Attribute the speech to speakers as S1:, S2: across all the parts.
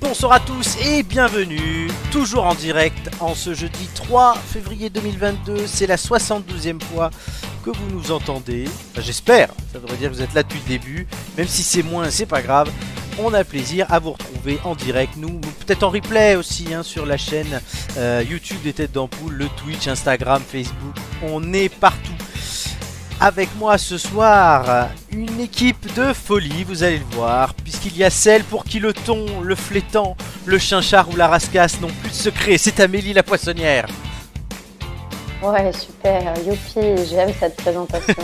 S1: Bonjour à tous et bienvenue, toujours en direct en ce jeudi 3 février 2022, c'est la 72e fois que vous nous entendez, Enfin, j'espère, ça voudrait dire que vous êtes là depuis le début, même si c'est moins, c'est pas grave, on a plaisir à vous retrouver en direct, nous, peut-être en replay aussi hein, sur la chaîne euh, YouTube des Têtes d'Ampoule, le Twitch, Instagram, Facebook, on est partout. Avec moi ce soir, une équipe de folie, vous allez le voir, puisqu'il y a celle pour qui le thon, le flétan, le chinchard ou la rascasse n'ont plus de secret, c'est Amélie la poissonnière.
S2: Ouais, super, youpi, j'aime cette présentation.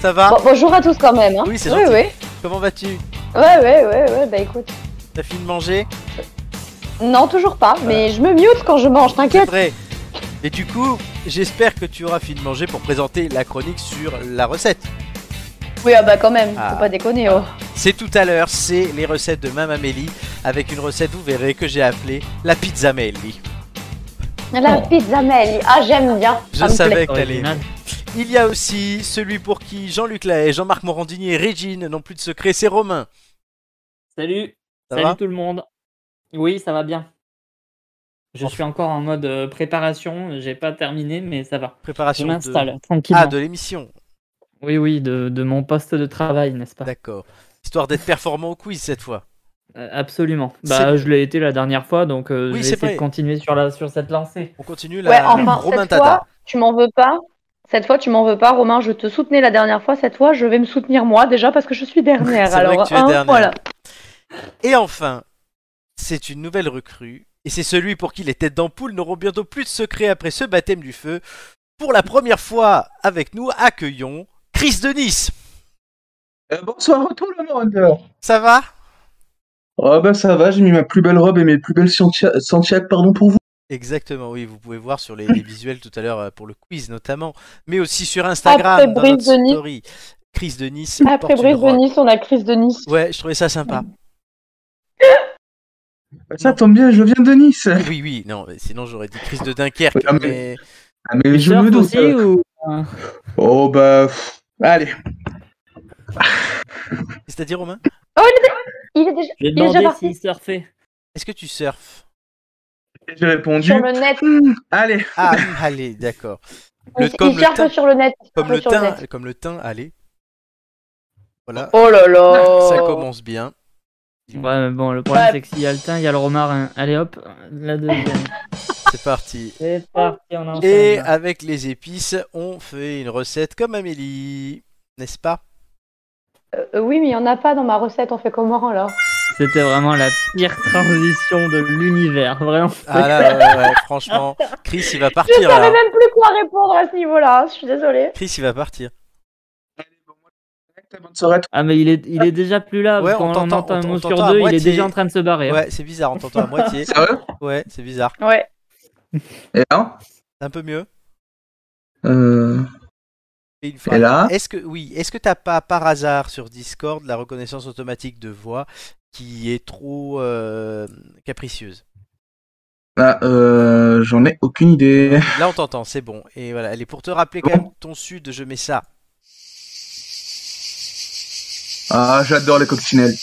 S1: Ça va
S2: Bon, bonjour à tous quand même. Hein.
S1: Ah. Oui, c'est
S2: oui,
S1: gentil.
S2: oui.
S1: Comment vas-tu
S2: Ouais, ouais, ouais, ouais, bah écoute.
S1: T'as fini de manger
S2: Non, toujours pas, mais je me mute quand je mange,
S1: C'est
S2: t'inquiète.
S1: vrai. Et du coup, j'espère que tu auras fini de manger pour présenter la chronique sur la recette.
S2: Oui, ah bah quand même,
S1: Ah.
S2: faut pas déconner. Oh.
S1: C'est tout à l'heure, c'est les recettes de Mam Amélie, avec une recette, vous verrez, que j'ai appelée la pizza Amélie.
S2: La pizza Mel, ah j'aime bien.
S1: Je
S2: ça me
S1: savais
S2: plaît.
S1: que t'allais aimer. Il y a aussi celui pour qui Jean-Luc Lahaye, Jean-Marc Morandini et Régine n'ont plus de secret, c'est Romain.
S3: Salut,
S1: Ça
S3: salut
S1: va
S3: tout le monde. Oui, ça va bien. Je
S1: Bon.
S3: suis encore en mode euh, préparation, j'ai pas terminé, mais ça va. Je
S1: Préparation de...
S3: m'installe tranquillement.
S1: Ah, de l'émission,
S3: Oui, oui, de, de mon poste de travail, n'est-ce pas
S1: d'accord. Histoire d'être performant au quiz cette fois.
S3: Euh, Absolument. Bah, je l'ai été la dernière fois, donc euh,
S1: Oui,
S3: je vais
S1: c'est
S3: essayer
S1: vrai.
S3: de continuer sur, la, sur cette lancée.
S1: On continue la
S2: Ouais, enfin,
S1: Romain
S2: cette
S1: Tata.
S2: fois, tu m'en veux pas. Cette fois, tu m'en veux pas, Romain. Je te soutenais la dernière fois. Cette fois, je vais me soutenir moi déjà parce que je suis dernière.
S1: C'est vrai
S2: alors,
S1: que tu es
S2: hein,
S1: dernière.
S2: voilà.
S1: Et enfin, c'est une nouvelle recrue, et c'est celui pour qui les têtes d'ampoule n'auront bientôt plus de secret après ce baptême du feu. Pour la première fois avec nous, accueillons Chris de Nice.
S4: Euh, bonsoir à tout le monde.
S1: Ça va
S4: Oh bah ça va, j'ai mis ma plus belle robe et mes plus belles Santia- Santiago pardon pour vous.
S1: Exactement, oui, vous pouvez voir sur les, les visuels tout à l'heure euh, pour le quiz notamment, mais aussi sur
S2: Après
S1: Instagram, dans
S2: Brice
S1: notre
S2: de Nice.
S1: story. Chris de Nice. porte
S2: Après
S1: une
S2: Brice de
S1: robe.
S2: Nice, on a Chris de Nice.
S1: Ouais, je trouvais ça sympa.
S4: Bah, Ça tombe bien, je viens de Nice.
S1: Oui, oui, non, mais sinon j'aurais dit Chris de Dunkerque,
S4: Oui, ah,
S1: mais
S4: mais- Ah, mais je me
S3: Surf
S4: doute.
S3: aussi, ou...
S4: Oh bah pff, allez.
S1: c'est-à-dire Romain
S2: Oh, Il est déjà,
S3: Je vais
S2: il est déjà
S3: demander
S2: parti
S3: s'il surfait.
S1: Est-ce que tu surfes
S4: Et J'ai répondu.
S2: sur le net.
S4: Hmm, allez.
S1: Ah, allez, d'accord. Le-
S2: Il-
S1: comme
S2: il
S1: le
S2: surfe
S1: teint-
S2: sur le net. il
S1: Comme
S2: surfe
S1: le
S2: sur le
S1: teint,
S2: net.
S1: comme le teint, allez. Voilà,
S2: Oh là là.
S1: ça commence bien.
S3: Ouais, mais bon, le problème
S2: Ouais.
S3: c'est que s'il y a le teint, il y a le romarin. Allez hop, la deuxième.
S1: C'est parti.
S3: c'est parti, on enchaîne.
S1: Et euh, avec les épices, on fait une recette comme Amélie, n'est-ce pas
S2: Euh, oui, mais il n'y en a pas dans ma recette, on fait comment alors
S3: C'était vraiment la pire transition de l'univers, vraiment.
S1: Ah là, ouais, ouais, ouais, franchement, Chris il va
S2: Je ne
S1: partir
S2: savais
S1: là.
S2: même plus quoi répondre à ce niveau-là, hein, je suis désolée.
S1: Chris il va partir.
S4: Bonne soirée à tous.
S3: Ah mais il est, il est déjà plus là,
S1: Ouais,
S3: parce
S1: on
S3: qu'on
S1: t'entend-
S3: entend un
S1: on
S3: mot sur
S1: t'entend à
S3: deux, il
S1: moitié.
S3: est déjà en train de se barrer. hein.
S1: Ouais, c'est bizarre, on t'entend à moitié.
S4: Sérieux
S1: Ouais, c'est bizarre.
S2: Ouais.
S4: Et là
S1: Un peu mieux.
S4: euh,
S1: Et une fois.
S4: Et là
S1: Est-ce que oui, est-ce que t'as pas par hasard sur Discord la reconnaissance automatique de voix qui est trop euh, capricieuse
S4: Ah, euh, J'en ai aucune idée.
S1: Là on t'entend, c'est bon. Et voilà, elle est pour te rappeler quand même ton sud, je mets ça.
S4: Ah j'adore les coccinelles.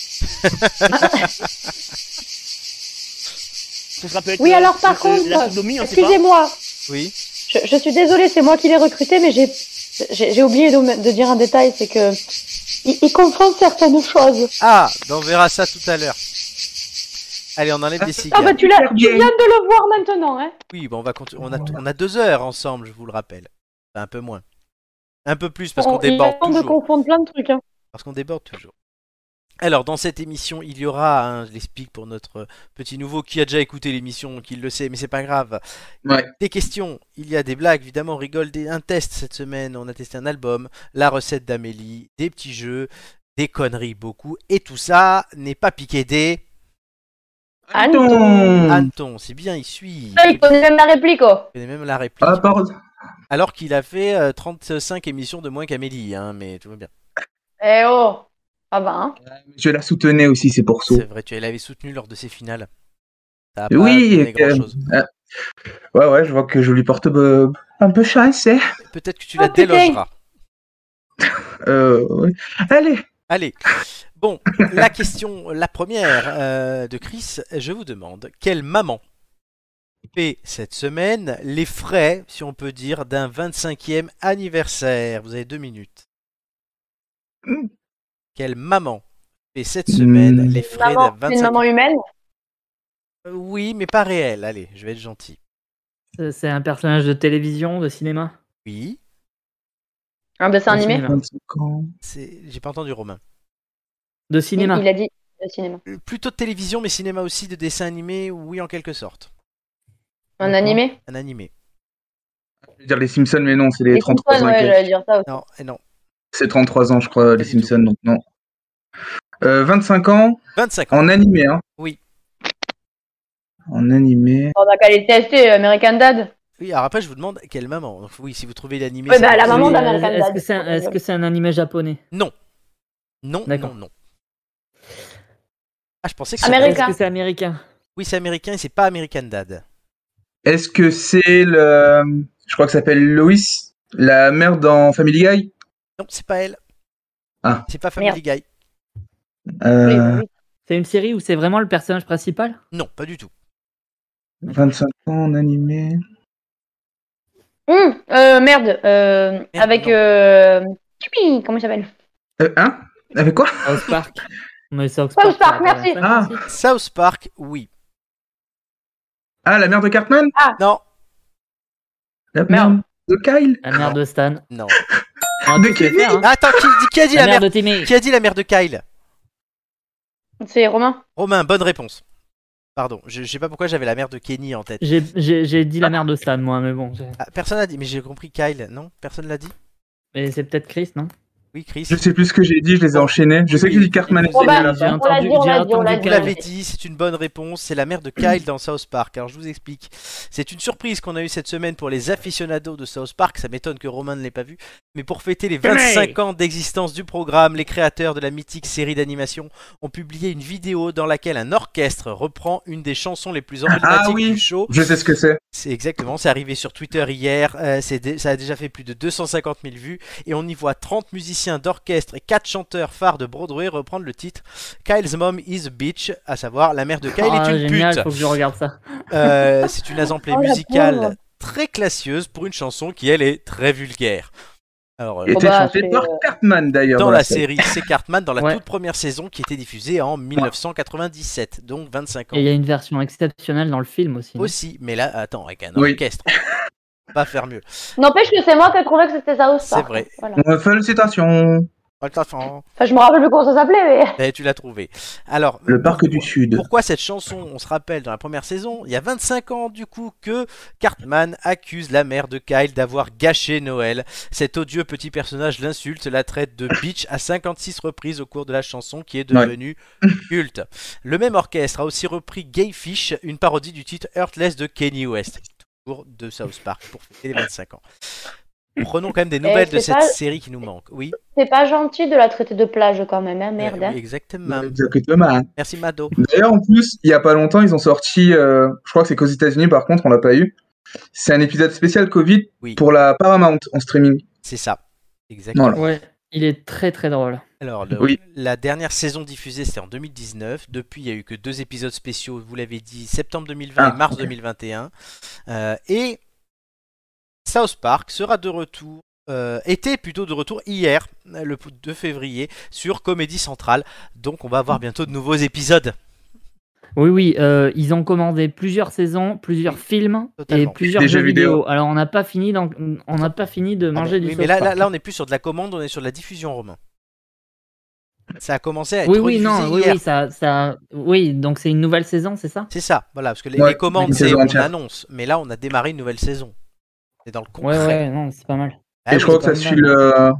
S3: euh,
S2: Oui, alors par contre,
S5: euh,
S3: hein,
S2: excusez-moi,
S1: Oui.
S2: je, je suis désolée, c'est moi qui l'ai recruté, mais j'ai j'ai j'ai oublié de, me- de dire un détail, c'est que ils ils confondent certaines choses.
S1: Ah, ben, on verra ça tout à l'heure. Allez, on enlève les
S2: Ah
S1: cigares.
S2: bah tu l'as,
S4: Super
S2: tu
S4: bien.
S2: viens de le voir maintenant, hein
S1: Oui, bon, on va continuer. On a, on a deux heures ensemble, je vous le rappelle. Enfin, un peu moins. Un peu plus parce qu'on
S2: On- il
S1: déborde
S2: attend de
S1: toujours.
S2: confondre plein de trucs. Hein.
S1: Parce qu'on déborde toujours. Alors, dans cette émission, il y aura, hein, je l'explique pour notre petit nouveau qui a déjà écouté l'émission, qui le sait, mais c'est pas grave.
S4: Ouais.
S1: Des questions, il y a des blagues, évidemment, on rigole. Des... Un test cette semaine, on a testé un album, la recette d'Amélie, des petits jeux, des conneries beaucoup, et tout ça n'est pas piqué des.
S4: Hmm.
S2: Anton.
S1: Anton, c'est bien, il suit.
S2: Ah, Il
S1: Il
S2: connaît même la réplique, oh.
S1: connaît même la réplique.
S4: Ah pardon.
S1: Alors qu'il a fait euh, 35 émissions de moins qu'Amélie, hein, mais tout va bien.
S2: Eh oh Ah bah, hein.
S4: Je la soutenais aussi, c'est pour ça.
S1: C'est vrai, tu l'avais soutenu lors de ses finales. Ça a pas
S4: Oui,
S1: donné
S4: euh,
S1: grand-chose.
S4: Ouais ouais, je vois que je lui porte euh, un peu chance. hein.
S5: Ah,
S1: Peut-être que tu
S2: Oh,
S1: la
S2: putain.
S1: délogeras.
S4: Euh, ouais. Allez.
S1: Allez. Bon, la question, la première euh, de Chris, je vous demande, quelle maman fait cette semaine les frais, si on peut dire, d'un 25e anniversaire Vous avez deux minutes. Quelle maman fait cette semaine
S4: Mm.
S1: les frais
S5: Maman,
S1: d'un
S5: c'est une
S1: 25e
S5: maman humaine.
S1: Euh, Oui, mais pas réel. Allez, je vais être gentil.
S3: C'est- C'est un personnage de télévision, de cinéma
S1: Oui,
S5: Un dessin
S3: De
S5: animé.
S3: cinéma.
S4: 25 ans.
S1: c'est... j'ai pas entendu Romain.
S3: De
S5: Il,
S3: cinéma.
S5: il a dit le cinéma.
S1: Euh, Plutôt de télévision, mais cinéma aussi, de dessin animé, oui, en quelque sorte.
S5: Un
S3: D'accord.
S5: animé.
S1: Un animé.
S4: Je veux dire les Simpsons, mais non, c'est les
S5: Les
S4: 33
S5: Simpsons,
S4: ans.
S5: ouais, j'allais dire ça aussi.
S1: Non, eh non.
S4: C'est 33 ans, je crois, les
S1: du tout.
S4: Simpsons, donc non. Euh, 25 ans
S1: 25 ans.
S4: en animé, hein
S1: Oui.
S4: En animé.
S5: On a qu'à les tester, American Dad.
S1: Oui, alors après, je vous demande quelle maman. Donc, oui, si vous trouvez l'animé.
S5: Ouais,
S1: ça
S5: bah,
S1: peut
S5: la
S1: vous
S5: maman
S1: aider.
S5: d'un- d'American
S3: euh, Est-ce
S5: Dad.
S3: que c'est un, est-ce que c'est un animé japonais
S1: Non, non,
S3: D'accord.
S1: non. Ah, je pensais que
S5: Américain.
S1: c'était.
S3: Est-ce que c'est américain
S1: Oui, c'est américain et c'est pas American Dad.
S4: Est-ce que c'est le. Je crois que ça s'appelle Lois, la mère dans Family Guy
S1: Non, c'est pas elle.
S4: Ah.
S1: C'est pas Family Guy.
S5: Oui,
S4: Euh,
S5: oui.
S3: C'est une série où c'est vraiment le personnage principal
S1: Non, pas du tout.
S4: 25 ans en animé.
S5: Hum, euh, merde. euh, avec.
S1: non.
S5: Euh... Tchoupi, Comment il s'appelle
S4: Euh, hein Avec quoi
S3: South Park. Mais South
S5: South Park,
S3: c'est la
S5: merci.
S3: fin,
S4: Ah.
S3: aussi.
S1: South Park, oui.
S4: Ah, la mère de Cartman
S1: Non,
S4: La mère de Kyle
S3: La mère de Stan.
S1: non. Ah,
S3: On va
S4: De
S3: tous le
S4: Kenny.
S3: faire, hein.
S1: Attends, qui, qui a dit la,
S3: La mère
S1: mère
S3: de Timmy.
S1: Qui a dit la mère de Kyle
S5: Ah. C'est Romain.
S1: Romain, bonne réponse. Pardon, je, je sais pas pourquoi j'avais la mère de Kenny en tête.
S3: J'ai- J'ai j'ai dit la mère de Stan, moi, mais bon. c'est-
S1: Ah, personne n'a dit, mais j'ai compris Kyle, non Personne l'a dit
S3: Mais c'est peut-être Chris, non
S1: Oui, Chris.
S4: Je sais plus ce que j'ai dit, je les ai enchaînés. Je sais que j'ai dit Cartman et
S5: Bon, bah,
S4: Stan à la
S3: J'ai
S4: fin.
S5: on l'a
S3: entendu,
S5: dit, on
S3: j'ai
S5: l'a dit, on
S3: entendu
S5: l'a
S1: Vous
S5: dit.
S3: Kyle.
S1: l'avez dit, c'est une bonne réponse. C'est la mère de Kyle dans South Park. Alors je vous explique. C'est une surprise qu'on a eue cette semaine pour les aficionados de South Park. Ça m'étonne que Romain ne l'ait pas vu. Mais pour fêter les 25 ans d'existence du programme, les créateurs de la mythique série d'animation ont publié une vidéo dans laquelle un orchestre reprend une des chansons les plus emblématiques
S4: oui.
S1: du show.
S4: Je sais ce que c'est.
S1: C'est exactement, c'est arrivé sur Twitter hier, euh, c'est dé- ça a déjà fait plus de 250 000 vues, et on y voit 30 musiciens d'orchestre et 4 chanteurs phares de Broadway reprendre le titre Kyle's Mom is a Bitch, à savoir la mère de Kyle
S3: Ah,
S1: est une
S3: génial,
S1: pute.
S3: faut que je regarde ça.
S1: Euh, c'est une assemblée
S5: Oh, la pauvre.
S1: musicale très classieuse pour une chanson qui, elle, est très vulgaire. Alors, euh,
S4: Il
S5: Bon,
S4: était
S5: bah,
S4: chanté
S5: c'est,
S4: par
S5: euh,
S4: Cartman d'ailleurs.
S1: dans
S4: dans
S1: la
S4: série.
S1: série, c'est Cartman dans la
S3: Ouais.
S1: toute première saison qui était diffusée en 1997, donc 25 ans.
S3: Et il y a une version exceptionnelle dans le film aussi. non
S1: Aussi, mais là, attends, avec un
S4: Oui.
S1: orchestre, pas faire mieux.
S5: N'empêche que c'est moi qui ai trouvé que c'était ça aussi.
S1: C'est vrai.
S5: Voilà.
S4: On fait le citation.
S1: Attends,
S5: Enfin, je me rappelle plus comment ça s'appelait, mais.
S1: Eh, tu l'as trouvé. Alors,
S4: Le parc du
S1: pourquoi-
S4: Sud.
S1: Pourquoi cette chanson On se rappelle dans la première saison, il y a 25 ans du coup, que Cartman accuse la mère de Kyle d'avoir gâché Noël. Cet odieux petit personnage l'insulte, la traite de bitch à 56 reprises au cours de la chanson qui est devenue culte. Le même orchestre a aussi repris Gay Fish, une parodie du titre Heartless de Kenny West, toujours de South Park pour fêter les 25 ans. Prenons quand même des nouvelles de
S5: Eh, c'est
S1: cette
S5: pas-
S1: série qui nous manque. Oui,
S5: C'est pas gentil de la traiter de plage quand même, hein, merde.
S1: euh,
S5: hein.
S1: oui, exactement. Merci Mado.
S4: D'ailleurs, en plus, il y a pas longtemps, ils ont sorti, euh, je crois que c'est qu'aux États-Unis, par contre, on l'a pas eu. C'est un épisode spécial Covid
S1: Oui.
S4: pour la Paramount en streaming.
S1: C'est ça. Exactement.
S4: Voilà.
S3: Ouais, il est très très drôle.
S1: Alors, le-
S4: Oui.
S1: la dernière saison diffusée, c'était en 2019. Depuis, il y a eu que deux épisodes spéciaux, vous l'avez dit, septembre 2020
S4: Ah,
S1: et mars
S4: ok.
S1: 2021. Euh, et South Park sera de retour, euh, était plutôt de retour hier, euh, le 2 février, sur Comédie Centrale. Donc, on va avoir bientôt de nouveaux épisodes. Ah
S3: Oui, oui, euh, ils ont commandé plusieurs saisons, plusieurs films et
S1: totalement.
S3: plusieurs
S4: Des
S3: jeux
S4: jeux
S3: vidéo.
S4: vidéo.
S3: Alors on n'a pas fini, d'en- on n'a pas fini de
S1: Ah, mais
S3: manger du
S1: oui,
S3: South
S1: mais là, là,
S3: Park.
S1: là, on n'est plus sur de la commande, on est sur de la diffusion, Romain. Ça a commencé à être
S3: oui, oui,
S1: rediffusé
S3: non, oui,
S1: hier.
S3: oui, ça, ça, oui, donc c'est une nouvelle saison, c'est ça
S1: C'est ça, voilà, parce que les,
S4: Ouais,
S1: les commandes,
S4: une
S1: c'est
S4: saison
S1: on
S4: entière.
S1: annonce, mais là on a démarré une nouvelle saison. C'est dans le
S3: Ouais,
S1: concret.
S3: ouais, non, c'est pas mal.
S1: Ah
S4: Et
S1: oui,
S4: je crois que
S3: c'est
S4: ça
S3: pas
S4: suit
S3: mal.
S4: le.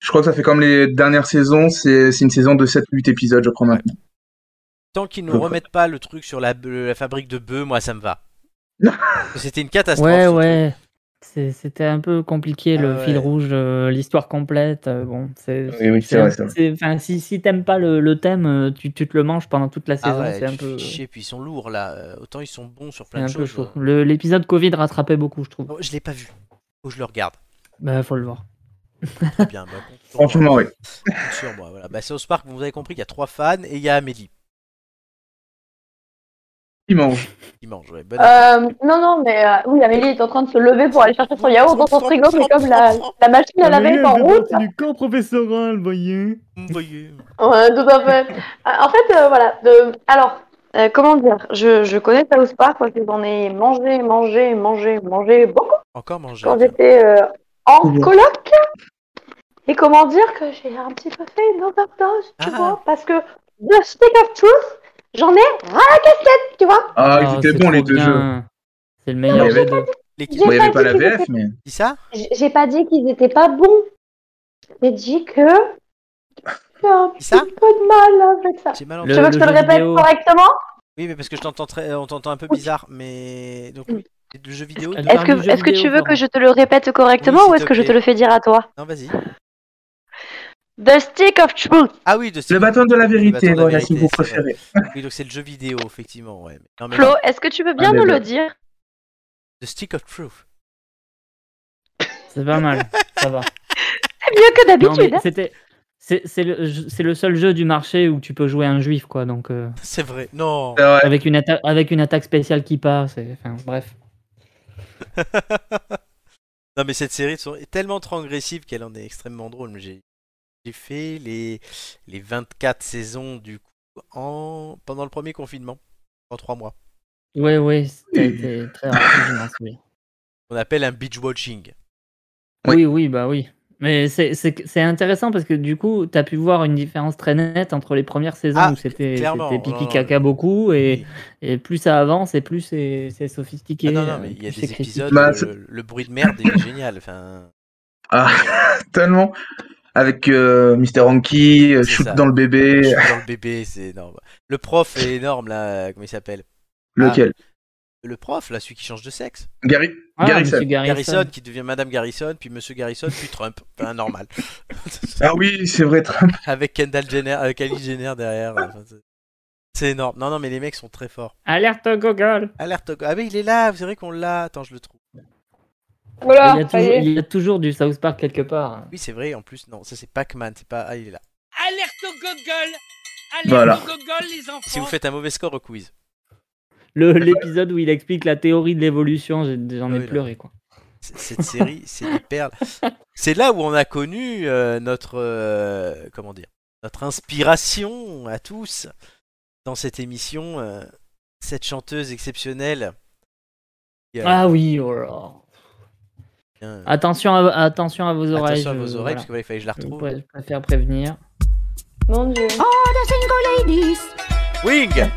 S4: Je crois que ça fait comme les dernières saisons, c'est c'est une saison de 7-8 épisodes, je crois maintenant.
S1: Tant qu'ils nous
S4: Je crois.
S1: remettent pas le truc sur la, le- la fabrique de bœufs, moi ça me va. Parce que C'était une catastrophe.
S3: Ouais,
S1: ce truc.
S3: ouais. C'est- C'était un peu compliqué le
S1: Ah ouais.
S3: fil rouge, euh, l'histoire complète. euh, bon, c'est.
S4: Oui, oui,
S3: c'est- c'est- Enfin, si, si t'aimes pas le, le thème, euh, tu, tu te le manges pendant toute la
S1: Ah
S3: saison.
S1: ouais,
S3: c'est un
S1: tu te
S3: peu,
S1: fais chier, puis ils sont lourds là. Euh, Autant ils sont bons sur
S3: c'est
S1: plein de
S3: un peu
S1: choses.
S3: chaud.
S1: euh.
S3: Le- L'épisode Covid rattrapait beaucoup, je trouve.
S1: Oh, je l'ai pas vu. Faut que je le regarde.
S3: Bah, faut le voir.
S1: Très bien, bah, compte sur moi.
S4: Franchement, oui.
S1: Compte sur moi, voilà. Bah, c'est au Spark, vous avez compris qu'il y a trois fans et il y a Amélie
S4: Il mange.
S1: qui mange. ouais, bonne
S2: Euh, non, non, mais euh, oui, Amélie est en train de se lever pour aller chercher son yaourt dans son frigo, mais comme la, la machine à laver est en route.
S3: du camp professoral, voyez.
S1: Vous voyez.
S2: Ouais, tout à fait. Euh, en fait, euh, voilà. de- alors, euh, comment dire je, je connais South Park parce que j'en ai mangé, mangé, mangé, mangé beaucoup
S1: Encore manger.
S2: quand j'étais euh, en
S4: Cool.
S2: coloc. Et comment dire que j'ai un petit peu fait une overdose, tu
S1: Ah.
S2: vois Parce que de Stick of Truth, j'en ai ras la casquette, tu vois
S4: Ah, ils étaient bons les deux jeux.
S3: C'est le meilleur
S4: Non,
S3: des
S4: mais-
S3: deux.
S1: Les qui
S2: J'ai
S4: Bon, il n'y avait
S2: pas
S4: pas la
S2: dit qu'ils
S4: VF, mais.
S1: dit ça
S2: J- J'ai pas dit qu'ils étaient pas bons. J'ai dit que j'ai un
S1: Dis ça
S2: petit peu de mal avec ça.
S1: J'ai mal
S2: Tu
S1: entendu.
S2: veux
S3: Le-
S2: que je
S3: le
S2: te le
S3: jeu
S2: répète
S3: vidéo.
S2: correctement
S1: Oui, mais parce que je t'entends très... euh, on t'entend un peu bizarre, mais. Donc, oui. Le jeu vidéo.
S3: Elle
S2: Est-ce
S3: parle du
S2: que,
S3: jeu
S2: est-ce que tu
S3: vidéo,
S2: veux
S3: pardon.
S2: que je te le répète correctement
S1: Oui, s'il
S2: ou est-ce
S1: te
S2: que je te
S1: plaît.
S2: le fais dire à toi
S1: Non, vas-y.
S2: The Stick of Truth.
S1: Ah oui, de
S4: Le bâton de la vérité,
S1: Le bâton de la
S4: voilà, si
S1: vérité,
S4: vous
S1: c'est vrai.
S4: préférez.
S1: Oui, donc c'est le jeu vidéo, effectivement. Ouais. Non, mais
S2: Flo, est-ce que tu veux bien
S4: Ah, mais
S2: nous
S4: bah.
S2: le dire
S1: The Stick of Truth.
S3: C'est pas mal. Ça va.
S2: C'est mieux que
S3: Non, mais
S2: d'habitude. hein.
S3: c'était. C'est c'est le, c'est le seul jeu du marché où tu peux jouer un juif, quoi. Donc, euh,
S1: C'est vrai. Non.
S4: C'est vrai.
S3: avec, une atta- avec une attaque spéciale qui passe. et- enfin, bref.
S1: Non, mais cette série sont- est tellement transgressive qu'elle en est extrêmement drôle. mais J'ai j'ai fait les... les 24 saisons du coup en... pendant le premier confinement, en 3 mois.
S3: Ouais, ouais, c'était très rapide, je m'en souviens.
S1: On appelle un beach watching.
S3: Oui,
S4: Oui.
S3: oui, bah oui. Mais c'est- c'est que- c'est intéressant parce que du coup, t'as pu voir une différence très nette entre les premières saisons
S1: Ah,
S3: où c'était
S1: clairement,
S3: c'était
S1: non,
S3: pipi
S1: non,
S3: caca beaucoup et,
S1: Oui.
S3: et plus ça avance et plus c'est c'est sophistiqué.
S1: Ah non, non,
S3: euh,
S1: mais il y a
S3: plus c'est
S1: des
S3: critique.
S1: épisodes,
S4: Bah,
S1: où
S4: c'est-
S1: le, le bruit de merde il est génial. Enfin,
S4: Ah, tellement. Avec euh, Mister Hanky, euh,
S1: C'est
S4: Shoot
S1: ça.
S4: dans le
S1: je
S4: bébé,
S1: suis dans le bébé, c'est énorme. Le prof est énorme là, euh, comment il s'appelle
S4: lequel
S1: Le prof là, celui qui change de sexe.
S4: Gary.
S3: Ah,
S4: Garrison.
S3: Monsieur Garrison.
S1: Garrison, qui devient Madame Garrison, puis Monsieur Garrison, puis Trump. Enfin, normal.
S4: Ah oui, c'est vrai, Trump.
S1: Avec Kendall Jenner, avec Kylie Jenner derrière. Enfin, c'est- c'est énorme. Non, non, mais les mecs sont très forts.
S3: Alerte Google.
S1: Alerte. au- Ah, mais il est là, c'est vrai qu'on l'a. Attends, je le trouve.
S2: Voilà,
S3: il, y a
S2: Ah, ça y
S3: toujours,
S2: est.
S3: il y a toujours du South Park quelque part.
S1: Oui, c'est vrai, en plus, non, ça c'est Pac-Man, c'est pas. Ah, il est là.
S6: Alerte au gogol Alerte
S4: Voilà.
S6: au gogol, les enfants
S1: Si vous faites un mauvais score au quiz.
S3: Le- L'épisode où il explique la théorie de l'évolution, j'ai- j'en
S1: Ah Oui,
S3: ai
S1: là.
S3: pleuré quoi.
S1: C- Cette série, c'est des perles. C'est là où on a connu euh, notre euh, comment dire notre inspiration à tous dans cette émission. euh, cette chanteuse exceptionnelle. qui, euh,
S3: Ah oui, oh là.
S1: bien-
S2: ah,
S3: Attention à, attention à vos oreilles.
S1: attention à vos
S3: je-
S1: oreilles, parce que
S3: voilà.
S1: voilà, il fallait que je la
S3: Je
S1: retrouve.
S3: pré- je préfère prévenir.
S2: Mon dieu.
S1: Wing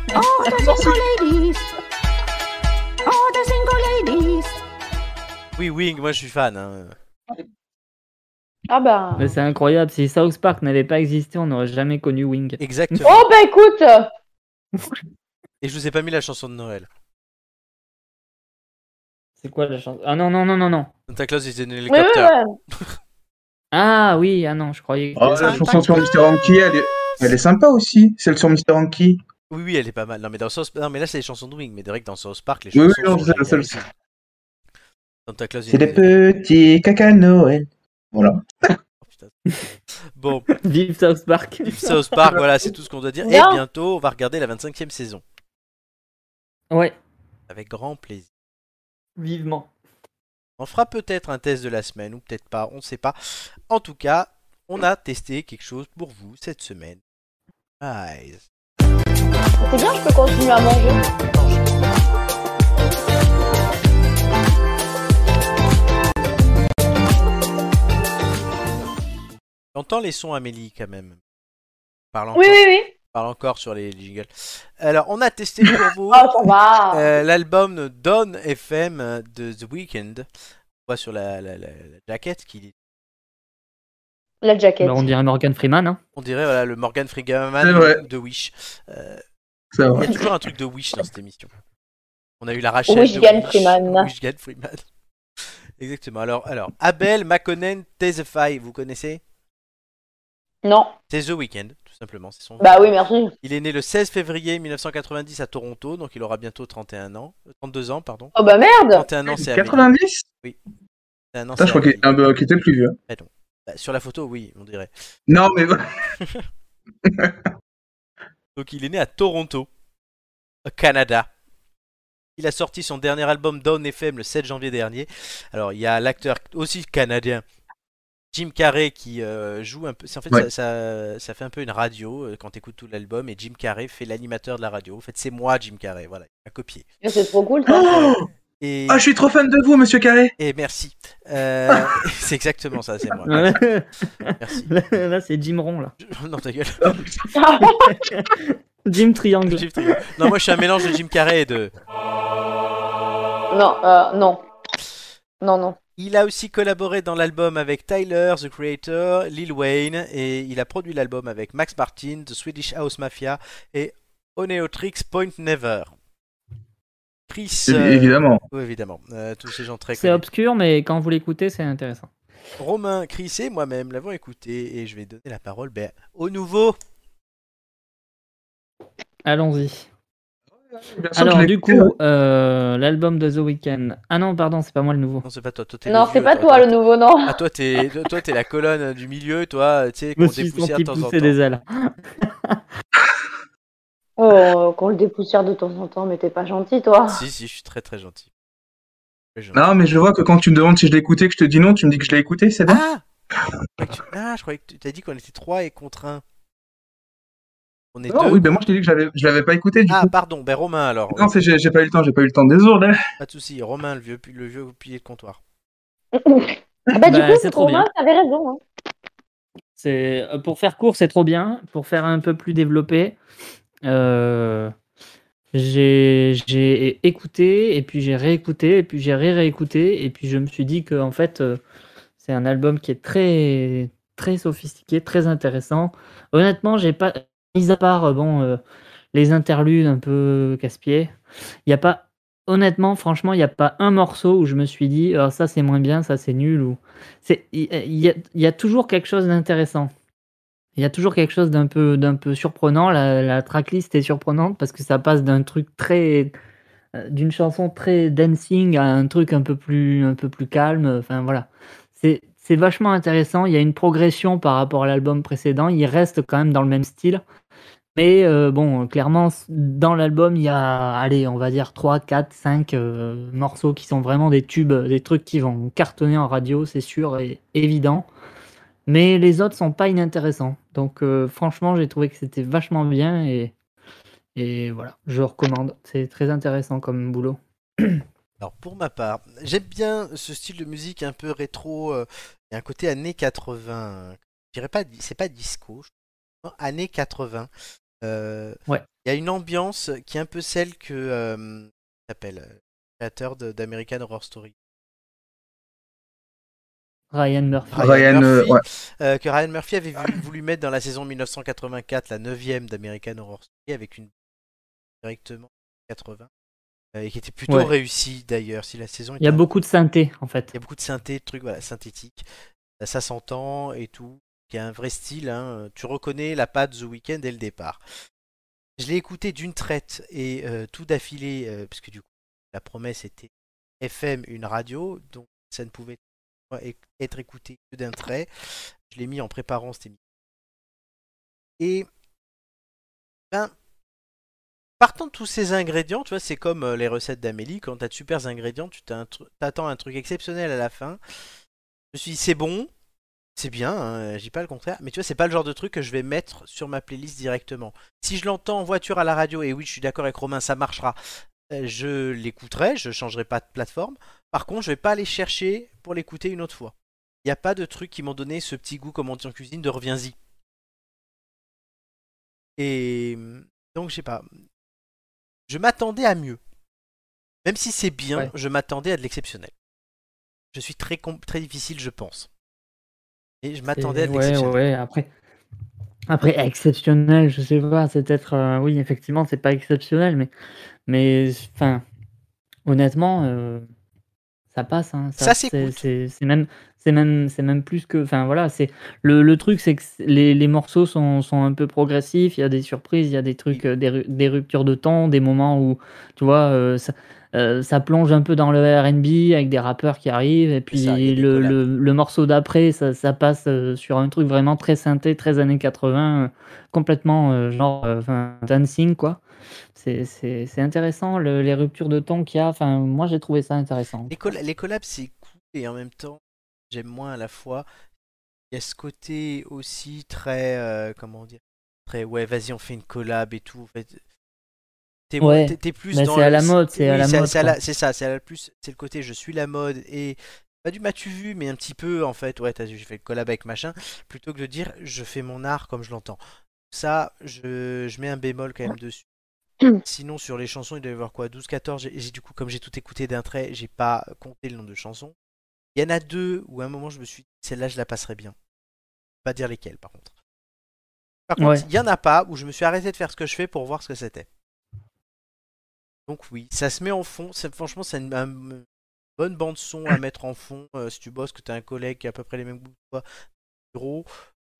S1: Oui, Wing, moi je suis fan. hein.
S2: Ah bah.
S3: Mais c'est incroyable, si South Park n'avait pas existé, on n'aurait jamais connu Wing.
S1: Exactement.
S2: Oh bah écoute
S1: Et je vous ai pas mis la chanson de Noël.
S3: C'est quoi la chanson Ah non, non, non, non, non.
S1: Santa Claus is an
S2: ouais, ouais,
S1: helicopter.
S2: ouais.
S3: Ah oui, ah non, je croyais que...
S4: Oh, la chanson sur Mister Hanky, elle est... elle est sympa aussi, celle sur Mister Hanky.
S1: Oui, oui, elle est pas mal. Non, mais, dans South- non, mais là, c'est les chansons de Wing. Mais direct dans South Park, les
S4: Oui,
S1: chansons.
S4: oui, non,
S1: sont
S4: c'est la seule.
S1: géniales. Santa Claus is
S4: C'est
S1: an
S4: des petits caca Noël. Voilà.
S1: Oh, putain. Bon,
S3: Vive South Park
S1: Deep South Park, voilà, c'est tout ce qu'on doit dire. Et
S2: Bien.
S1: bientôt, on va regarder la 25e saison.
S3: Ouais,
S1: Avec grand plaisir.
S3: vivement.
S1: On fera peut-être un test de la semaine, ou peut-être pas, on ne sait pas. En tout cas, on a testé quelque chose pour vous cette semaine. Nice.
S2: C'est bien, je peux continuer à manger.
S1: J'entends les sons Amélie quand même. Parle encore,
S2: Oui, oui, oui.
S1: parle encore sur les jingles. Alors, on a testé pour vous
S2: Oh, ça va.
S1: euh, l'album Dawn FM de The Weeknd. On voit sur la, la- la- la jaquette qu'il est-
S2: La jaquette.
S3: Bah, on dirait Morgan Freeman, hein.
S1: On dirait voilà, le Morgan
S4: C'est vrai.
S1: Freeman de Wish. Euh,
S4: C'est
S1: il y
S4: vrai.
S1: a toujours un truc de Wish dans cette émission. On a eu la Rachel
S2: Wishgan
S1: de Wish.
S2: Freeman.
S1: Wishgan Freeman. Exactement. Alors, alors Abel Makonnen Tesefai, vous connaissez
S2: Non.
S1: C'est The Weeknd, tout simplement. C'est son
S2: Bah oui, merci.
S1: Il est né le 16 février 1990 à Toronto, donc il aura bientôt 31 ans, euh, 32 ans, pardon.
S2: Oh bah merde
S1: 31 ans, c'est Amélie.
S4: 90
S1: 31 ans,
S4: Putain,
S1: c'est
S4: je crois qu'il
S1: Amélie.
S4: ah, bah, qu'il était plus vieux.
S1: Bah, sur la photo, oui, on dirait.
S4: Non, mais
S1: Donc il est né à Toronto, au Canada. Il a sorti son dernier album Down FM le 7 janvier dernier. Alors il y a l'acteur aussi canadien Jim Carrey qui euh, joue un peu. c'est- En fait,
S4: Ouais.
S1: ça, ça- ça fait un peu une radio euh, quand t'écoutes tout l'album et Jim Carrey fait l'animateur de la radio. En fait, c'est moi Jim Carrey, voilà, à copier.
S5: Mais C'est trop cool, ça.
S4: Oh
S1: Et,
S4: Ah, je Ah suis trop fan de vous, monsieur Carré.
S1: et merci. Euh, c'est exactement ça, c'est moi.
S3: Là,
S1: Merci.
S3: là, c'est Jim Ron, là.
S1: Non ta gueule.
S4: Ah,
S5: Ah, bah.
S3: Jim Triangle.
S1: Jim Carrey. Non moi je suis un mélange de Jim Carrey et de.
S5: non, euh, non. Non, non.
S1: Il a aussi collaboré dans l'album avec Tyler, The Creator, Lil Wayne, et il a produit l'album avec Max Martin, The Swedish House Mafia et Oneotrix Point Never. Chris, euh,
S4: Évidemment.
S1: oui, évidemment, euh, tous ces gens très
S3: C'est
S1: connus.
S3: obscur, mais quand vous l'écoutez, c'est intéressant.
S1: Romain, Chris et moi-même l'avons écouté, et je vais donner la parole ben, au nouveau.
S3: Allons-y.
S4: Bien sûr que je
S3: Alors,
S4: l'ai
S3: du
S4: écouté, hein.
S3: coup, euh, l'album de The Weeknd. Ah non, pardon, c'est pas moi le nouveau.
S1: Non, c'est pas toi, toi t'es
S5: Non,
S1: le
S5: c'est
S1: vieux,
S5: pas toi le nouveau, non.
S1: Ah, toi, t'es toi, t'es la colonne du milieu, toi, tu sais,
S3: Je me
S1: qu'on
S3: suis
S1: dépoussière
S3: senti
S1: de temps en
S3: pousser
S1: temps.
S3: des ailes.
S5: Oh, qu'on le dépoussière de temps en temps, mais t'es pas gentil, toi.
S1: Si, si, je suis très très gentil. Très gentil.
S4: Non, mais je vois que quand tu me demandes si je l'ai écouté, que je te dis non, tu me dis que je l'ai écouté, c'est bon
S1: Ah Je croyais que tu- Ah, je croyais que tu t'as dit qu'on était 3 et contre 1. On est
S4: Non,
S1: deux.
S4: oui, ben moi je t'ai dit que j'avais- je l'avais pas écouté du
S1: Ah,
S4: coup.
S1: pardon, ben Romain alors.
S4: Non, c'est- j'ai j'ai pas eu le temps, j'ai pas eu le temps, désolé.
S1: Pas de soucis, Romain, le vieux, pi- le vieux pilier de comptoir.
S5: Ah bah, du
S3: Bah,
S5: coup,
S3: c'est
S5: c'est
S3: trop
S5: trop
S3: bien.
S5: mal, t'avais raison. hein.
S3: C'est euh, pour faire court, c'est trop bien. Pour faire un peu plus développé, euh, j'ai j'ai écouté et puis j'ai réécouté et puis j'ai ré-réécouté et puis je me suis dit que en fait, euh, c'est un album qui est très très sophistiqué, très intéressant. Honnêtement, j'ai pas mis à part euh, bon euh, les interludes un peu casse-pieds. Il y a pas honnêtement, franchement, il n'y a pas un morceau où je me suis dit Ah, ça c'est moins bien, ça c'est nul ou c'est- il euh, il y, a- il y a toujours quelque chose d'intéressant. Il y a toujours quelque chose d'un peu, d'un peu surprenant. La, la tracklist est surprenante parce que ça passe d'un truc très, euh, d'une chanson très dancing à un truc un peu plus, un peu plus calme. Enfin voilà, c'est c'est vachement intéressant. Il y a une progression par rapport à l'album précédent. Il reste quand même dans le même style. Mais euh, bon, clairement, s- dans l'album, il y a, allez, on va dire 3, 4, 5 euh, morceaux qui sont vraiment des tubes, euh, des trucs qui vont cartonner en radio, c'est sûr et évident. Mais les autres sont pas inintéressants. Donc euh, franchement, j'ai trouvé que c'était vachement bien et, et voilà, je recommande. C'est très intéressant comme boulot.
S1: Alors pour ma part, j'aime bien ce style de musique un peu rétro. euh, Il y a un côté années 80. Je dirais pas, di- c'est pas disco. je trouve, non, Années 80. Euh,
S3: Ouais.
S1: Il y a une ambiance qui est un peu celle que euh, comment il s'appelle le créateur de- d'American Horror Story.
S3: Ryan Murphy.
S1: Ryan
S4: Ryan, euh,
S1: Murphy,
S4: ouais.
S1: euh, que Ryan Murphy avait vu- voulu mettre dans la saison 1984, la 9ème d'American Horror Story, avec une directement 80, euh, et qui était plutôt
S3: Ouais.
S1: réussie d'ailleurs. Si la saison
S3: Il y a
S1: était-
S3: beaucoup de synthé en fait.
S1: il y a beaucoup de synthé, de trucs voilà, synthétiques, Euh, ça s'entend et tout. Il y a un vrai style, hein. tu reconnais la patte The Weeknd dès le départ. Je l'ai écouté d'une traite et euh, tout d'affilée, euh, parce que du coup, la promesse était FM, une radio, donc ça ne pouvait e-, être écouté que d'un trait. Je l'ai mis en préparant cette émission. Et ben, partant de tous ces ingrédients, tu vois, c'est comme euh, les recettes d'Amélie, quand tu as de super ingrédients, tu t'as un tru- t'attends un truc exceptionnel à la fin. Je me suis dit, c'est bon, c'est bien, hein, je dis pas le contraire, mais tu vois, c'est pas le genre de truc que je vais mettre sur ma playlist directement. Si je l'entends en voiture à la radio, et oui, je suis d'accord avec Romain, ça marchera, euh, je l'écouterai, je changerai pas de plateforme. Par contre, je vais pas aller chercher pour l'écouter une autre fois. Il n'y a pas de truc qui m'ont donné ce petit goût, comme on dit en cuisine, de reviens-y. Et mm, donc, je sais pas. Je m'attendais à mieux. Même si c'est bien,
S3: Ouais.
S1: je m'attendais à de l'exceptionnel. Je suis très, com- très difficile, je pense. Et je m'attendais à
S3: Et-
S1: de
S3: ouais,
S1: l'exceptionnel.
S3: ouais, après. Après, exceptionnel, je sais pas, c'est peut-être. euh, oui, effectivement, c'est pas exceptionnel, mais. Mais, enfin. Honnêtement, euh, ça passe. hein.
S1: Ça, c'est cool.
S3: c'est c'est même, c'est même, c'est même plus que. Enfin voilà, c'est le, le truc, c'est que c'est- les, les morceaux sont, sont un peu progressifs. Il y a des surprises, il y a des trucs, euh, des, ru- des ruptures de temps, des moments où tu vois euh, ça, euh, ça plonge un peu dans le R&B avec des rappeurs qui arrivent, et puis
S1: C'est ça, il y a des
S3: le,
S1: collabs.
S3: le- le morceau d'après, ça, ça passe euh, sur un truc vraiment très synthé, très années 80, euh, complètement euh, genre euh, enfin, dancing quoi. C'est- C'est c'est intéressant le- les ruptures de ton qu'il y a. Enfin, moi j'ai trouvé ça intéressant.
S1: Les, colla- les collabs, c'est cool et en même temps, j'aime moins à la fois. Il y a ce côté aussi très. euh, comment dire Très, ouais, vas-y, on fait une collab et tout. En fait, t'es
S3: Ouais.
S1: t'es- t'es plus
S3: Bah,
S1: dans
S3: c'est à
S1: le-
S3: la mode, c'est à
S1: oui,
S3: la mode,
S1: C'est à la-
S3: quoi.
S1: c'est ça, c'est à la plus. C'est le côté je suis la mode et. Pas du m'as-tu vu, mais un petit peu en fait, ouais, t'as vu, j'ai fait le collab avec machin, plutôt que de dire je fais mon art comme je l'entends. Ça, je, je mets un bémol quand même dessus. Sinon, sur les chansons, il doit y avoir quoi 12, 14 j'ai- j'ai- Du coup, comme j'ai tout écouté d'un trait, j'ai pas compté le nombre de chansons. Il y en a deux où à un moment, je me suis dit, celle-là, je la passerai bien. Pas dire lesquelles, par contre. Par contre,
S3: Ouais.
S1: il y en a pas où je me suis arrêté de faire ce que je fais pour voir ce que c'était. Donc, oui, ça se met en fond. C'est- Franchement, c'est une, un- bonne bande-son à mettre en fond. euh, si tu bosses, que tu as un collègue qui a à peu près les mêmes goûts que toi, gros,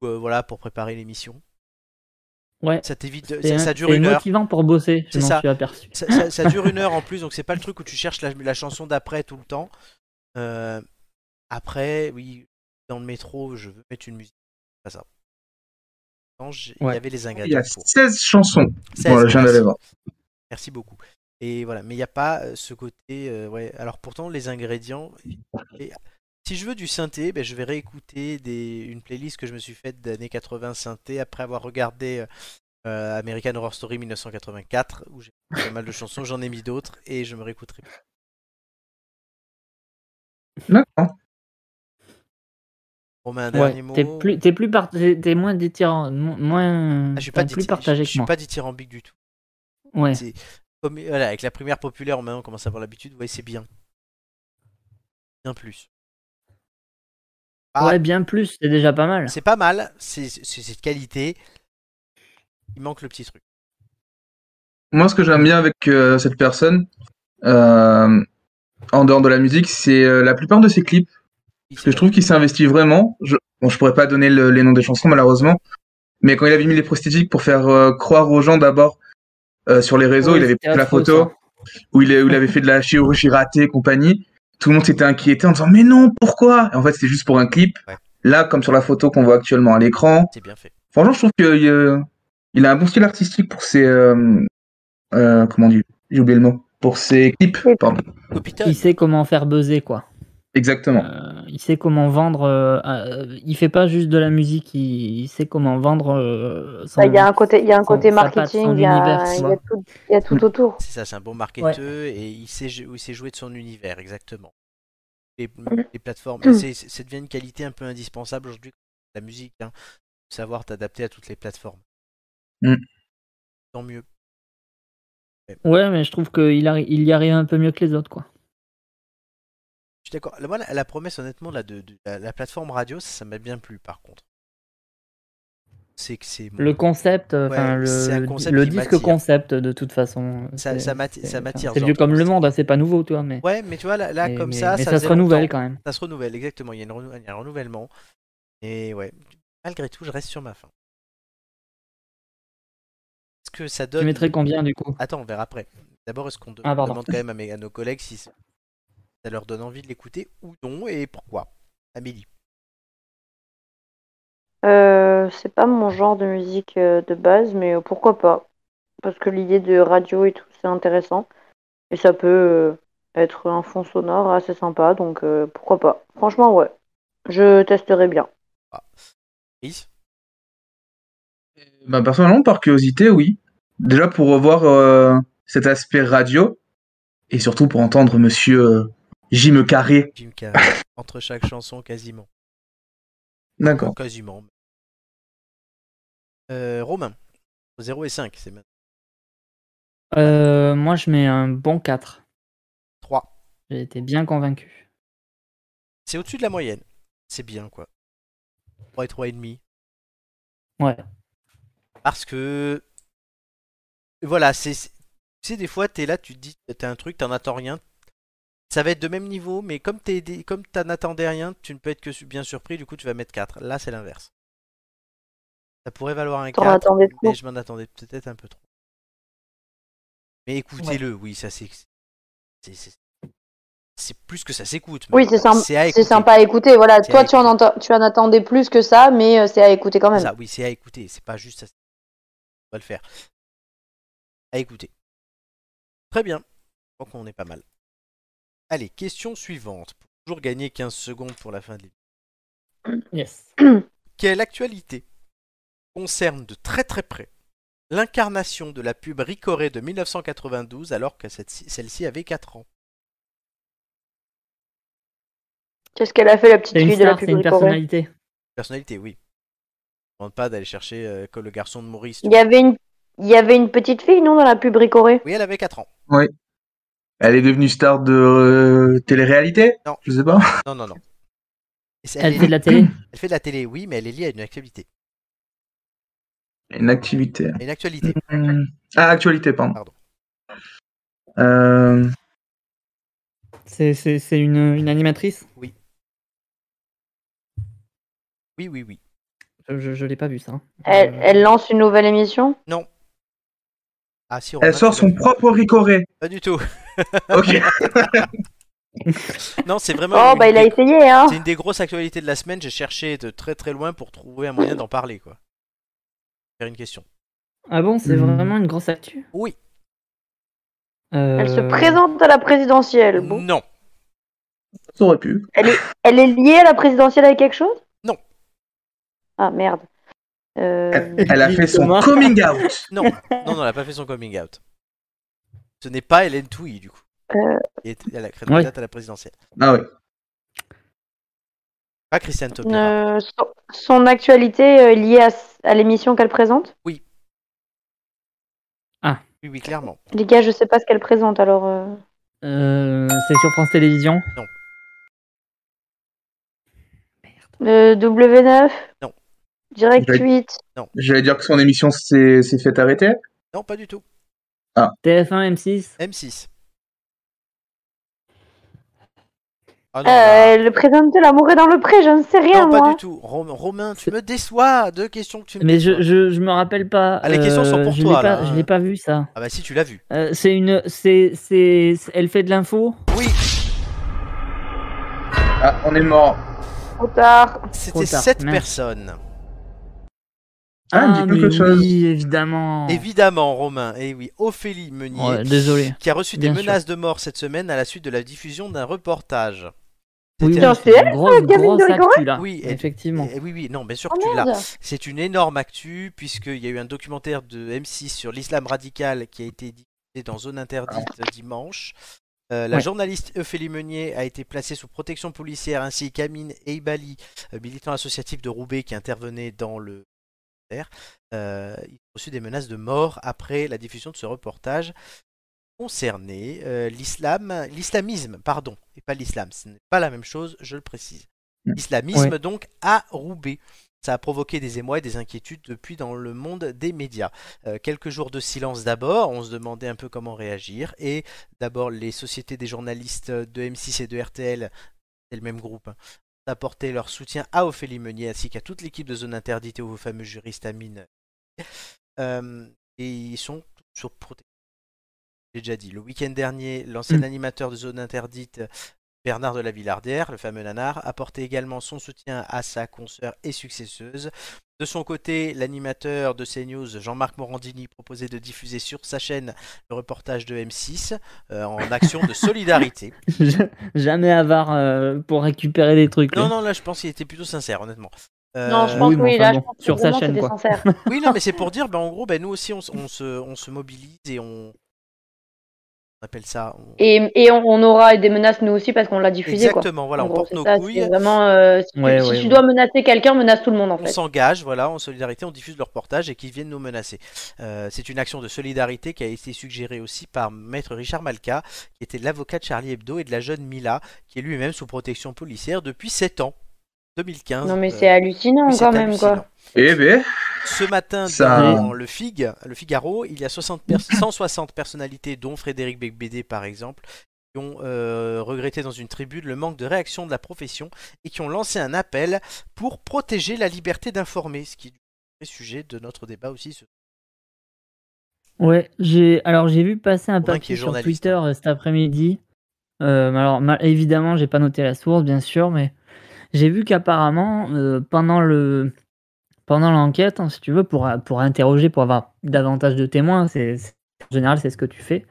S1: euh, voilà, pour préparer l'émission.
S3: Ouais.
S1: Ça t'évite. de-
S3: C'est
S1: Ça,
S3: un-
S1: ça dure
S3: c'est
S1: une heure.
S3: motivant pour bosser.
S1: C'est
S3: Je m'en
S1: ça.
S3: suis aperçu.
S1: Ça, ça- ça dure une heure en plus, donc c'est pas le truc où tu cherches la, la chanson d'après tout le temps. Euh, après, oui, dans le métro, je veux mettre une musique. c'est Pas ça. Non, j'ai- Il
S3: Ouais.
S1: y avait les
S4: Il y
S1: ingrédients
S4: a
S1: pour.
S4: 16 chansons.
S1: 16,
S4: Voilà, je viens d'aller
S1: merci.
S4: voir.
S1: Merci beaucoup. Et voilà, mais il n'y a pas euh, ce côté. euh, ouais. Alors pourtant, les ingrédients. et- si je veux du synthé, ben, je vais réécouter des... une playlist que je me suis faite d'années 80 synthé après avoir regardé euh, euh, American Horror Story 1984, où j'ai pas mal de chansons, j'en ai mis d'autres et je me réécouterai.
S4: D'accord.
S1: Romain, un
S3: Ouais.
S1: dernier mot.
S3: T'es plus, t'es plus, par- t'es t'es moins détirant, mo- moins,
S1: Ah, je suis pas,
S3: t'es plus
S1: dithé-
S3: partagé
S1: je
S3: que
S1: suis
S3: moi.
S1: pas dithyrambique du tout.
S3: Ouais.
S1: C'est- Comme- voilà, avec la primaire populaire, maintenant on commence à avoir l'habitude, ouais, c'est bien. Bien plus. Ah.
S3: Ouais, bien plus, c'est déjà pas mal.
S1: C'est pas mal, c'est c'est- c'est de qualité. Il manque le petit truc.
S4: Moi, ce que j'aime bien avec euh, cette personne, euh, en dehors de la musique, c'est euh, la plupart de ses clips.
S1: Oui,
S4: Parce que je trouve qu'il s'investit vraiment. Je, bon, je pourrais pas donner le- les noms des chansons, malheureusement. Mais quand il avait mis les prosthétiques pour faire euh, croire aux gens d'abord euh, sur les réseaux,
S3: Ouais,
S4: il avait
S3: c'était
S4: pris la
S3: atroce,
S4: photo.
S3: hein.
S4: où il, où il avait fait de la chirurgie ratée et compagnie. Tout le monde s'était inquiété en disant mais non pourquoi Et En fait c'était juste pour un clip.
S1: Ouais.
S4: Là comme sur la photo qu'on voit actuellement à l'écran.
S1: C'est bien fait.
S4: Franchement je trouve que euh, il a un bon style artistique pour ses euh, euh, comment dire J'ai oublié le mot. Pour ses clips. Pardon.
S1: Copiton,
S3: Il sait comment faire buzzer, quoi.
S4: Exactement.
S3: Euh, il sait comment vendre. euh, euh, il fait pas juste de la musique, il, il sait comment vendre. euh, son-
S5: Bah, Il y a un côté, il y a un
S3: son-
S5: côté
S3: sa patte,
S5: marketing,
S3: son
S5: il y a,
S3: univers, tu
S5: il y a
S3: vois.
S5: tout, il y a tout autour.
S1: c'est ça, c'est un bon marketeur et il sait, jou- il sait jouer de son univers, exactement. Les, les plateformes,
S4: Hum.
S5: Mm.
S1: c'est- c'est- ça devient une qualité un peu indispensable aujourd'hui, la musique, hein, savoir t'adapter à toutes les plateformes.
S4: Mm.
S1: Tant mieux.
S3: Ouais, mais je trouve qu'il arri- il y arrive un peu mieux que les autres, quoi.
S1: Je suis d'accord. Moi, la, la promesse, honnêtement, là, de, de- la, la plateforme radio, ça, ça m'a bien plu, par contre. C'est que c'est.
S3: Le concept, euh,
S1: Ouais,
S3: enfin, le-
S1: c'est un
S3: le,
S1: concept
S3: le
S1: qui
S3: disque
S1: m'attire.
S3: concept, de toute façon.
S1: Ça-
S3: c'est-
S1: ça m'atti-
S3: c'est-
S1: ça m'attire,
S3: C'est
S1: ce
S3: vieux
S1: genre de
S3: comme le
S1: concept.
S3: monde, hein, c'est pas nouveau, tu vois, mais.
S1: Ouais, mais tu vois, là, là,
S3: mais-
S1: comme
S3: mais-
S1: ça, ça,
S3: mais ça
S1: faisait
S3: se renouvelle
S1: longtemps.
S3: quand même.
S1: Ça se renouvelle, exactement. Il y a, une renou- il y a un renouvellement. Et ouais, malgré tout, je reste sur ma fin. Est-ce que ça donne.
S3: Tu mettrais combien du coup
S1: Attends, on verra après. D'abord, est-ce qu'on de-
S3: Ah, pardon.
S1: demande quand même à, mes- à nos collègues si ça leur donne envie de l'écouter ou non et pourquoi Amélie.
S5: Euh, c'est pas mon genre de musique euh, de base, mais euh, pourquoi pas? Parce que l'idée de radio et tout, c'est intéressant. Et ça peut euh, être un fond sonore assez sympa, donc euh, pourquoi pas? Franchement, ouais. Je testerai bien.
S1: Ah. Chris
S4: Bah, personnellement par curiosité oui. Déjà pour revoir euh, cet aspect radio et surtout pour entendre Monsieur euh, Jim Carré.
S1: Jim Carrey, entre chaque chanson quasiment.
S4: D'accord.
S1: Quasiment. Euh, Romain, 0 et 5, c'est maintenant
S3: Euh, Moi, je mets un bon 4.
S1: 3.
S3: J'ai été bien convaincu.
S1: C'est au-dessus de la moyenne. C'est bien, quoi. 3 et 3,5.
S3: Ouais.
S1: Parce que. Voilà, c'est. c'est- Tu sais, des fois, t'es là, tu te dis, t'as un truc, t'en attends rien. Ça va être de même niveau, mais comme t'es des- comme t'en attendais rien, tu ne peux être que su- bien surpris, du coup tu vas mettre 4. Là c'est l'inverse. Ça pourrait valoir un
S5: T'en
S1: 4,
S5: attendais trop.
S1: mais je m'en attendais peut-être un peu trop. Mais écoutez-le, oui, ça c'est... c'est- C'est c'est plus que ça s'écoute.
S5: Oui,
S1: même.
S5: c'est sympa,
S1: à
S5: c'est
S1: écouter.
S5: sympa à écouter. Voilà,
S1: C'est
S5: toi,
S1: à
S5: tu en, enta- tu en attendais plus que ça, mais euh, c'est à écouter quand
S1: C'est
S5: même.
S1: Ça, oui, c'est à écouter. C'est pas juste à... On va le faire. À écouter. Très bien. Je crois qu'on est pas mal. Allez, question suivante. Pour toujours gagner 15 secondes pour la fin de l'épisode.
S3: Yes.
S1: Quelle actualité concerne de très très près l'incarnation de la pub Ricoré de 1992 alors que cette- celle-ci avait 4 ans
S5: Qu'est-ce qu'elle a fait, la petite
S3: C'est une
S5: fille de la
S3: star, c'est une
S5: pub Ricoré
S3: personnalité.
S1: Personnalité, oui. Je ne demande pas d'aller chercher euh, que le garçon de Maurice. tu
S5: Il y avait une, il y avait une petite fille, non, dans la pub Ricoré
S1: vois. Oui, elle avait 4 ans.
S4: Elle est devenue star de euh, télé-réalité
S1: Non.
S4: Je sais pas.
S1: Non, non, non. Et c'est-
S3: Elle
S1: est-
S3: fait de la télé.
S1: Elle fait de la télé, oui, mais elle est liée à une actualité.
S4: Une activité.
S1: À Une actualité.
S5: Mm.
S4: Hmm. Ah, actualité, pardon.
S1: Pardon.
S4: Euh,
S3: C'est- C'est c'est une, une animatrice.
S1: Oui, oui, oui.
S3: Je, je, je l'ai pas vu ça.
S5: elle,
S3: Euh,
S5: elle lance une nouvelle émission
S1: Ah si, Romain,
S4: elle sort
S1: tu
S4: son
S1: l'as vu.
S4: propre Ricoré.
S1: Pas du tout.
S4: Ok.
S1: Non, c'est vraiment.
S5: Oh,
S1: une
S5: bah, il a
S1: des-
S5: essayé, hein
S1: C'est une des grosses actualités de la semaine. J'ai cherché de très très loin pour trouver un moyen d'en parler, quoi. Faire une question.
S3: Ah bon, c'est
S4: Hmm.
S3: vraiment une grosse actu
S1: Oui.
S5: Elle se
S3: Euh,
S5: présente à la présidentielle. Bon.
S1: Non.
S4: Ça aurait pu.
S5: Elle est liée à la présidentielle avec quelque chose
S1: Non.
S5: Ah, merde. Euh,
S4: Elle a fait son
S3: Thomas.
S4: coming out.
S1: Non. non, non, elle a pas fait son coming out. Ce n'est pas Hélène Touy, du coup.
S5: Euh.
S1: Elle est- Elle a créé
S3: Oui.
S1: à la présidentielle.
S4: Ah ouais.
S1: Pas Christiane Taubira.
S5: euh, son, son actualité euh, est liée à, s- à l'émission qu'elle présente
S1: Oui, oui, clairement.
S5: Les gars, je sais pas ce qu'elle présente, alors... euh,
S3: euh, c'est sur France Télévisions.
S1: Non.
S3: Merde.
S5: euh, W9
S1: Non.
S5: Direct
S4: Je-
S5: 8
S4: J'allais dire que son émission s'est s'est fait arrêter.
S1: Non, pas du tout.
S3: TF1, M6.
S1: M6. Ah
S5: Euh,
S1: non, là-
S5: Elle présentait L'amour est dans le pré, je ne sais rien,
S1: non,
S5: moi
S1: pas du tout. Rom- Romain, tu me déçois. Deux questions que tu me
S3: Mais
S1: déçois.
S3: je, je, je me rappelle pas. euh,
S1: Ah, les questions sont pour
S3: je
S1: toi,
S3: l'ai
S1: là,
S3: pas-
S1: hein.
S3: Je l'ai pas vu ça.
S1: Ah bah si, tu l'as vu.
S3: Euh, c'est une. c'est c'est c'est- Elle fait de l'info
S1: Oui,
S4: Ah, on est mort.
S5: Trop tard
S1: c'était
S3: Trop tard, Oh.
S1: cette
S3: mince.
S1: personne.
S4: Ah, dis
S3: mais
S4: quelque chose.
S3: Oui, évidemment.
S1: Évidemment, Romain. Et oui, Ophélie Meunier,
S3: Ouais, désolé.
S1: qui a reçu des
S3: bien
S1: menaces de mort cette semaine à la suite de la diffusion d'un reportage.
S3: Oui,
S1: C'était-
S5: Tiens,
S3: oui,
S5: c'est
S3: une grosse,
S5: Camille
S3: grosse
S5: de Ricoré
S3: actu là.
S1: Oui, et-
S3: effectivement.
S1: Eh oui, oui, non, bien sûr
S2: Ah
S5: Oh
S1: que tu l'as.
S5: merde
S1: C'est une énorme actu, puisqu'il y a eu un documentaire de M6 sur l'islam radical qui a été diffusé dans Zone Interdite dimanche. Euh, la
S3: Ouais.
S1: journaliste Euphélie Meunier a été placée sous protection policière, ainsi qu'Amine Eibali, euh, militant associatif de Roubaix qui intervenait dans le documentaire. Euh, il a reçu des menaces de mort après la diffusion de ce reportage. Concerné euh, l'islam, l'islamisme, pardon, et pas l'islam, ce n'est pas la même chose, je le précise. L'islamisme donc à Roubaix. Ça a provoqué des émois et des inquiétudes depuis dans le monde des médias. Euh, quelques jours de silence d'abord, on se demandait un peu comment réagir. Et d'abord, les sociétés des journalistes de M6 et de RTL, c'est le même groupe, hein, ont apporté leur soutien à Ophélie Meunier ainsi qu'à toute l'équipe de Zone Interdite et aux fameux juristes Amine. Euh, et ils sont sur protection. J'ai déjà dit, le week-end dernier, l'ancien
S3: Mm.
S1: animateur de Zone Interdite, Bernard de la Villardière, le fameux nanar, apportait également son soutien à sa consoeur et successeuse. De son côté, l'animateur de CNews, Jean-Marc Morandini, proposait de diffuser sur sa chaîne le reportage de M6 euh, en action de solidarité.
S3: Jamais avare euh, pour récupérer des trucs.
S1: Non,
S3: là.
S1: non, là, je pense qu'il était plutôt sincère, honnêtement. Euh,
S5: Non, je pense
S3: oui,
S5: que
S3: mais
S5: oui,
S3: enfin
S5: là,
S3: bon,
S5: je pense que
S3: sur sa
S5: vraiment,
S3: chaîne,
S5: c'était
S3: quoi.
S5: sincère.
S1: Oui, non, mais c'est pour dire, ben, en gros, ben, nous aussi, on, s- on se, on se mobilise et on. On appelle ça. on-
S5: Et, et on, on aura des menaces, nous aussi, parce qu'on l'a diffusé, quoi.
S1: Exactement, voilà,
S5: En
S1: on
S5: gros,
S1: porte
S5: c'est
S1: nos
S5: ça,
S1: couilles.
S5: c'est vraiment, euh, si,
S3: Ouais,
S5: si
S3: ouais,
S5: tu
S3: ouais.
S5: dois menacer quelqu'un, menace tout le monde, en
S1: On
S5: fait.
S1: s'engage, voilà, en solidarité, on diffuse leur reportage et qu'ils viennent nous menacer. Euh, c'est une action de solidarité qui a été suggérée aussi par maître Richard Malka, qui était l'avocat de Charlie Hebdo et de la jeune Mila, qui est lui-même sous protection policière depuis 7 ans, 2015.
S5: Non, mais
S1: euh,
S5: c'est hallucinant,
S1: oui, c'est
S5: quand même,
S1: hallucinant.
S5: quoi.
S4: Eh ben.
S1: Ce matin,
S4: Ça-
S1: dans le FIG, le Figaro, il y a 60 pers- 160 personnalités, dont Frédéric Becbédé par exemple, qui ont euh, regretté dans une tribune le manque de réaction de la profession et qui ont lancé un appel pour protéger la liberté d'informer, ce qui est le sujet de notre débat aussi. ce-
S3: Ouais, j'ai alors j'ai vu passer un
S1: Romain qui est
S3: papier sur
S1: journaliste,
S3: Twitter euh, cet après-midi. Euh, mais alors ma- évidemment, j'ai pas noté la source, bien sûr, mais j'ai vu qu'apparemment euh, pendant le pendant l'enquête, hein, si tu veux, pour pour interroger, pour avoir davantage de témoins, c'est c'est- en général c'est ce que tu fais.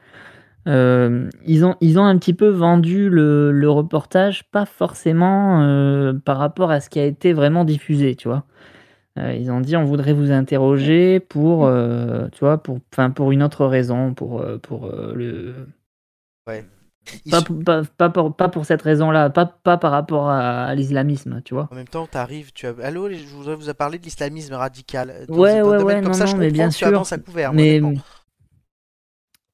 S3: Euh, ils ont ils ont un petit peu vendu le, le reportage, pas forcément euh, par rapport à ce qui a été vraiment diffusé, tu vois. Euh, ils ont dit on voudrait vous interroger
S1: Mm.
S3: pour, euh, tu vois, pour, enfin pour une autre raison, pour, euh, pour euh, le,
S1: Ils
S3: pas,
S1: sont-
S3: pour- pas, pas pour, pas pour cette raison-là, pas, pas par rapport à, à l'islamisme, tu vois.
S1: En même temps, t'arrives, tu as... Allô, les- je voudrais vous parler de l'islamisme radical. euh, Dans
S3: Ouais,
S1: un
S3: ouais,
S1: domaine
S3: ouais,
S1: comme
S3: non,
S1: ça, je
S3: non, mais
S1: comprends
S3: bien
S1: que tu
S3: sûr.
S1: avances à couvert.
S3: Mais
S1: honnêtement.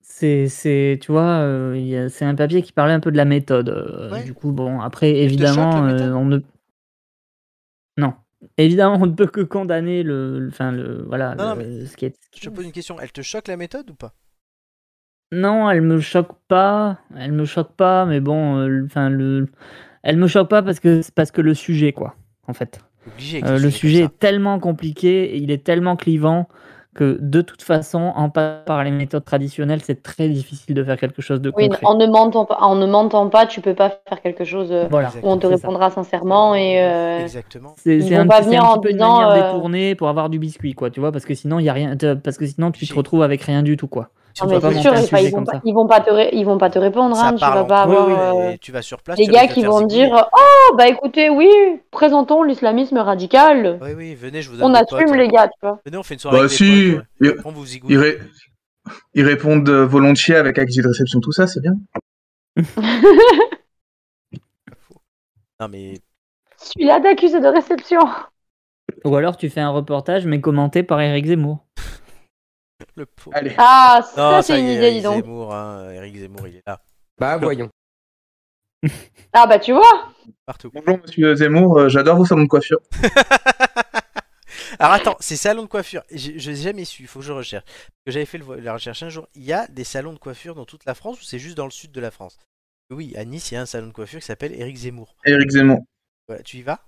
S3: c'est, c'est, tu vois, euh, il y a- c'est un papier qui parlait un peu de la méthode. euh,
S1: Ouais.
S3: Du coup, bon,
S1: te
S3: après,
S1: choque, la
S3: évidemment, euh,
S1: méthode
S3: on ne, non, évidemment, on ne peut que condamner le, le- enfin le, voilà,
S1: Non, non,
S3: le- ce qui est.
S1: Je te pose une question, elle te choque la méthode ou pas
S3: Non, elle me choque pas. Elle me choque pas, mais bon, euh, le- enfin le, elle me choque pas parce que c'est parce que le sujet quoi, en fait.
S1: Obligé. avec
S3: Euh,
S1: ce
S3: le sujet
S1: comme
S3: est tellement compliqué, et il est tellement clivant que de toute façon, en passant par les méthodes traditionnelles, c'est très difficile de faire quelque chose de
S2: Oui,
S3: concret.
S2: en ne mentant pas, en ne mentant pas, tu peux pas faire quelque chose euh,
S3: Voilà.
S1: Exact.
S2: où on te
S3: c'est ça.
S2: répondra sincèrement et
S1: ça.
S2: euh,
S1: Exactement.
S3: C'est
S2: Ils
S3: c'est
S2: vont
S3: un,
S2: pas
S3: petit- c'est
S2: venir
S3: un
S2: en
S3: petit peu une
S2: disant,
S3: manière
S2: euh,
S3: détournée pour avoir du biscuit, quoi, tu vois, parce que sinon il y a rien, t'as- parce que sinon tu te
S1: J'ai-
S3: retrouves avec rien du tout, quoi.
S1: Si
S2: non,
S1: on
S2: mais
S1: peut
S3: pas
S2: c'est
S1: monter
S2: sûr,
S1: un
S3: monter
S2: enfin,
S1: sujet
S2: ils
S3: sujet
S2: vont
S1: comme
S3: comme
S2: pas,
S3: ça.
S2: ils vont pas te, ré- ils vont pas te répondre,
S1: ça
S2: hein, tu vas
S1: parle
S2: pas
S1: en- Oui,
S2: avoir
S1: oui,
S2: euh,
S1: mais tu vas sur place.
S2: des
S1: tu vas
S2: gars
S1: te
S2: qui
S1: faire
S2: vont
S1: zigouiller.
S2: dire, oh bah écoutez, oui, présentons l'islamisme radical,
S1: Oui, oui, venez, je Bah, vous
S2: euh, on
S1: donne des
S2: assume
S1: potes.
S2: les gars, tu vois.
S1: Venez, on fait une soirée.
S4: Bah
S1: avec des
S4: si,
S1: potes, ouais.
S4: ils,
S1: On vous zigouille.
S4: ils ré- ils répondent euh, volontiers avec accusé de réception, tout ça, c'est bien.
S1: Non, mais
S2: Celui-là d'accusé de réception.
S3: Ou alors tu fais un reportage mais commenté par Eric Zemmour.
S1: le pauvre.
S4: Allez.
S2: Ah, ça,
S1: Non,
S2: c'est une
S1: y est,
S2: idée, dis
S1: Eric
S2: donc.
S1: Zemmour, hein, Eric Zemmour, il est là,
S7: Bah voyons.
S2: Ah bah tu vois,
S1: partout.
S4: Bonjour Monsieur Zemmour, euh, j'adore vos salons de coiffure.
S1: Alors attends, ces salons de coiffure, j'ai- je n'ai jamais su, il faut que je recherche. Parce que j'avais fait le vo- la recherche un jour. Il y a des salons de coiffure dans toute la France ou c'est juste dans le sud de la France Oui, à Nice, il y a un salon de coiffure qui s'appelle Eric Zemmour.
S4: Eric Zemmour.
S1: Voilà, tu y vas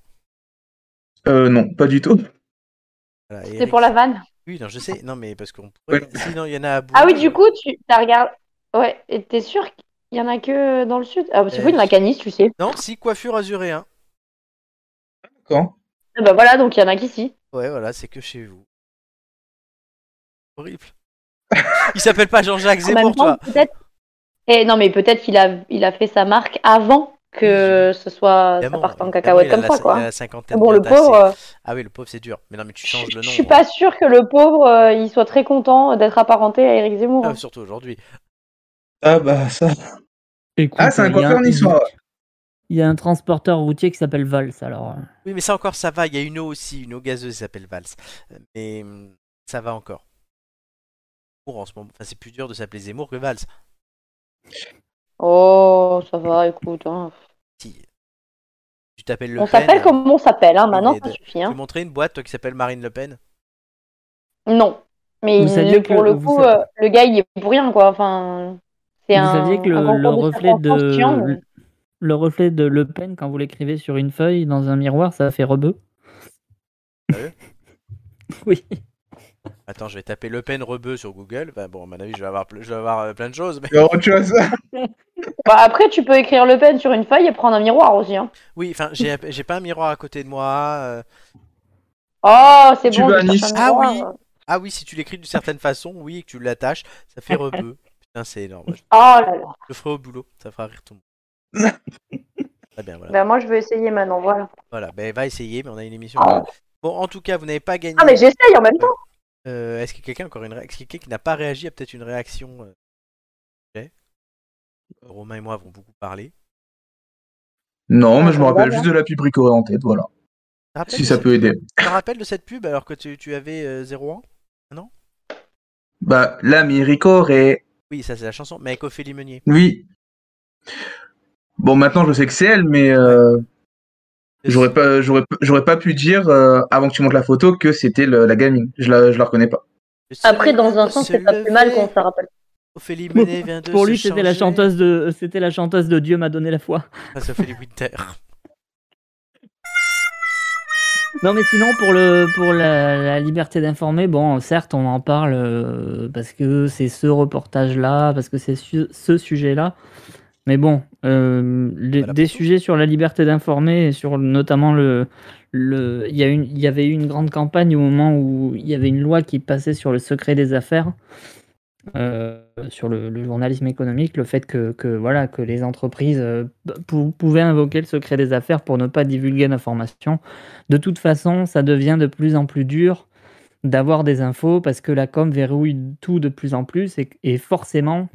S4: Euh, non, pas du tout.
S1: Voilà,
S2: c'est
S1: Eric-
S2: pour la vanne.
S1: Oui, non, je sais. Non, mais parce qu'on pourrait.
S4: Oui.
S1: Sinon, il y en a à
S2: Ah oui,
S1: Bourges.
S2: du coup, tu t'as regardé. Ouais, et t'es sûr qu'il y en a que dans le sud Ah bah c'est
S1: Euh,
S2: fou, il y en a qu'à Nice, tu sais.
S1: Non, si, coiffure azurée, hein.
S4: Quand
S2: Ah bah voilà, donc il y en a qu'ici.
S1: Ouais, voilà, c'est que chez vous. Horrible. Il s'appelle pas Jean-Jacques
S2: En même
S1: Zemmour,
S2: temps,
S1: toi.
S2: peut-être. Et non, mais peut-être qu'il a, il a fait sa marque avant que ce soit ça
S1: Évidemment,
S2: parte en
S1: évidemment,
S2: cacahuète
S1: euh, il a
S2: comme
S1: la-
S2: ça,
S1: Il a
S2: quoi.
S1: la cinquantaine.
S2: Bon,
S1: bien
S2: le
S1: tassée.
S2: pauvre, euh,
S1: Ah oui, le pauvre, c'est dur. Mais non, mais tu changes
S2: je
S1: le
S2: je
S1: nom.
S2: suis
S1: hein.
S2: pas sûre que le pauvre, euh, il soit très content d'être apparenté à Eric Zemmour. hein.
S1: Ah, surtout aujourd'hui.
S4: Ah bah ça.
S3: Écoute,
S4: Ah, c'est un
S3: il y a
S4: coiffeur niçois. ouais.
S3: Il y a un transporteur routier qui s'appelle Vals, alors. euh,
S1: Oui, mais ça encore, ça va. Il y a une eau aussi, une eau gazeuse qui s'appelle Vals. Euh, Mais hum, ça va encore. Zemmour, en ce moment. Enfin, c'est plus dur de s'appeler Zemmour que Vals.
S2: Oh, ça va, écoute. hein.
S1: Si tu t'appelles Le
S2: On
S1: Pen,
S2: s'appelle
S1: euh,
S2: comme on s'appelle, hein, maintenant,
S1: mais
S2: ça
S1: de-
S2: suffit.
S1: Je
S2: Hein.
S1: vais montrer une boîte, toi, qui s'appelle Marine Le Pen.
S2: Non. Mais
S3: Vous
S2: il-
S3: saviez
S2: le-
S3: que-
S2: pour le
S3: vous
S2: coup,
S3: sa-
S2: euh, le gars, il est pour rien, quoi. Enfin, c'est
S3: Vous
S2: un.
S3: saviez que
S2: un
S3: le,
S2: concours
S3: le reflet
S2: circonstances chiant,
S3: de.
S2: mais-
S3: Le reflet de Le Pen, quand vous l'écrivez sur une feuille, dans un miroir, ça fait rebeu.
S1: Sérieux
S3: Oui.
S1: Attends, je vais taper Le Pen rebeu sur Google. Bah, bon, à mon avis, je vais avoir, ple- je vais avoir euh, plein de choses. mais-
S4: Il y a autre chose.
S2: Bah, après, tu peux écrire Le Pen sur une feuille et prendre un miroir aussi. Hein.
S1: Oui, enfin, j'ai un- j'ai pas un miroir à côté de moi. euh.
S2: Oh, c'est
S4: Tu
S2: bon.
S4: vas
S2: je
S4: à
S2: cherche
S4: Nice.
S2: un
S1: Ah
S2: miroir.
S1: oui. Ah oui, si tu l'écris d'une certaine façon, oui, et que tu l'attaches, ça fait rebeu. Putain, c'est énorme. Je
S2: Oh là là.
S1: le ferai au boulot, ça fera rire tout le monde. Très bien, voilà.
S2: Bah, moi, je vais essayer maintenant. Voilà.
S1: Voilà, ben, va essayer, mais on a une émission.
S2: Ah.
S1: Bon, en tout cas, vous n'avez pas gagné.
S2: Ah, mais j'essaye en même temps.
S1: Euh, Est-ce que quelqu'un a encore une ré- est-ce que quelqu'un qui n'a pas réagi a peut-être une réaction euh, j'ai Romain et moi avons beaucoup parlé.
S4: Non, mais je me
S2: Ah,
S4: rappelle
S2: voilà.
S4: juste de la pub bricolée en tête, voilà.
S1: Tu te rappelles
S4: Si
S1: de
S4: ça
S1: cette-
S4: peut aider.
S1: Tu te rappelles de cette pub alors que tu, tu avais euh, 0,1
S4: Bah, l'ami Ricoré.
S1: Oui, ça c'est la chanson, mais avec Ophélie Meunier.
S4: Oui. Bon, maintenant je sais que c'est elle, mais euh, j'aurais pas, j'aurais, j'aurais pas pu dire euh, avant que tu montes la photo que c'était le- la gamine. Je la, je la reconnais pas.
S1: Le soleil
S2: Après, dans un
S1: se
S2: sens, c'est pas plus
S1: lever.
S2: mal qu'on s'en rappelle.
S1: Ophélie Menet vient de
S3: Pour
S1: se
S3: lui, c'était la
S1: changer.
S3: chanteuse de, c'était la chanteuse de Dieu m'a donné la foi.
S1: Ah, c'est Ophélie Winter.
S3: Non, mais sinon, pour, le, pour la, la liberté d'informer, bon, certes, on en parle euh, parce que c'est ce reportage-là, parce que c'est su- ce sujet-là. Mais bon, euh, les-
S1: Voilà.
S3: des sujets sur la liberté d'informer, et sur notamment le. le- Il y, a une- il y avait eu une grande campagne au moment où il y avait une loi qui passait sur le secret des affaires, euh, sur le, le journalisme économique, le fait que, que, voilà, que les entreprises euh, pou- pouvaient invoquer le secret des affaires pour ne pas divulguer d'informations. De toute façon, ça devient de plus en plus dur d'avoir des infos parce que la com verrouille tout de plus en plus et, et forcément,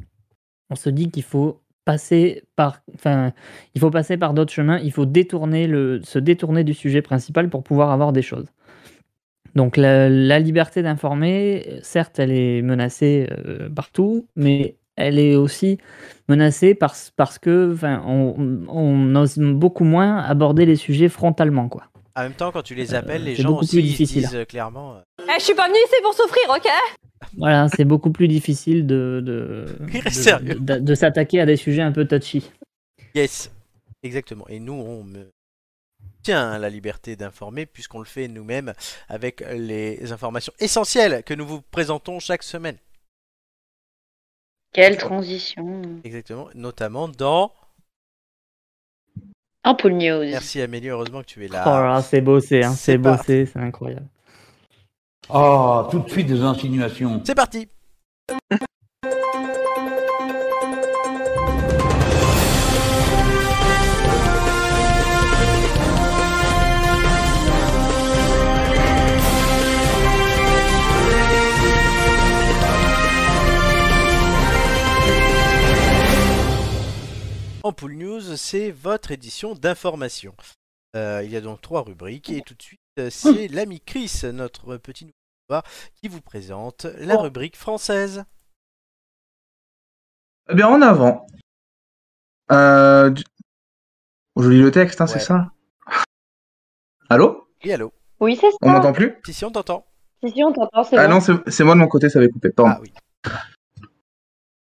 S3: on se dit qu'il faut passer par, enfin, il faut passer par d'autres chemins, il faut détourner le, se détourner du sujet principal pour pouvoir avoir des choses. Donc la, la liberté d'informer, certes, elle est menacée euh, partout, mais elle est aussi menacée par- parce que, enfin, on, on ose beaucoup moins aborder les sujets frontalement, quoi.
S1: En même temps, quand tu les appelles,
S3: Euh,
S1: les
S3: c'est
S1: gens
S3: beaucoup
S1: aussi
S3: plus
S1: ils se
S3: difficile.
S1: disent euh, clairement. euh,
S8: Eh, je suis pas venue ici pour souffrir, ok
S3: Voilà, c'est beaucoup plus difficile de, de,
S1: Il
S3: de-
S1: est sérieux.
S3: de- de s'attaquer à des sujets un peu touchy.
S1: Yes, exactement. Et nous, on me tient à la liberté d'informer puisqu'on le fait nous-mêmes avec les informations essentielles que nous vous présentons chaque semaine.
S2: Quelle transition.
S1: Exactement, notamment dans.
S2: Ampoule News.
S1: Merci Amélie, heureusement que tu es
S3: Oh
S1: là.
S3: là là, c'est bossé, hein,
S1: Ah, C'est
S3: c'est
S1: pas-
S3: bossé, c'est incroyable.
S9: Ah, tout de suite des insinuations.
S1: C'est parti. Ampoule News, c'est votre édition d'information. Euh, il y a donc trois rubriques et tout de suite, euh, c'est l'ami Chris, notre petit qui vous présente la rubrique française.
S4: Eh bien, en avant. Euh, du- Je lis le texte, hein,
S1: Ouais.
S4: c'est ça Allô
S1: Et allô
S5: Oui, c'est
S4: On
S5: ça.
S4: m'entend plus
S1: Si, si, on t'entend.
S5: Si, si, on t'entend, Ah, c'est
S4: Ah
S5: bon.
S4: non, c'est c'est moi de mon côté, ça avait coupé. Pardon.
S1: Ah oui.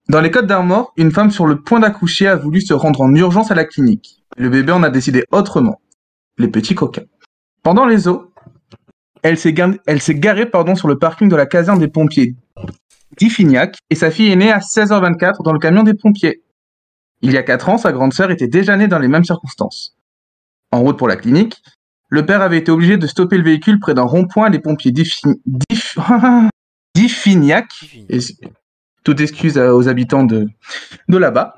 S4: Dans les Côtes d'Armor, une femme sur le point d'accoucher a voulu se rendre en urgence à la clinique. Le bébé en a décidé autrement. Les petits coquins. Pendant les eaux, elle s'est gar- elle s'est garée pardon, sur le parking de la caserne des pompiers d'Iffignac et sa fille est née à 16h24 dans le camion des pompiers. Il y a 4 ans, sa grande sœur était déjà née dans les mêmes circonstances. En route pour la clinique, le père avait été obligé de stopper le véhicule près d'un rond-point des pompiers d'Iffi- d'Iff- d'Iffignac
S1: qui finit.
S4: et c'est- toute excuse à- aux habitants de, de là-bas,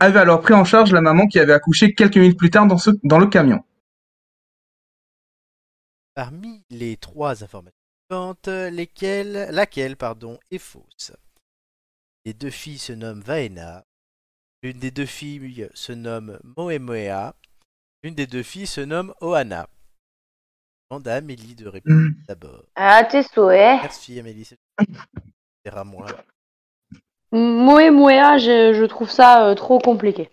S4: avait alors pris en charge la maman qui avait accouché quelques minutes plus tard dans, ce, dans le camion.
S1: Parmi les trois informations suivantes, lesquelles, laquelle pardon, est fausse Les deux filles se nomment Vaena. L'une des deux filles se nomme Moemoea. L'une des deux filles se nomme Ohana. Je Demande à Amélie de répondre
S4: Hmm.
S1: d'abord.
S5: Ah, tes souhaits.
S1: Merci Amélie. c'est- C'est à moi.
S5: Moé
S2: ah,
S5: Moéa, je, je trouve ça euh, trop compliqué.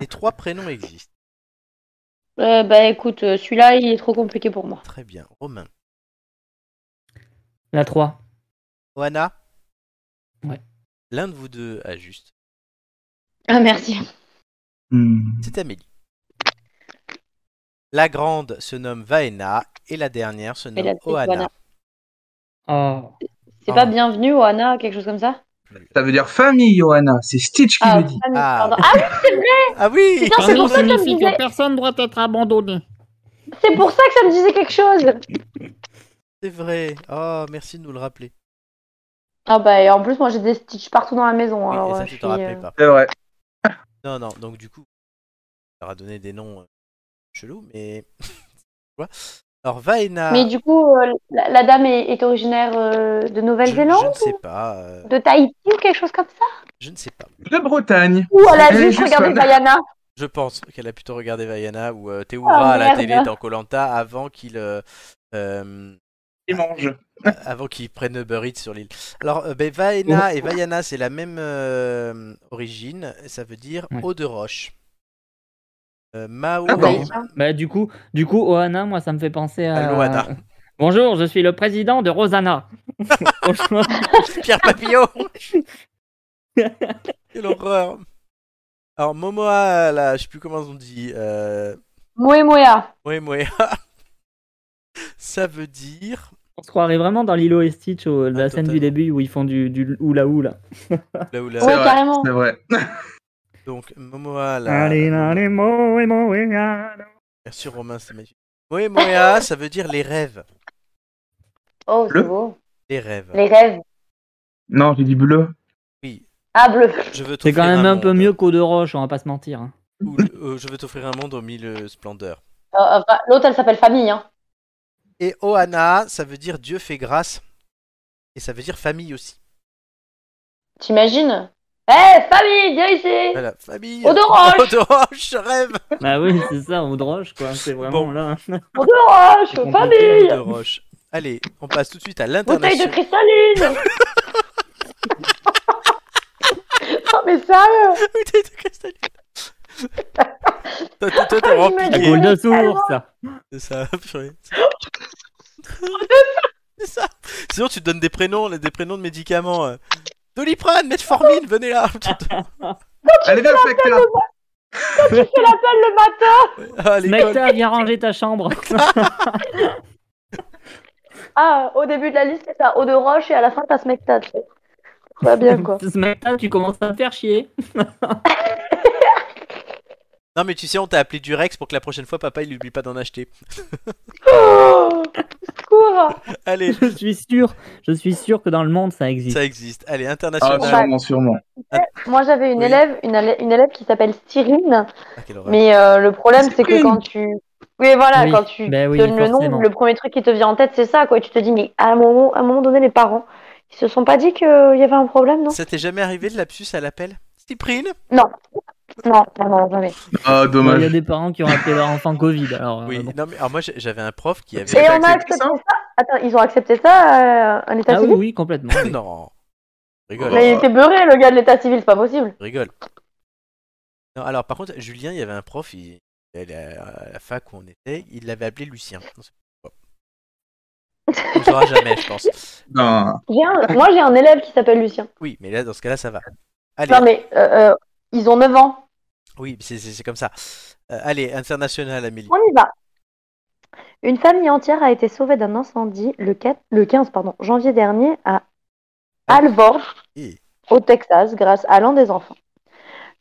S1: Les trois prénoms existent.
S2: Eh
S5: Euh,
S2: ben,
S5: bah écoute, euh, celui-là, il est trop compliqué pour moi.
S1: Très bien. Romain.
S3: La 3.
S1: Ohana
S3: Ouais.
S1: L'un de vous deux a juste.
S2: Ah, merci.
S3: Hmm.
S1: C'est Amélie. La grande se nomme Vaena et la dernière se
S5: la
S1: nomme
S5: petite,
S1: Oana.
S5: Oana.
S3: Oh.
S5: C'est
S1: Ah.
S5: pas bienvenue, Oana, quelque chose comme ça
S4: Ça veut dire famille, Johanna. C'est Stitch qui
S5: Ah,
S4: le dit.
S5: famille,
S1: Ah.
S5: pardon. Ah oui,
S1: Ah oui
S5: putain, c'est pour ça que ça me
S3: signifie
S5: disait.
S3: que personne ne doit être abandonné.
S5: C'est pour ça que ça me disait quelque chose.
S1: C'est vrai. Oh, merci de nous le rappeler.
S5: Ah bah et en plus, moi j'ai des stitches partout dans la maison.
S1: Oui,
S5: alors,
S1: et ça,
S5: euh,
S1: tu
S5: je
S1: t'en
S5: suis,
S1: rappelais
S5: euh,
S1: pas.
S4: C'est vrai.
S1: Non, non, donc du coup, on leur a donné des noms euh, chelous, mais. Quoi Alors, Vaena.
S5: Mais du coup, euh, la, la dame est, est originaire euh,
S1: je,
S5: de
S1: je ne
S5: Nouvelle-Zélande
S1: sais pas. euh,
S5: ou De Tahiti ou quelque chose comme ça
S1: je ne sais pas.
S4: De Bretagne.
S5: Ou elle a
S4: Elle est
S5: juste
S4: juste
S5: regardé
S4: fan.
S5: Diana
S1: Je pense qu'elle a plutôt regardé Vaena ou euh, Teura à la
S5: Oh, merde.
S1: télé dans Colanta avant qu'il. euh, euh,
S4: Ils mangent.
S1: avant qu'ils prennent Uber Eats sur l'île. Alors, euh, ben, Vaena et Vaiana, c'est la même euh, origine, ça veut dire
S3: Ouais.
S1: eau de roche. Euh, Mao.
S4: Ah bon.
S3: Bah, du coup, du coup, Ohana, moi, ça me fait penser à.
S1: À Loana.
S3: Bonjour, je suis le président de Rosanna. Bonjour.
S1: Pierre Papillon Quelle horreur. Alors, Momoa, là, je sais plus comment on dit. Euh...
S5: Moué Mouéa.
S1: Ouais, Ça veut dire.
S3: On se croirait vraiment dans Lilo et Stitch, au- la
S1: Ah,
S3: scène
S1: totalement.
S3: du début où ils font du, du oula oula.
S1: Là où
S2: Ouais,
S1: là.
S4: vrai.
S2: carrément.
S4: C'est vrai.
S1: Donc, Momoa, là.
S3: Allez,
S1: Merci Romain, c'est magique. Moe Moea, ça veut dire les rêves.
S2: Oh, c'est
S4: Le-
S2: beau.
S1: Les rêves.
S2: Les rêves.
S4: Non, j'ai dit bleu.
S1: Oui.
S2: Ah, bleu.
S5: Euh,
S1: Je veux
S3: C'est
S1: t'offrir
S3: quand même un peu
S1: monde
S3: mieux qu'au de roche, on va pas se mentir. hein.
S1: où- euh, je veux t'offrir un monde aux mille splendeurs.
S2: Euh, euh, bah, L'autre, elle s'appelle famille. Hein.
S1: Et Ohana, ça veut dire Dieu fait grâce. Et ça veut dire famille aussi.
S2: T'imagines Eh, famille, viens ici
S1: Voilà, famille.
S2: Eau de roche.
S1: Eau de roche, rêve.
S3: Bah oui, c'est ça, au de roche, quoi. C'est vraiment
S1: Bon.
S3: là.
S2: On
S5: euh,
S2: dehors, je
S3: C'est
S2: suis
S1: Eau
S2: famille
S1: de roche. Allez, on passe tout de suite à
S2: Bouteille de
S1: l'international.
S2: cristalline Non, mais sérieux
S1: Bouteille de cristal. Toi, toi, toi, t'es vraiment
S2: Imagine.
S3: La
S1: piqué.
S3: boule de source, ça.
S1: C'est ça, purée. C'est ça. Sinon, tu te donnes des prénoms, là, des prénoms de médicaments. euh. Doliprane, metformine, venez là.
S4: Allez, viens, le mec, là.
S2: Tu l'appelles le matin
S1: Ah, à l'école.
S3: Mecta, viens ranger ta chambre.
S2: Ah, au début de la liste, c'est ça, eau de roche, et à la fin, t'as ce mec là, tu sais. Pas bien, quoi.
S3: Ce matin, tu commences à me faire chier.
S1: Non, mais tu sais, on t'a appelé Durex pour que la prochaine fois, papa, il oublie pas d'en acheter.
S2: Oh Secours
S1: Allez,
S3: Je suis sûr, je suis sûr que dans le monde, ça existe.
S1: ça existe. Allez,
S4: Ah,
S1: international.
S4: sûrement, sûrement.
S2: Moi, j'avais une
S1: Oui.
S2: élève, une, alè- une élève qui s'appelle Cyrine,
S1: Ah, quelle horreur.
S2: mais euh, le problème, c'est que
S4: Cyrine.
S2: quand tu... Oui, voilà,
S3: Oui,
S2: quand tu
S3: ben oui,
S2: donnes le
S3: forcément.
S2: nom, le premier truc qui te vient en tête, c'est ça, quoi. Et tu te dis, mais à un moment, à un moment donné, les parents, ils se sont pas dit qu'il y avait un problème, non
S1: Ça t'est jamais arrivé de lapsus à l'appel Cyprine
S2: Non, non, non, jamais.
S4: Ah,
S3: Bon, Il y a
S4: dommage.
S3: des parents qui ont appelé leur enfant Covid. Alors, euh,
S1: Oui,
S3: bon.
S1: non, mais alors moi, j'ai- j'avais un prof qui
S4: C'est
S1: avait.
S2: Et
S4: t'as
S2: on a
S4: accepté
S2: accepté
S4: ça
S2: ça Attends, ils ont accepté ça, euh, un état
S3: Ah oui,
S2: civil
S3: oui, complètement. oui.
S1: non. Je Rigole, hein,
S2: Mais il était beurré, le gars de l'état civil, c'est pas possible.
S1: je rigole. Non, alors par contre, Julien, il y avait un prof, il... à la- à la fac où on était, il l'avait appelé Lucien. Non, c'est pas pourquoi. On le saura jamais, je pense.
S4: Non.
S2: J'ai un- Moi, j'ai un élève qui s'appelle Lucien.
S1: Oui, mais là, dans ce cas-là, ça va. Allez,
S2: Non, mais euh, euh, ils ont 9 ans.
S1: oui, c'est- c'est c'est comme ça. Euh, allez, international, Amélie.
S2: On y va. Une famille entière a été sauvée d'un incendie le, 4... le 15 pardon, janvier dernier à Alvord,
S3: Ah.
S1: Oui.
S2: au Texas, grâce à l'un des enfants.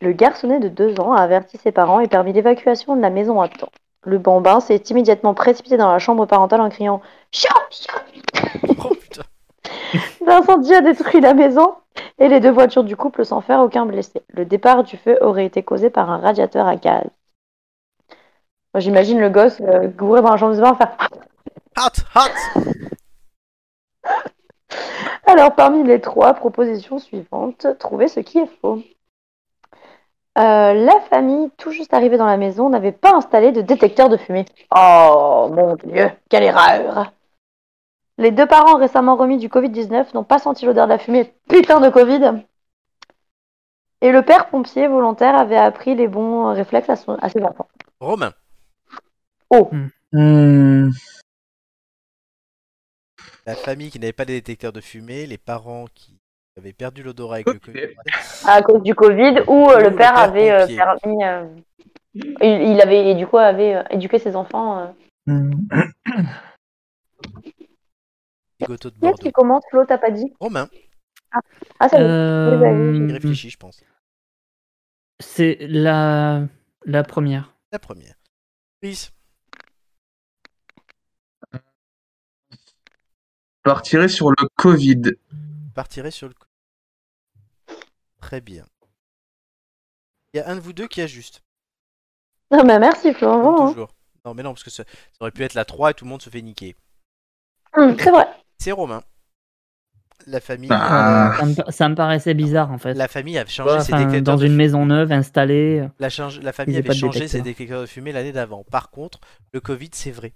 S2: Le garçonnet de 2 ans a averti ses parents et permis l'évacuation de la maison à temps. Le bambin s'est immédiatement précipité dans la chambre parentale en criant Chien Chien
S1: Oh putain.
S2: L'incendie a détruit la maison et les deux voitures du couple sans faire aucun blessé. Le départ du feu aurait été causé par un radiateur à gaz. Moi, J'imagine le gosse euh, gouré dans la chambre de bain faire.
S1: Hot, hot
S2: Alors, parmi les trois propositions suivantes, trouvez ce qui est faux. Euh, la famille, tout juste arrivée dans la maison, n'avait pas installé de détecteur de fumée. Oh mon dieu, quelle erreur Les deux parents récemment remis du Covid-19 n'ont pas senti l'odeur de la fumée. Putain de Covid Et le père pompier volontaire avait appris les bons réflexes à, son- à ses enfants.
S1: Romain.
S4: Hmm.
S1: La famille qui n'avait pas de détecteur de fumée, les parents qui avaient perdu l'odorat avec le
S4: Ok.
S1: Covid.
S2: À cause du Covid, où euh,
S1: Ou
S2: le,
S1: le
S2: père
S1: père
S2: avait euh,
S1: pompier.
S2: permis. euh, il, il avait, et du coup, avait euh, éduqué ses enfants. euh,
S4: Hmm.
S1: Petit goto de
S2: Qui est-ce qui
S1: Bordeaux.
S2: commence Flo, t'as pas dit
S1: Romain,
S2: Ah, ça y est.
S3: Euh,
S2: Oui, bah oui,
S1: il réfléchit, je pense.
S3: C'est la... la première.
S1: La première. Chris,
S4: Je partirai sur le Covid.
S1: partirait sur le coup. Très bien. Il y a un de vous deux qui a juste.
S2: Non, mais merci Flo, hein,
S1: comme
S2: vraiment.
S1: toujours. Non, mais non, parce que ça, ça aurait pu être la 3 et tout le monde se fait niquer.
S2: Hum, C'est vrai.
S1: C'est Romain. La famille.
S4: Ah.
S3: Ça, me... ça me paraissait bizarre en fait.
S1: La famille a changé ses
S3: Enfin,
S1: détecteurs
S3: dans
S1: de
S3: une
S1: fumée.
S3: maison neuve installée. euh,
S1: La, change- la famille
S3: Ils
S1: avait
S3: avaient pas de
S1: changé
S3: détecteur.
S1: ses détecteurs de fumée l'année d'avant. Par contre, le Covid, c'est vrai.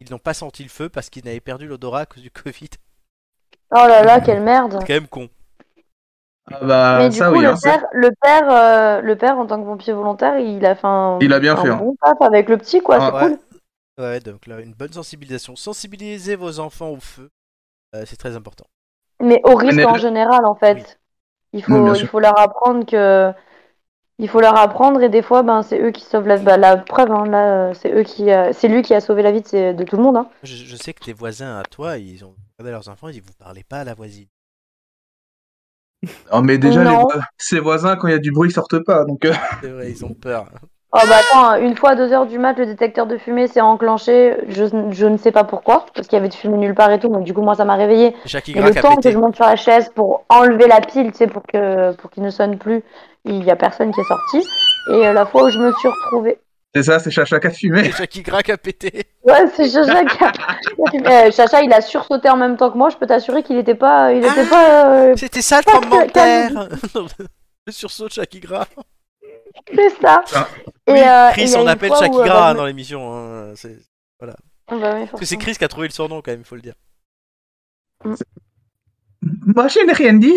S1: Ils n'ont pas senti le feu parce qu'ils n'avaient perdu l'odorat à cause du Covid. C'est
S2: Oh là là, quelle merde.
S1: quand même con.
S4: Ah bah,
S2: mais du
S4: ça
S2: coup,
S4: oui,
S2: le,
S4: hein, ça-
S2: père, le, père, euh, le père, en tant que pompier volontaire, il a fait un,
S4: il a bien
S2: un
S4: fait. hein.
S2: bon taf avec le petit, quoi.
S4: Ah,
S2: c'est cool.
S1: Ouais, donc là, une bonne sensibilisation. Sensibiliser vos enfants au feu, euh, c'est très important.
S2: Mais au risque
S4: Mais
S2: en
S4: le-
S2: général, en fait. Il
S4: Oui,
S2: faut,
S4: bien
S2: il
S4: sûr.
S2: faut leur apprendre que. Il faut leur apprendre et des fois, ben, c'est eux qui sauvent la, bah, la preuve. hein, là, euh, c'est eux qui, a- c'est lui qui a sauvé la vie de, ses- de tout le monde. hein.
S1: Je, je sais que tes voisins à toi, ils ont regardé leurs enfants, ils disent vous parlez pas à la voisine.
S4: Oh, mais déjà, les
S2: Non.
S4: vo- ses voisins, quand il y a du bruit, ils sortent pas. Donc, euh,
S1: C'est vrai, ils ont peur.
S2: Oh bah attends, hein, une fois à 2h du mat, le détecteur de fumée s'est enclenché. Je, je ne sais pas pourquoi, parce qu'il y avait de fumée nulle part et tout. Donc du coup, moi, ça m'a réveillée.
S1: Jackie
S2: Et le
S1: Grac a
S2: temps que
S1: pété.
S2: je monte sur la chaise pour enlever la pile, tu sais, pour que pour qu'il ne sonne plus, il n'y a personne qui est sorti. Et euh, la fois où je me suis retrouvée.
S4: c'est ça, c'est Chacha qui a fumé.
S1: Jackie Grac a pété.
S2: Ouais, c'est Chacha qui a... Euh, Chacha, il a sursauté en même temps que moi. Je peux t'assurer qu'il n'était pas. Il était
S1: Ah
S2: pas. euh,
S1: C'était ça le
S2: Parce
S1: tremblement de
S2: que quand
S1: terre. Le sursaut de Jackie Grac.
S2: C'est ça.
S4: Ah.
S2: Et, euh, et il
S1: Chris,
S2: y a
S1: on
S2: une
S1: appelle
S2: fois
S1: Jackie
S2: où, euh,
S1: Grac
S2: bah,
S1: dans l'émission. hein, c'est-
S2: je me- Bah oui,
S1: Parce que c'est
S2: forcément.
S1: Chris qui a trouvé le surnom quand même, il faut le dire.
S4: Moi, je n'ai rien dit.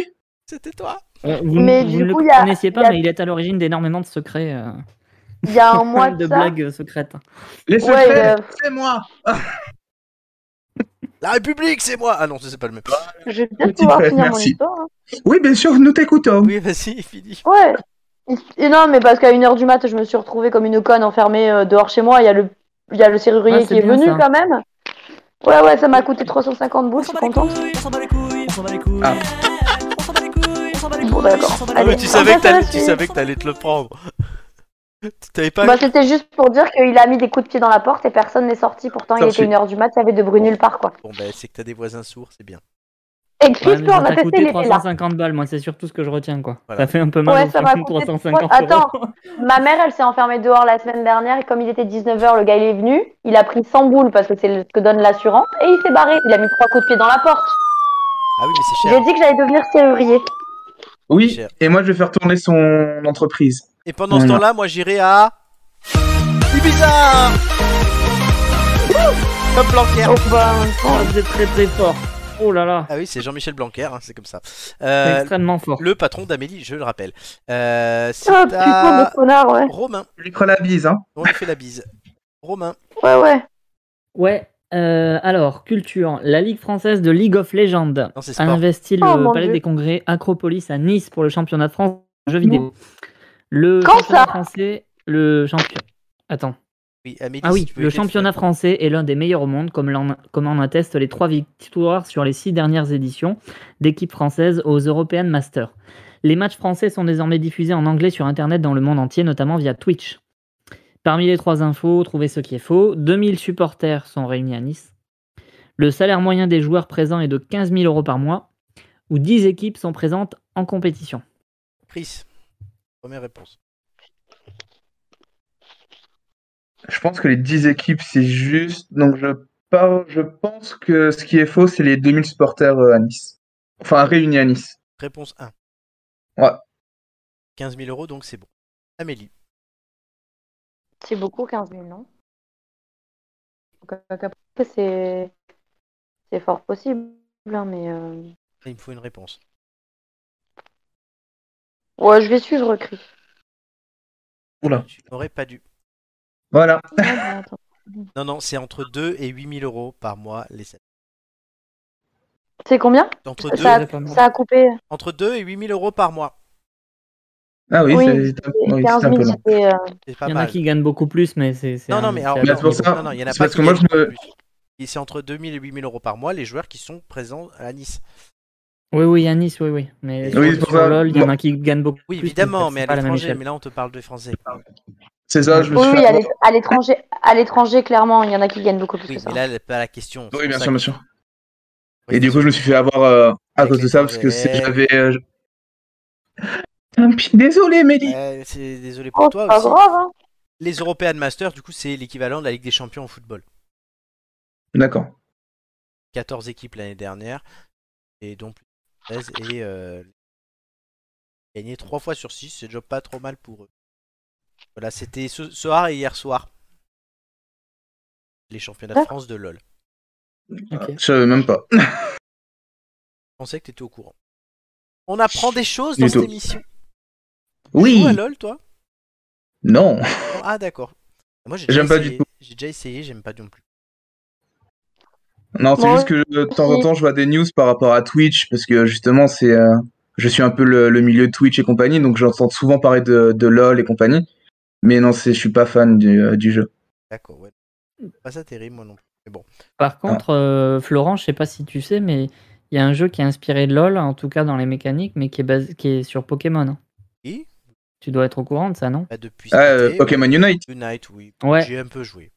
S1: C'était toi.
S3: Euh, Vous,
S2: Mais
S3: vous
S2: du
S3: ne
S2: coup,
S3: le
S2: il y a-
S3: connaissiez pas,
S2: il y a-
S3: mais il est à l'origine d'énormément de secrets, euh,
S2: Il y a un mois de,
S3: de
S2: ça.
S3: blagues secrètes.
S4: Les
S2: Ouais,
S4: secrets,
S2: euh,
S4: c'est moi.
S1: La République, c'est moi. Ah non, ça, c'est pas le même.
S2: Je vais peut-être
S4: Petite
S2: pouvoir
S4: fête,
S2: finir mon
S4: merci.
S2: histoire. hein.
S4: Oui, bien sûr, nous t'écoutons.
S1: Oui, vas-y, fini.
S2: Ouais. Et non, mais parce qu'à 1h du mat, je me suis retrouvée comme une conne enfermée euh, dehors chez moi. Il y a le, il y a le serrurier
S3: Ah, c'est
S2: qui est
S3: bien,
S2: venu
S3: ça.
S2: quand même. Ouais, ouais, ça m'a coûté 350 boules, je suis contente.
S4: Ah.
S2: Bon, d'accord.
S1: Ah, mais
S2: Allez,
S1: tu
S2: on
S1: savais que
S2: passe à la
S1: t'allais, tu
S2: suite.
S1: savais que t'allais te le prendre. Tu t'avais pas.
S2: Bah, c'était juste pour dire qu'il a mis des coups de pied dans la porte et personne n'est sorti. Pourtant, il
S4: Sorti.
S2: était 1h du mat, il y avait de bruit nulle part, quoi.
S1: Bon, bah, c'est que t'as des voisins sourds, c'est bien.
S2: Et
S3: Ouais,
S2: Chris,
S3: mais
S2: quand
S3: ça
S2: on a
S3: t'a
S2: testé,
S3: coûté
S2: il était là.
S3: 350 balles, moi c'est surtout ce que je retiens quoi.
S1: Voilà.
S3: Ça fait un peu mal
S2: Ouais,
S3: au
S2: ça m'a
S3: franchement,
S2: coûté
S3: 350
S2: Attends.
S3: euros.
S2: Ma mère, elle s'est enfermée dehors la semaine dernière et comme il était 19h, le gars il est venu, il a pris 100 boules parce que c'est le- ce que donne l'assurance et il s'est barré. Il a mis trois coups de pied dans la porte.
S1: Ah oui, mais c'est
S2: J'ai
S1: cher.
S2: dit que j'allais devenir serrurier.
S4: Oui,
S1: Cher.
S4: et moi, je vais faire tourner son entreprise.
S1: Et pendant ce
S4: Voilà.
S1: temps-là, moi, j'irai à. Ibiza Comme Blanquer.
S2: Donc, bah,
S3: Oh, vous êtes très très fort. Oh là là,
S1: Ah oui, c'est Jean-Michel Blanquer, hein, c'est comme ça.
S3: c'est
S1: Euh,
S3: extrêmement fort.
S1: le patron d'Amélie, je le rappelle. Euh, c'est
S2: Ah, putain
S1: à
S2: de connard, ouais.
S1: Romain.
S4: Je lui prends la bise, hein.
S1: On lui fait la bise. Romain.
S2: Ouais, ouais.
S3: Ouais, euh, alors, culture. La Ligue française de League of Legends
S1: Non, c'est
S3: a
S1: sport.
S3: investi
S2: Oh,
S3: le
S2: mon
S3: Palais
S2: Dieu.
S3: des Congrès Acropolis à Nice pour le championnat de France de jeux vidéo. Le
S2: Mmh. Quand
S3: championnat
S2: ça
S3: français, le champion. Attends.
S1: Oui, Amélie,
S3: Ah
S1: si
S3: oui,
S1: tu veux
S3: le
S1: aider,
S3: championnat
S1: tu
S3: français est l'un des meilleurs au monde, comme, l'en- comme en attestent les trois victoires sur les six dernières éditions d'équipes françaises aux European Masters. Les matchs français sont désormais diffusés en anglais sur Internet dans le monde entier, notamment via Twitch. Parmi les trois infos, trouvez ce qui est faux. 2000 supporters sont réunis à Nice. Le salaire moyen des joueurs présents est de 15 000 euros par mois, où 10 équipes sont présentes en compétition.
S1: fais. Chris. Première réponse.
S4: Je pense que les 10 équipes, c'est juste. Donc, je, par- je pense que ce qui est faux, c'est les 2000 supporters euh, à Nice. Enfin, réunis à Nice.
S1: Réponse 1.
S4: Ouais.
S1: 15 000 euros, donc c'est bon. Amélie.
S2: C'est beaucoup, 15 000, non Donc, après, C'est c'est fort possible, hein, mais. euh,
S1: Il me faut une réponse.
S2: Ouais, je vais suivre Chris.
S4: Oula.
S1: Tu n'aurais pas dû.
S4: Voilà.
S2: Ouais, bah, attends.
S1: Non, non, c'est entre 2 et 8 000 euros par mois. Les...
S2: C'est combien
S1: Entre, 2...
S2: ça, a- ça a coupé. euh,
S1: entre 2 et 8 000 euros par mois.
S4: Ah oui,
S2: Oui,
S4: c'est- c'est un, oui,
S2: 15
S4: c'est un
S2: 000,
S4: peu long.
S2: c'était. euh,
S1: C'est
S3: Il
S1: pas
S3: y en a
S1: mal.
S3: qui gagnent beaucoup plus, mais c'est. c'est
S1: Non,
S3: un-
S1: non, mais alors,
S3: à
S4: Mais
S3: leur
S4: c'est pour
S3: niveau.
S4: ça-
S1: non, non, il y en a
S4: c'est
S1: pas
S4: parce
S1: qui
S4: que moi,
S1: gagnent
S4: je me-
S1: plus. Et c'est entre 2 000 et 8 000 euros par mois les joueurs qui sont présents à Nice.
S3: Oui, oui, à Nice, oui, oui. Mais
S4: Oui,
S3: sur,
S4: c'est pour
S3: sur
S4: ça.
S3: LoL, il y en a qui gagnent beaucoup.
S1: Oui,
S3: plus,
S1: évidemment,
S3: c'est
S1: mais
S3: pas
S1: à
S3: la même
S1: l'étranger.
S3: échelle.
S1: Mais là, on te parle de français.
S4: C'est ça, je me
S2: Oui,
S4: suis
S2: oui,
S4: fait
S2: à
S4: avoir.
S2: l'é- à l'étranger, à l'étranger, clairement, il y en a qui gagnent beaucoup plus
S1: Oui,
S2: que ça.
S1: mais là, pas la question.
S4: Oui, bien
S1: Ça-
S4: sûr, bien sûr. Et du coup, je me suis fait avoir euh, à
S1: Avec
S4: cause de
S1: les
S4: ça, parce que
S1: intérêts.
S4: c'est- j'avais. euh, je- Tant pis, Désolé, Mélie.
S1: Euh, c'est désolé pour
S2: Oh,
S1: toi
S2: c'est pas
S1: aussi.
S2: grave, hein.
S1: Les European Masters, du coup, c'est l'équivalent de la Ligue des Champions au football.
S4: D'accord.
S1: 14 équipes l'année dernière, et donc plus de 16, et euh, gagner 3 fois sur 6, c'est déjà pas trop mal pour eux. Voilà, c'était ce ce soir et hier soir. Les championnats de
S2: D'accord.
S1: France de LoL. Je euh,
S3: Ok.
S4: Je savais même pas.
S1: pensais que t'étais au courant. On apprend des choses dans
S4: Du
S1: cette
S4: tout.
S1: émission. Tu
S4: Oui.
S1: joues à LoL, toi
S4: Non.
S1: Non, Ah, d'accord. Moi, j'ai déjà
S4: J'aime pas
S1: essayé.
S4: du
S1: J'ai déjà essayé, j'aime pas non plus.
S4: Non, c'est
S2: Moi
S4: juste que je- de temps en
S2: aussi.
S4: temps, je vois des news par rapport à Twitch, parce que justement, c'est euh, je suis un peu le, le milieu Twitch et compagnie, donc j'entends souvent parler de, de LoL et compagnie. Mais non, c'est- je suis pas fan du, euh, du jeu.
S1: D'accord, ouais. Pas ça terrible, moi non plus.
S4: Ah.
S3: Par contre, euh, Florent, je sais pas si tu sais, mais il y a un jeu qui est inspiré de LoL, en tout cas dans les mécaniques, mais qui est, basé, qui est sur Pokémon. hein.
S1: Oui.
S3: Tu dois être au courant de ça, non
S1: Bah, depuis
S4: Ah,
S1: cet
S4: euh,
S1: été,
S4: Pokémon Unite.
S1: Unite, oui.
S3: Ouais.
S1: J'ai un peu joué.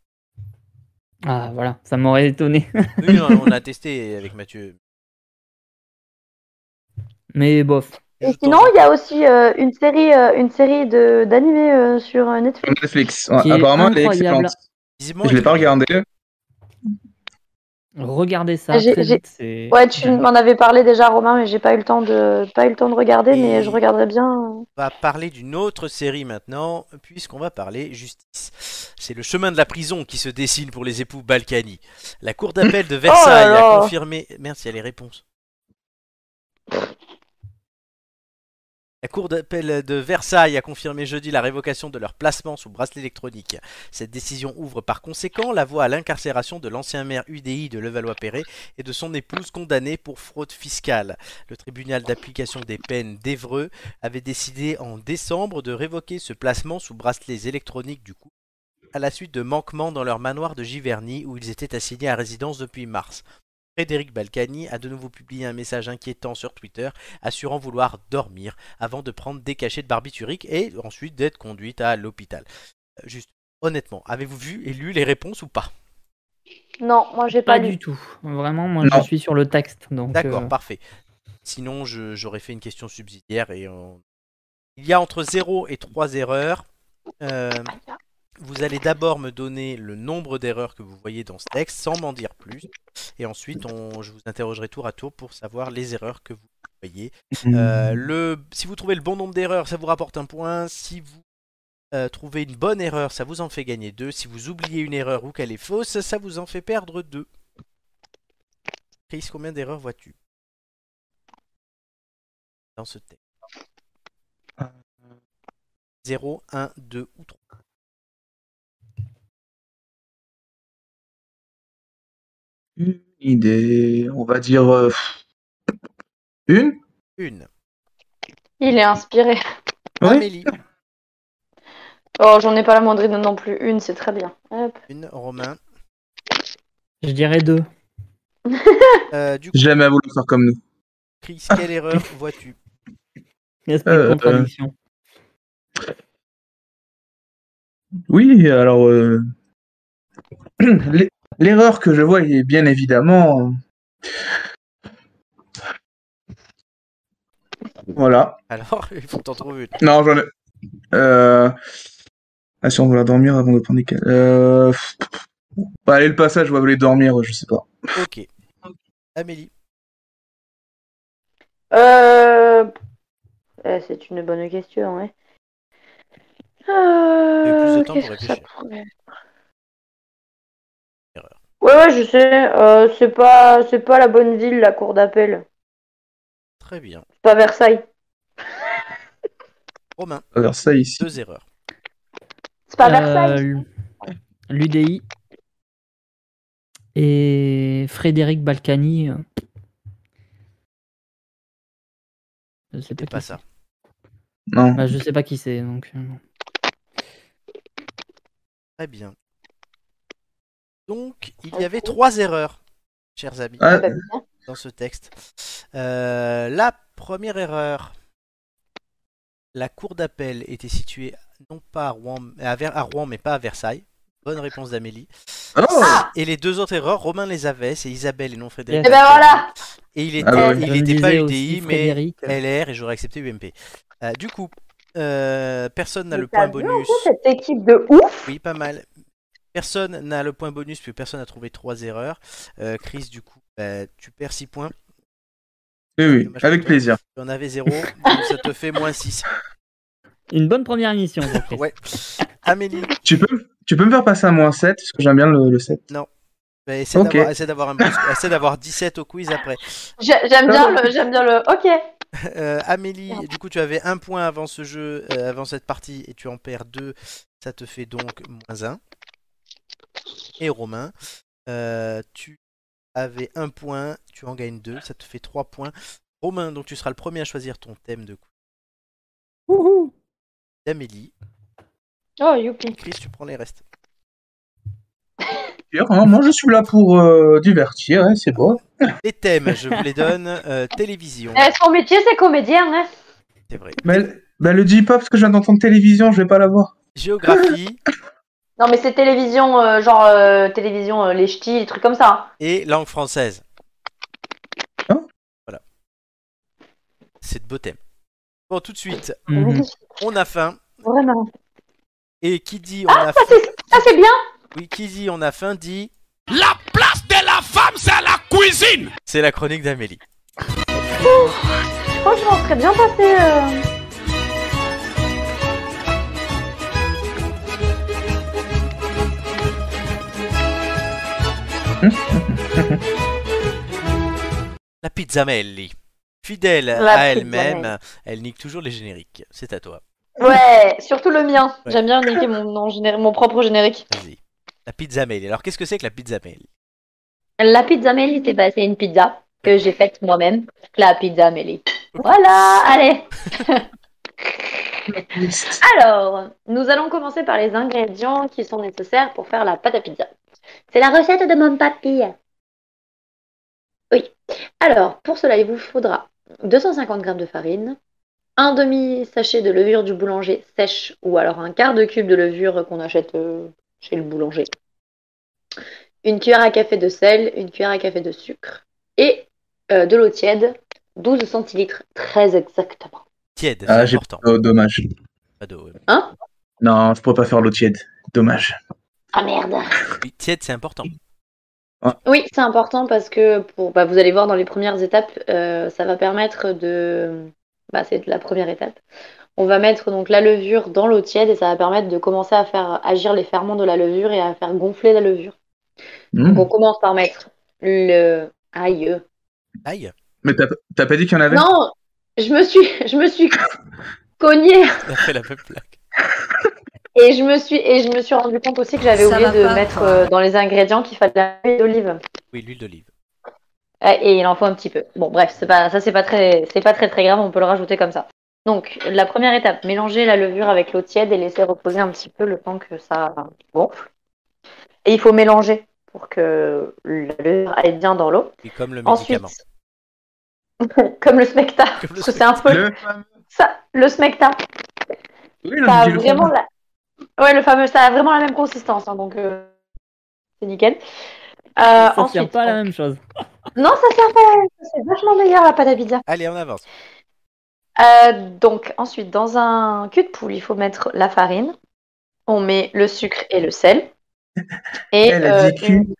S3: Ah, voilà, ça m'aurait étonné.
S1: Oui, on on a testé avec Mathieu.
S3: mais bof.
S2: Et
S1: Juste
S2: sinon,
S1: en-
S2: il y a aussi euh, une série, euh, une série de d'animés euh, sur euh, Netflix.
S4: Netflix. Ouais,
S3: Qui est
S4: apparemment, elle est
S3: incroyable.
S4: excellente.
S1: Visiblement,
S4: Je l'ai
S1: il-
S4: pas regardé.
S3: Regardez ça.
S2: Ah, j'ai-
S3: très
S2: j'ai-
S3: vite, c'est-
S2: Ouais, tu m'en avais parlé déjà, Romain, mais j'ai pas eu le temps de pas eu le temps de regarder,
S1: Et-
S2: mais je regarderai bien.
S1: On va parler d'une autre série maintenant, puisqu'on va parler justice. C'est le chemin de la prison qui se dessine pour les époux Balkany. La cour d'appel de Versailles
S2: Oh là
S1: a
S2: là.
S1: confirmé. Merci, il y a les réponses. La cour d'appel de Versailles a confirmé jeudi la révocation de leur placement sous bracelet électronique. Cette décision ouvre par conséquent la voie à l'incarcération de l'ancien maire UDI de Levallois-Perret et de son épouse condamnée pour fraude fiscale. Le tribunal d'application des peines d'Evreux avait décidé en décembre de révoquer ce placement sous bracelets électroniques du coup, à la suite de manquements dans leur manoir de Giverny où ils étaient assignés à résidence depuis mars. Frédéric Balkany a de nouveau publié un message inquiétant sur Twitter, assurant vouloir dormir avant de prendre des cachets de barbiturique et ensuite d'être conduite à l'hôpital. Euh, Juste, honnêtement, avez-vous vu et lu les réponses ou pas
S2: Non, moi j'ai pas,
S3: Pas, du
S2: lu.
S3: tout. Vraiment, moi,
S4: Non.
S3: je suis sur le texte. donc,
S1: D'accord,
S3: euh,
S1: parfait. Sinon, je- j'aurais fait une question subsidiaire et on- il y a entre 0 et 3 erreurs. Euh, vous allez d'abord me donner le nombre d'erreurs que vous voyez dans ce texte sans m'en dire plus. Et ensuite, on- je vous interrogerai tour à tour pour savoir les erreurs que vous voyez. Euh, le... Si vous trouvez le bon nombre d'erreurs, ça vous rapporte un point. Si vous euh, trouvez une bonne erreur, ça vous en fait gagner 2. Si vous oubliez une erreur ou qu'elle est fausse, ça vous en fait perdre 2. Chris, combien d'erreurs vois-tu dans ce texte 0, 1, 2 ou 3.
S4: Une idée. On va dire. euh, pff, Une
S1: Une.
S2: Il est inspiré.
S4: Oui.
S1: Amélie.
S2: Oh, j'en ai pas la moindre idée non plus. Une, c'est très bien. Hop.
S1: Une. Romain.
S3: Je dirais deux.
S1: Euh, du coup,
S4: Jamais à vouloir faire comme nous.
S1: Chris, quelle erreur vois-tu
S3: Esprit de
S4: Euh,
S3: contradiction.
S4: Oui, alors. euh, l'e- L'erreur que je vois est bien évidemment. Voilà.
S1: Alors, il faut t'en trouver une.
S4: Non, j'en ai. Euh... Ah, si on voulait dormir avant de prendre des cas. Euh... Bah, allez, le passage, on va aller dormir, je sais pas.
S1: Ok. Amélie.
S2: Euh... eh, c'est une bonne question, ouais.
S1: plus de
S2: Euh...
S1: temps
S2: Qu'est-ce
S1: pour
S2: que ça
S1: réfléchir.
S2: pourrait être
S1: Erreur.
S2: Ouais, ouais, je sais. Euh, c'est pas, c'est pas la bonne ville, la cour d'appel.
S1: Très bien.
S2: C'est pas Versailles.
S1: Romain.
S4: Alors, ça ici.
S1: Deux erreurs.
S2: C'est pas
S3: Euh,
S2: Versailles.
S3: l- L'UDI. Et Frédéric Balkany. euh, Je sais pas,
S1: C'est pas
S3: qui
S1: ça.
S4: Non.
S3: c'est. Bah, je sais pas qui c'est. Donc... euh, non.
S1: Très bien. Donc, il y avait trois erreurs, chers amis,
S4: Ah,
S2: Bah, bien.
S1: dans ce texte. Euh, la première erreur. La cour d'appel était située non pas à Rouen, à, Ver- à Rouen, mais pas à Versailles. Bonne réponse d'Amélie.
S4: Oh
S1: Et les deux autres erreurs, Romain les avait, c'est Isabelle et non Frédéric.
S3: Yes. Eh
S2: ben voilà.
S1: Et il était,
S4: Ah ouais.
S1: il
S3: Je me
S1: était pas UDI,
S3: disais aussi
S1: mais
S3: Frédéric.
S1: LR et j'aurais accepté UMP. Euh, du coup, euh, personne n'a
S2: Mais
S1: le
S2: t'as
S1: point
S2: vu, en
S1: bonus.
S2: fait, Cette équipe de ouf.
S1: Oui, pas mal. Personne n'a le point bonus puisque personne n'a trouvé trois erreurs. Euh, Chris, du coup, bah, tu perds 6 points.
S4: Oui, oui, avec plaisir.
S1: Tu en avais 0, donc ça te fait moins 6.
S3: Une bonne première émission. pour Chris.
S1: Ouais. Amélie,
S4: Tu peux, tu peux me faire passer à moins 7, parce que j'aime bien le, le 7.
S1: bah, essaie
S4: Ok.
S1: d'avoir- essaie d'avoir un bonus- essaie d'avoir 17 au quiz après.
S2: J'ai- J'aime bien le, j'aime bien le. Ok.
S1: Euh, Amélie, du coup, tu avais un point avant ce jeu, euh, avant cette partie, et tu en perds deux. Ça te fait donc moins un. Et Romain, euh, tu avais un point, tu en gagnes deux. Ça te fait trois points. Romain, donc tu seras le premier à choisir ton thème de quiz
S3: Wouhou
S1: d'Amélie.
S2: Oh, youpi.
S1: Chris, tu prends les restes.
S4: D'ailleurs, hein, moi, je suis là pour euh, divertir, hein, c'est bon.
S1: Les thèmes, je vous les donne. euh, télévision,
S2: Eh, son métier, c'est comédienne, hein
S1: c'est vrai.
S4: Mais elle- mais elle le dis pas parce que je viens d'entendre télévision, je vais pas la voir.
S1: Géographie
S2: Non, mais c'est télévision, euh, genre euh, télévision, euh, les ch'tis, les trucs comme ça.
S1: et langue française.
S4: Hein
S1: Voilà. C'est de beaux thèmes. Bon, tout de suite,
S3: Mhm.
S1: on a faim.
S2: Vraiment. Et
S1: qui dit on a
S2: Ça,
S1: faim
S2: c'est ça, c'est bien
S1: Oui, qui dit on a faim dit
S10: La place de la femme, c'est la cuisine
S1: c'est la chronique d'Amélie.
S2: Je crois que je m'en serais bien passé. euh.
S1: La pizzamelli. Fidèle
S2: La
S1: à
S2: pizzamelli.
S1: elle-même, elle nique toujours les génériques. C'est à toi.
S2: Ouais, surtout le mien.
S1: Ouais.
S2: J'aime bien niquer mon, mon géné- mon propre générique.
S1: Vas-y. La pizzamelli. Alors qu'est-ce que c'est que la pizzamelli
S2: La pizza Amélie, c'est bah, c'est une pizza que j'ai faite moi-même. La pizza Amélie. Voilà, allez. Alors, nous allons commencer par les ingrédients qui sont nécessaires pour faire la pâte à pizza. C'est la recette de mon papy. Oui. Alors, pour cela, il vous faudra 250 g de farine, un demi sachet de levure du boulanger sèche ou alors un quart de cube de levure qu'on achète euh, chez le boulanger une cuillère à café de sel, une cuillère à café de sucre et euh, de l'eau tiède, 12 centilitres, très exactement.
S1: Tiède,
S4: Ah,
S1: c'est
S4: j'ai
S1: important.
S4: Oh, dommage.
S1: Pas d'eau.
S4: Non, je pourrais pas faire l'eau tiède. Dommage.
S2: Ah merde
S1: Oui, tiède, c'est important.
S2: Oui, c'est important parce que pour, bah, vous allez voir dans les premières étapes, euh, ça va permettre de... Bah, c'est la première étape. On va mettre donc la levure dans l'eau tiède et ça va permettre de commencer à faire agir les ferments de la levure et à faire gonfler la levure.
S4: Mmh.
S2: Donc on commence par mettre le... Aïe
S1: Aïe.
S4: Mais t'as t'as pas dit qu'il y en avait
S2: Non, je me suis, je me suis cognée
S1: Elle a fait la même plaque.
S2: et je me suis et je me suis rendu compte aussi que j'avais
S8: Ça
S2: oublié
S8: va
S2: de
S8: pas,
S2: mettre
S8: quoi.
S2: euh, dans les ingrédients qu'il fallait l'huile d'olive
S1: Oui, l'huile d'olive.
S2: Euh, et il en faut un petit peu. Bon bref, c'est pas ça c'est pas très c'est pas très très grave, on peut le rajouter comme ça. Donc la première étape, mélanger la levure avec l'eau tiède et laisser reposer un petit peu le temps que ça gonfle. Et il faut mélanger pour que la levure aille bien dans l'eau.
S1: Et comme le
S2: Ensuite,
S1: médicament.
S2: comme le spectacle,
S1: Comme le
S2: parce que c'est un peu
S4: Le fameux-
S2: ça, le spectacle.
S4: Oui, le
S2: ça a
S4: dis-le pour
S2: vraiment
S4: moi.
S2: la... Ouais, le fameux, ça a vraiment la même consistance, hein, donc euh, c'est nickel. Euh,
S3: Ça sert
S2: ensuite,
S3: pas à la
S2: donc-
S3: même chose.
S2: Non, ça sert pas à la même chose, c'est vachement meilleur la pâte à pizza.
S1: Allez, on avance.
S2: Euh, donc ensuite, dans un cul de poule, il faut mettre la farine, on met le sucre et le sel. Et,
S4: Elle a
S2: euh,
S4: dit cul.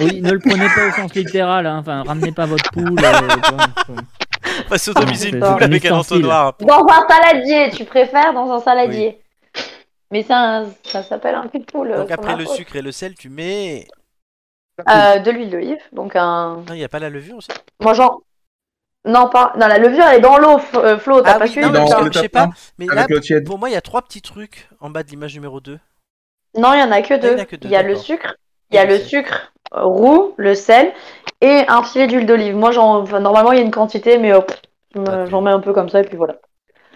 S3: Oui, ne le prenez pas au sens littéral. hein. Enfin, ramenez pas votre poule. euh, quoi.
S1: On va s'automiser une
S3: C'est
S1: poule
S3: un
S1: avec un
S3: ustensile.
S1: entonnoir.
S2: une- Dans un saladier, tu préfères dans un saladier. Mais c'est un- ça s'appelle un cul de poule.
S1: Donc
S2: euh,
S1: après
S2: sur
S1: le
S2: ma faute.
S1: sucre et le sel, tu mets.
S2: Euh, de l'huile d'olive, donc un...
S1: Non, il n'y a pas la levure aussi
S2: Moi, genre... Non, pas... non, la levure, elle est dans l'eau, F- euh, Flo, t'as
S1: Ah
S2: pas
S1: oui,
S2: su
S1: non,
S4: Dans
S1: mais
S2: putain.
S1: je
S4: le
S1: sais
S4: top
S1: pas. Mais là,
S4: Avec l'eau tiède.
S1: pour moi, il y a trois petits trucs en bas de l'image numéro 2.
S2: Non, il y en a que
S1: Ah, il y en
S2: deux.
S1: a que deux,
S2: Il y a le
S1: d'accord.
S2: sucre, il y a le sucre euh, roux, le sel et un filet d'huile d'olive. Moi, j'en... enfin, normalement, il y a une quantité, mais euh, pff, je me-
S1: Ok.
S2: j'en mets un peu comme ça et puis voilà,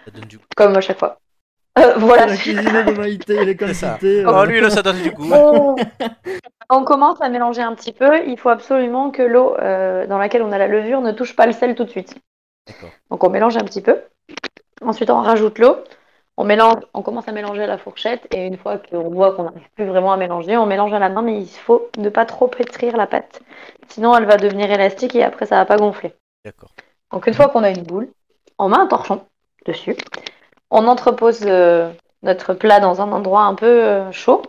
S1: Ça donne du goût.
S2: comme à chaque fois. Euh, voilà.
S3: La cuisine de Maïté, les
S1: C'est ça.
S3: quantités.
S1: Oh,
S3: euh.
S1: lui, là, ça donne du goût.
S2: On... on commence à mélanger un petit peu. Il faut absolument que l'eau euh, dans laquelle on a la levure ne touche pas le sel tout de suite.
S1: D'accord.
S2: Donc on mélange un petit peu. Ensuite, on rajoute l'eau. On mélange, on commence à mélanger à la fourchette et une fois qu'on voit qu'on n'arrive plus vraiment à mélanger, on mélange à la main, mais il faut ne pas trop pétrir la pâte. Sinon, elle va devenir élastique et après, ça va pas gonfler.
S1: D'accord.
S2: Donc une fois qu'on a une boule, on met un torchon dessus. On entrepose euh, notre plat dans un endroit un peu euh, chaud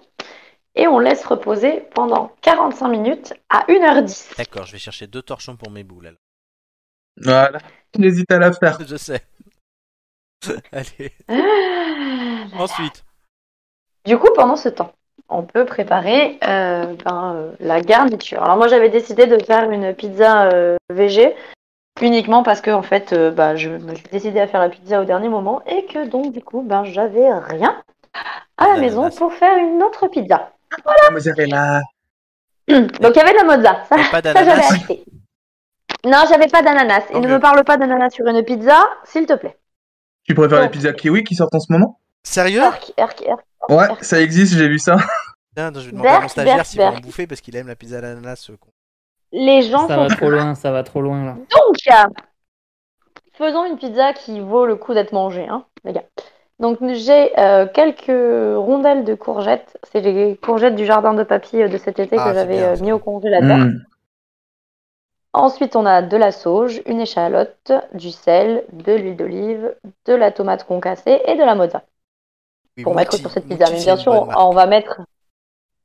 S2: et on laisse reposer pendant 45 minutes à 1h10.
S1: D'accord, je vais chercher deux torchons pour mes boules. alors.
S4: Voilà. J'hésite à la faire.
S1: Je sais. Allez,
S2: Ah.
S1: ensuite.
S2: Du coup, pendant ce temps, on peut préparer euh, ben, euh, la garniture. Alors moi, j'avais décidé de faire une pizza euh, VG uniquement parce que en fait, euh, bah, je me suis décidée à faire la pizza au dernier moment et que donc du coup, ben, j'avais rien à la
S1: D'ananas.
S2: maison pour faire une autre pizza.
S4: Mozzarella.
S2: donc il y avait de la mozza, ça,
S1: Pas
S2: ça, j'avais
S1: d'ananas
S2: acheté. Non, j'avais pas d'ananas. Et
S1: Tant
S2: ne
S1: mieux.
S2: me parle pas d'ananas sur une pizza, s'il te plaît.
S4: Tu préfères les
S2: Oh.
S4: pizzas kiwi qui sortent en ce moment
S1: Sérieux
S2: Erk, erk, erk.
S4: Ouais, ça existe, j'ai vu ça.
S1: Putain, je vais demander à mon
S2: Berk,
S1: stagiaire
S2: Berk,
S1: s'il va en
S2: Berk.
S1: bouffer parce qu'il aime la pizza à l'ananas. euh, con.
S2: Les gens
S3: Ça
S2: sont
S3: va trop loin, ça va trop loin là.
S2: Donc, euh, faisons une pizza qui vaut le coup d'être mangée, hein, les gars. Donc, j'ai euh, quelques rondelles de courgettes. C'est les courgettes du jardin de papy euh, de cet été
S1: Ah,
S2: que
S1: c'est
S2: j'avais
S1: bien,
S2: euh,
S1: ça. Mm.
S2: mis au congélateur.
S4: Hmm.
S2: Ensuite, on a de la sauge, une échalote, du sel, de l'huile d'olive, de la tomate concassée et de la mozza
S1: Oui,
S2: pour mettre
S1: Mouti-
S2: sur cette
S1: Mouti,
S2: pizza. Mais
S1: c'est
S2: bien
S1: une
S2: sûr,
S1: bonne
S2: on,
S1: marque.
S2: on va mettre.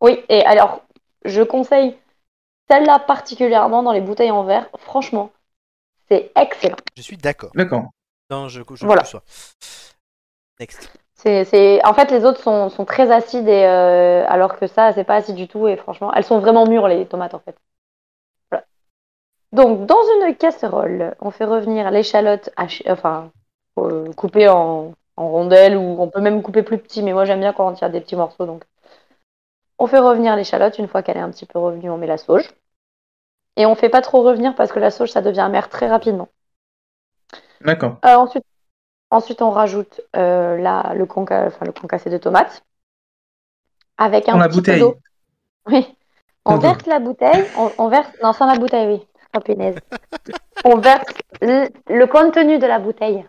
S2: Oui, et alors, je conseille celle-là particulièrement dans les bouteilles en verre. Franchement, c'est excellent.
S1: Je suis d'accord.
S4: D'accord.
S1: Non, je, je
S2: Voilà.
S1: conçois. Next.
S2: C'est, c'est... En fait, les autres sont, sont très acides, et, euh, alors que ça, c'est pas acide du tout. Et franchement, elles sont vraiment mûres, les tomates, en fait. Voilà. Donc, dans une casserole, on fait revenir l'échalote hachée- enfin, euh, coupée en, en rondelles, ou on peut même couper plus petit, mais moi, j'aime bien quand on tire des petits morceaux. Donc, on fait revenir l'échalote. Une fois qu'elle est un petit peu revenue, on met la sauge. Et on fait pas trop revenir parce que la sauge, ça devient amer très rapidement.
S4: D'accord.
S2: Euh, ensuite, ensuite, on rajoute euh, la, le, conca, enfin, le concassé de tomates avec un
S4: Dans la
S2: petit peu
S4: bouteille.
S2: d'eau. Oui. On
S4: Ok.
S2: verse la bouteille. On, on verse. Non, sans la bouteille, oui. Oh, punaise. on verse le, le contenu de la bouteille.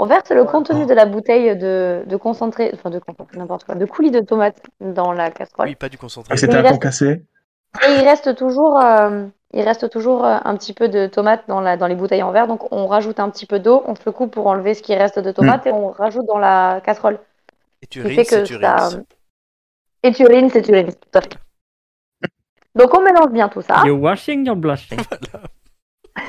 S2: On verse le contenu de la bouteille de, de concentré, enfin de concentré, n'importe quoi, de coulis de tomates dans la casserole.
S1: Oui, pas du concentré.
S4: Ah, c'était
S2: Il
S4: un
S2: reste-
S4: concassé.
S2: Et il reste toujours, euh, il reste toujours euh, un petit peu de tomate dans, la, dans les bouteilles en verre. Donc on rajoute un petit peu d'eau, on se le coupe pour enlever ce qui reste de tomate et on rajoute dans la casserole.
S1: Et Mm. tu
S2: Ce qui
S1: rinces,
S2: fait
S1: et
S2: que
S1: tu
S2: ça- euh,
S1: rinces.
S2: Et tu rinses, et tu rinses. Tout à fait.
S1: Mm.
S2: Donc on mélange bien tout ça.
S3: You're washing your blush. hein.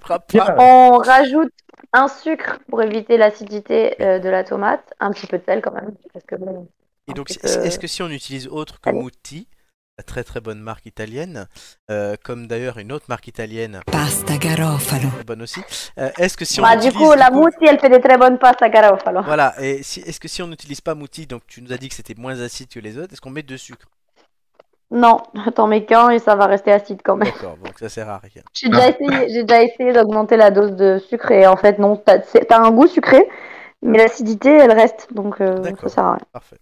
S1: Frappe pas.
S2: On rajoute un sucre pour éviter l'acidité euh, de la tomate, un petit peu de sel quand même, parce que bon,
S1: Et
S2: un
S1: donc,
S2: petit
S1: est-
S2: peu-
S1: est-ce que si on utilise autre que
S2: Allez.
S1: Mutti, la très très bonne marque italienne, euh, comme d'ailleurs une autre marque italienne,
S11: Pasta Garofalo.
S1: très bonne aussi, euh, est-ce que si on
S2: Bah, du
S1: utilise
S2: coup, la mousse, elle fait des très bonnes pastes à Garofalo.
S1: voilà, et si, est-ce que si on n'utilise pas Mutti, donc tu nous as dit que c'était moins acide que les autres, est-ce qu'on met de sucre
S2: Non, t'en mets qu'un et ça va rester acide quand même.
S1: D'accord, donc ça sert à rien.
S2: J'ai déjà essayé, j'ai déjà essayé d'augmenter la dose de sucre et en fait non, t'as c'est- t'as un goût sucré, mais l'acidité elle reste, donc euh,
S1: D'accord.
S2: ça sert à rien.
S1: Parfait.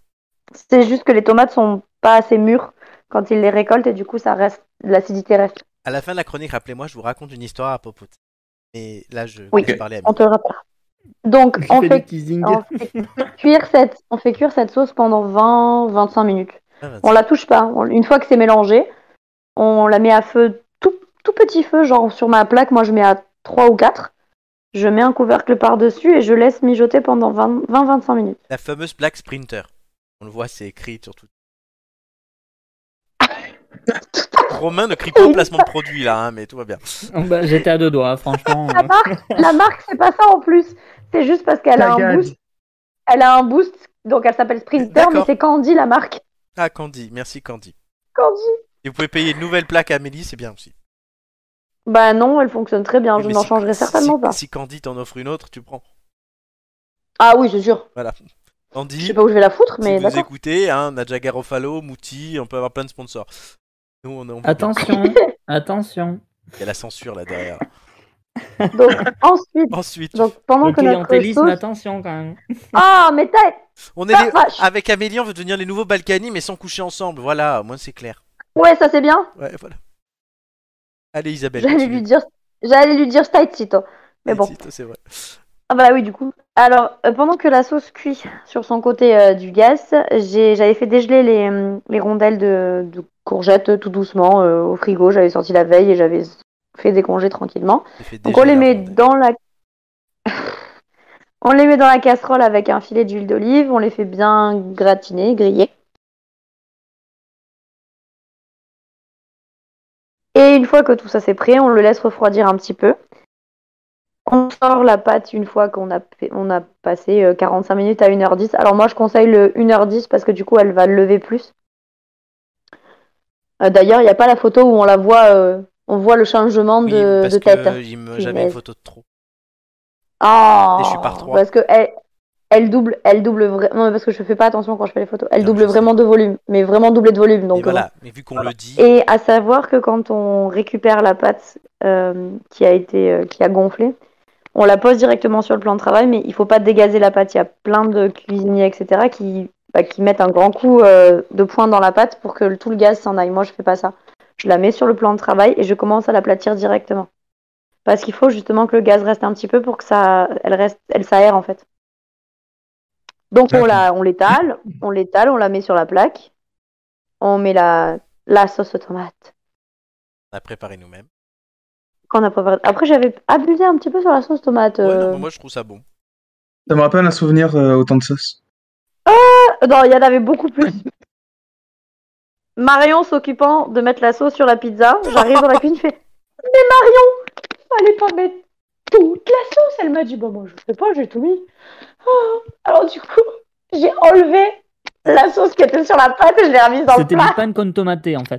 S2: C'est juste que les tomates sont pas assez mûres quand ils les récoltent et du coup ça reste, l'acidité reste.
S1: À la fin de la chronique, rappelez-moi, je vous raconte une histoire à propos. de ça. Et là, je
S2: Oui.
S1: je parlais à
S2: On te le rappellera. Donc on
S3: Il fait du
S2: fait,
S3: teasing.
S2: on fait cuire cette, on fait cuire cette sauce pendant 20-25 minutes.
S1: Mickaël.
S2: On la touche pas. On- une fois que c'est mélangé, on la met à feu tout, tout petit feu, genre sur ma plaque, moi je mets à 3 ou 4. Je mets un couvercle par-dessus et je laisse mijoter pendant 20-25 minutes.
S1: La fameuse plaque Sprinter. On le voit, c'est écrit sur tout. Romain ne crie pas au placement de produit là, hein, mais tout va bien.
S3: Oh, bah, J'étais à deux doigts, franchement.
S2: La marque, la marque, c'est pas ça en plus. C'est juste parce qu'elle a un
S4: Tagade.
S2: boost. Elle a un boost, donc elle s'appelle Sprinter,
S1: D'accord.
S2: mais c'est Candy la marque.
S1: Ah, Candy, merci Candy.
S2: Candy.
S1: Et vous pouvez payer une nouvelle plaque à Amélie, c'est bien aussi.
S2: Bah non, elle fonctionne très bien.
S1: Oui,
S2: Je
S1: mais
S2: n'en
S1: si-
S2: changerai
S1: si-
S2: certainement
S1: si,
S2: pas.
S1: Si Candy t'en offre une autre, tu prends.
S2: Ah oui, c'est sûr.
S1: Voilà.
S2: Je
S1: Candy,
S2: sais pas où je vais la foutre, mais
S1: si vous
S2: d'accord.
S1: écoutez, hein, Nadja Garofalo, Mouti, on peut avoir plein de sponsors. Nous, on,
S3: Ah.
S1: on
S3: Attention, attention.
S1: Il y a la censure là derrière.
S2: Donc ensuite,
S1: Ensuite,
S2: donc pendant
S3: Le
S2: que notre
S3: clientélisme,
S2: sauce.
S3: attention quand même.
S2: Ah, mais t'as
S1: on est
S2: ta
S1: les-
S2: vache.
S1: avec Amélie, on veut devenir les nouveaux Balkany, mais sans coucher ensemble. Voilà, au moins c'est clair.
S2: Ouais, ça c'est bien.
S1: Ouais, voilà. Allez Isabelle.
S2: J'allais
S1: continue.
S2: lui dire, j'allais lui dire Sito. Mais bon,
S1: Petite, C'est vrai.
S2: ah bah oui du coup. Alors euh, pendant que la sauce cuit sur son côté euh, du gaz, j'ai- j'avais fait dégeler les, hum, les rondelles de, de courgettes euh, tout doucement euh, au frigo. J'avais sorti la veille et j'avais fait décongeler tranquillement.
S1: J'ai fait
S2: Donc
S1: déjà
S2: on les
S1: la
S2: met
S1: rondelle.
S2: dans la on les met dans la casserole avec un filet d'huile d'olive. On les fait bien gratiner, griller. Et une fois que tout ça c'est prêt, on le laisse refroidir un petit peu. On sort la pâte une fois qu'on a, fait- on a passé euh, 45 minutes à 1h10. Alors moi je conseille le 1h10 parce que du coup elle va lever plus. Euh, D'ailleurs, il n'y a pas la photo où on la voit, euh, on voit le changement
S1: Oui,
S2: de,
S1: parce
S2: de tête.
S1: que il me- j'avais une
S2: Punaise.
S1: photo de trop.
S2: Ah,
S1: Et je suis par trois.
S2: Parce que elle,
S12: Oh. Elle double, elle double vraiment. Non, mais parce que je fais pas attention quand je fais les photos. Elle
S1: Non,
S12: double
S1: je sais.
S12: vraiment de volume, mais vraiment doublée de volume.
S1: Mais
S12: Donc euh.
S1: voilà, mais vu qu'on le dit,
S12: Et à savoir que quand on récupère la pâte euh, qui a été euh, qui a gonflé, on la pose directement sur le plan de travail, mais il faut pas dégazer la pâte. Il y a plein de cuisiniers, etc., qui, bah, qui mettent un grand coup euh, de poing dans la pâte pour que le- tout le gaz s'en aille. Moi, je fais pas ça. Je la mets sur le plan de travail et je commence à l'aplatir directement. Parce qu'il faut justement que le gaz reste un petit peu pour que ça, elle reste, elle s'aère en fait. Donc on la, on l'étale, on l'étale, on la met sur la plaque, on met la, la sauce aux tomates.
S1: on a préparé nous-mêmes.
S12: Qu'on a préparé. Après, j'avais abusé un petit peu sur la sauce tomate.
S1: Ouais,
S12: euh.
S1: non, mais moi je trouve ça bon.
S4: Ça me rappelle un souvenir euh, autant de sauce.
S12: Euh, non, il y en avait beaucoup plus. Marion s'occupant de mettre la sauce sur la pizza, j'arrive dans la cuisine, je fais Mais Marion, fallait pas mettre toute la sauce. Elle m'a dit Bah, moi, je sais pas, j'ai tout mis. Ah. Alors, du coup, j'ai enlevé la sauce qui était sur la pâte et je l'ai remise dans le
S3: C'était du
S12: plat.
S3: pan con tomate en fait.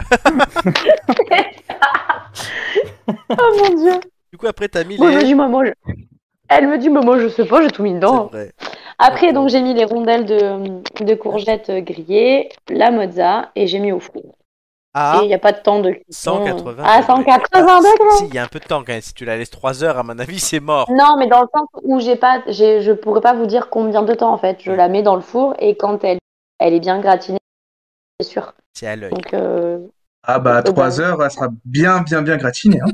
S12: Oh mon dieu.
S1: Du coup, après, t'as mis
S12: Moi, je me
S1: les.
S12: dis Maman, je... Elle me dit Maman, je sais pas, j'ai tout mis dedans.
S1: C'est vrai.
S2: Après, donc, j'ai mis les rondelles de, de courgettes grillées, la mozza, et j'ai mis au four.
S1: Ah,
S2: Et il n'y a pas de temps de cuisson.
S1: 180
S2: Ah,
S1: degrés.
S2: 180 degrés
S1: si, il y a un peu de temps quand même. Si tu la laisses 3 heures, à mon avis, c'est mort.
S2: Non, mais dans le sens où j'ai pas, j'ai- je pourrais pas vous dire combien de temps, en fait.
S1: Mm.
S2: Je la mets dans le four, et quand elle, elle est bien gratinée, c'est sûr.
S1: C'est à l'œil.
S2: Donc, euh,
S4: Ah bah, à
S2: Oh, bah.
S4: 3 heures, elle sera bien, bien, bien gratinée. Hein.